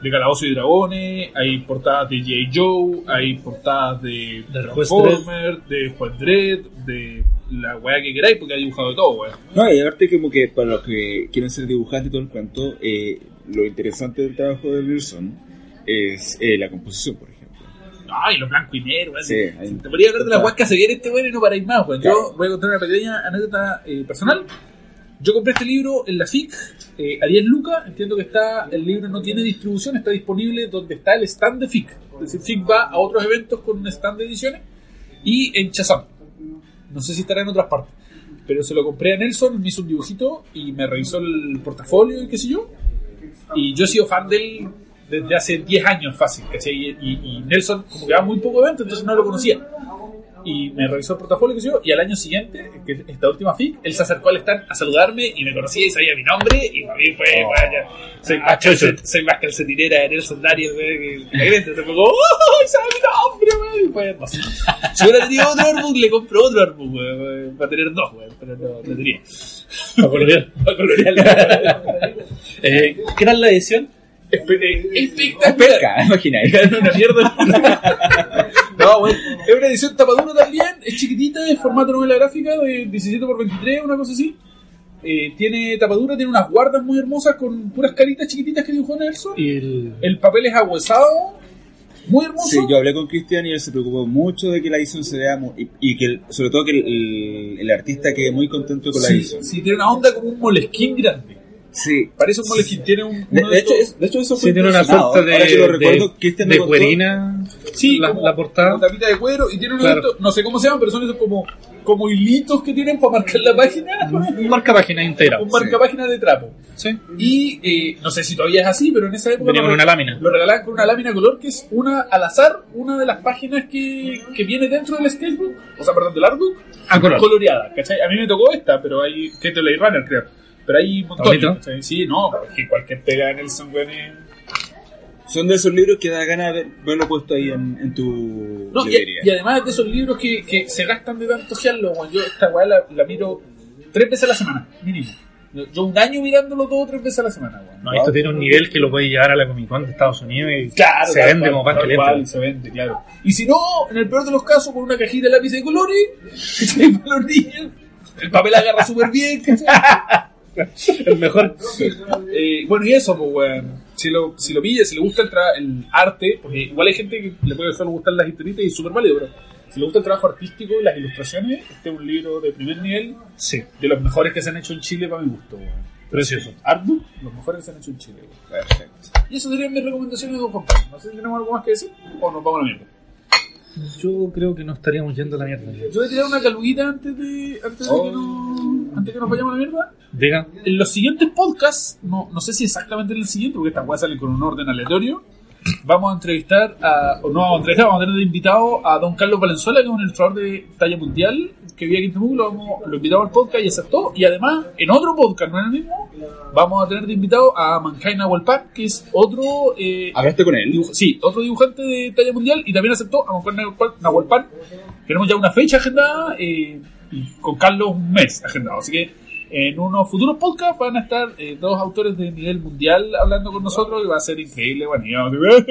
C: de Calabozo y Dragones, hay portadas de G.I. Joe, hay portadas de
B: Del Juez
C: Transformers, de Juan Dredd, de la weá que queráis, porque ha dibujado de todo, weá.
D: No, y aparte como que para los que quieren ser dibujantes y todo el cuento, eh, lo interesante del trabajo de Wilson es eh, la composición, por ejemplo.
C: Ay, los blanco y negro, weón.
D: Sí, ahí-
C: Te podría hablar de las
D: Total.
C: guas que se viene este weón y no paráis más, weón. Yo
D: Claro.
C: voy a contar una pequeña anécdota eh, personal. Yo compré este libro en la FIC, eh, a 10 lucas. Entiendo que está, el libro no tiene distribución, está disponible donde está el stand de FIC. Es decir, FIC va a otros eventos con un stand de ediciones y en Chazam. No sé si estará en otras partes. Pero se lo compré a Nelson, me hizo un dibujito y me revisó el portafolio y qué sé yo. Y yo he sido fan de él desde hace 10 años fácil, ¿cachai? Y, y- y Nelson como que va muy poco evento, entonces no lo conocía. y me revisó el portafolio que yo, y al año siguiente, que esta última FIC, él se acercó al stand a saludarme y me conocía y sabía mi nombre y para mí fue,
B: Oh.
C: bueno, ya,
B: Ah,
C: soy, más calce- soy más calcetinera de Nelson Darius güey, que que la Greta, se fue como, ¡oh! ¡Sabe mi nombre, güey! Y Fue hermoso. Si hubiera tenido otro artbook, le compro otro artbook, güey, güey, para tener dos, güey, pero no, no tenía.
B: Para colorear.
C: <laughs> Para colorearlo.
B: <laughs> Eh, ¿Qué tal la edición?
C: Espectacular.
D: <laughs> Pesca, imagináis.
C: una mierda. no, güey. Es una edición tapadura también. Es chiquitita, es formato novela gráfica de 17 x 23, una cosa así. Eh, tiene tapadura, tiene unas guardas muy hermosas con puras caritas chiquititas que dibujó Nelson.
B: Y el...
C: El papel es ahuesado, muy hermoso.
D: Sí, yo hablé con Cristian y él se preocupó mucho de que la edición se vea mu- y, y que el- sobre todo que el, el- el artista quede muy contento con la
C: Sí,
D: edición.
C: sí, tiene una onda como un molesquín grande.
D: Sí.
C: Parece un molesquín, tiene un.
D: De,
C: uno
D: de hecho,
C: estos-
D: es- de hecho, eso fue
B: Sí, tiene una
D: impresionado.
C: ¿eh?
B: suerte de,
D: ¿eh? Ahora que lo recuerdo,
B: de,
D: Cristian me
B: de
D: contó-
B: cuerina
C: este Sí,
B: la,
C: como-
B: la
C: como
B: portada.
C: tapita de cuero y tiene unos
B: Claro.
C: estos- no sé cómo se llaman, pero son esos como, como hilitos que tienen para marcar la página.
D: Mm.
B: Un marca página integrado.
C: un marca página de trapo.
B: Sí.
C: Y eh, no sé si todavía es así, pero en esa época
B: Venía
C: lo
B: con
C: re-
B: una lámina.
C: lo regalaban con una lámina de color que es una al azar, una de las páginas que, que viene dentro del sketchbook, o sea, perdón, del artbook,
B: A Ah, color.
C: coloreada, ¿cachai? A mí me tocó esta, pero hay que te leí runner, creo. Pero hay un montón,
B: Bonito.
C: ¿cachai? Sí, no, porque cualquier pega en el Sangüene.
D: Son de esos libros que da ganas de ver- verlo puesto ahí en, en tu
C: No, y,
D: librería.
C: y además de esos libros que, que se gastan de tanto gearlo, weón. yo esta weá la, la miro tres veces a la semana, mínimo. Yo- Yo un año mirándolo dos o tres veces a la semana, weón.
B: No, esto tiene un nivel que lo puede llevar a la Comic Con de Estados Unidos y
C: Claro,
B: se
C: tal
B: vende
C: cual,
B: como pan
C: tal cual,
B: caliente.
C: Se vende, claro. Y si no, en el peor de los casos, con una cajita de lápiz de colores, ¿cachai? para los niños. El papel agarra súper bien, ¿cachai?
B: El mejor.
C: <laughs> Eh, bueno, y eso, pues, weón. Si lo, si lo pilla, si le gusta el, tra- el arte, porque igual hay gente que le puede solo gustar las historietas y es súper válido, pero si le gusta el trabajo artístico y las ilustraciones, este es un libro de primer nivel,
B: Sí,
C: de los mejores que se han hecho en Chile para mi gusto, weón.
B: precioso.
C: Artbook, los mejores que se han hecho en Chile, weón.
D: Perfecto.
C: Y eso serían mis recomendaciones de un compadre. No sé si tenemos algo más que decir o nos vamos a la mierda.
B: Yo creo que no estaríamos yendo a la mierda.
C: Yo voy a tirar una caluguita antes de, antes de que, no- antes que nos vayamos a la mierda.
B: Diga,
C: En los siguientes podcasts, no, no sé si exactamente en el siguiente, porque estas weas salen con un orden aleatorio, vamos a entrevistar a, o no vamos a entrevistar, vamos a tener de invitado a don Carlos Valenzuela, que es un ilustrador de talla mundial, que vive aquí en Temuco, lo, vamos- lo invitamos al podcast y aceptó. Y además, en otro podcast, no en el mismo, vamos a tener de invitado a Mankind Walpack, que es otro... eh,
D: ¿Hablaste con él?
C: dibuj- sí, otro dibujante de talla mundial y también aceptó a Juan Nahuel Pan- Nahuel Pan. Tenemos ya una fecha agendada eh, y con Carlos un mes agendado. Así que en unos futuros podcasts van a estar eh, dos autores de nivel mundial hablando con nosotros y va a ser increíble. Bueno, y vamos a-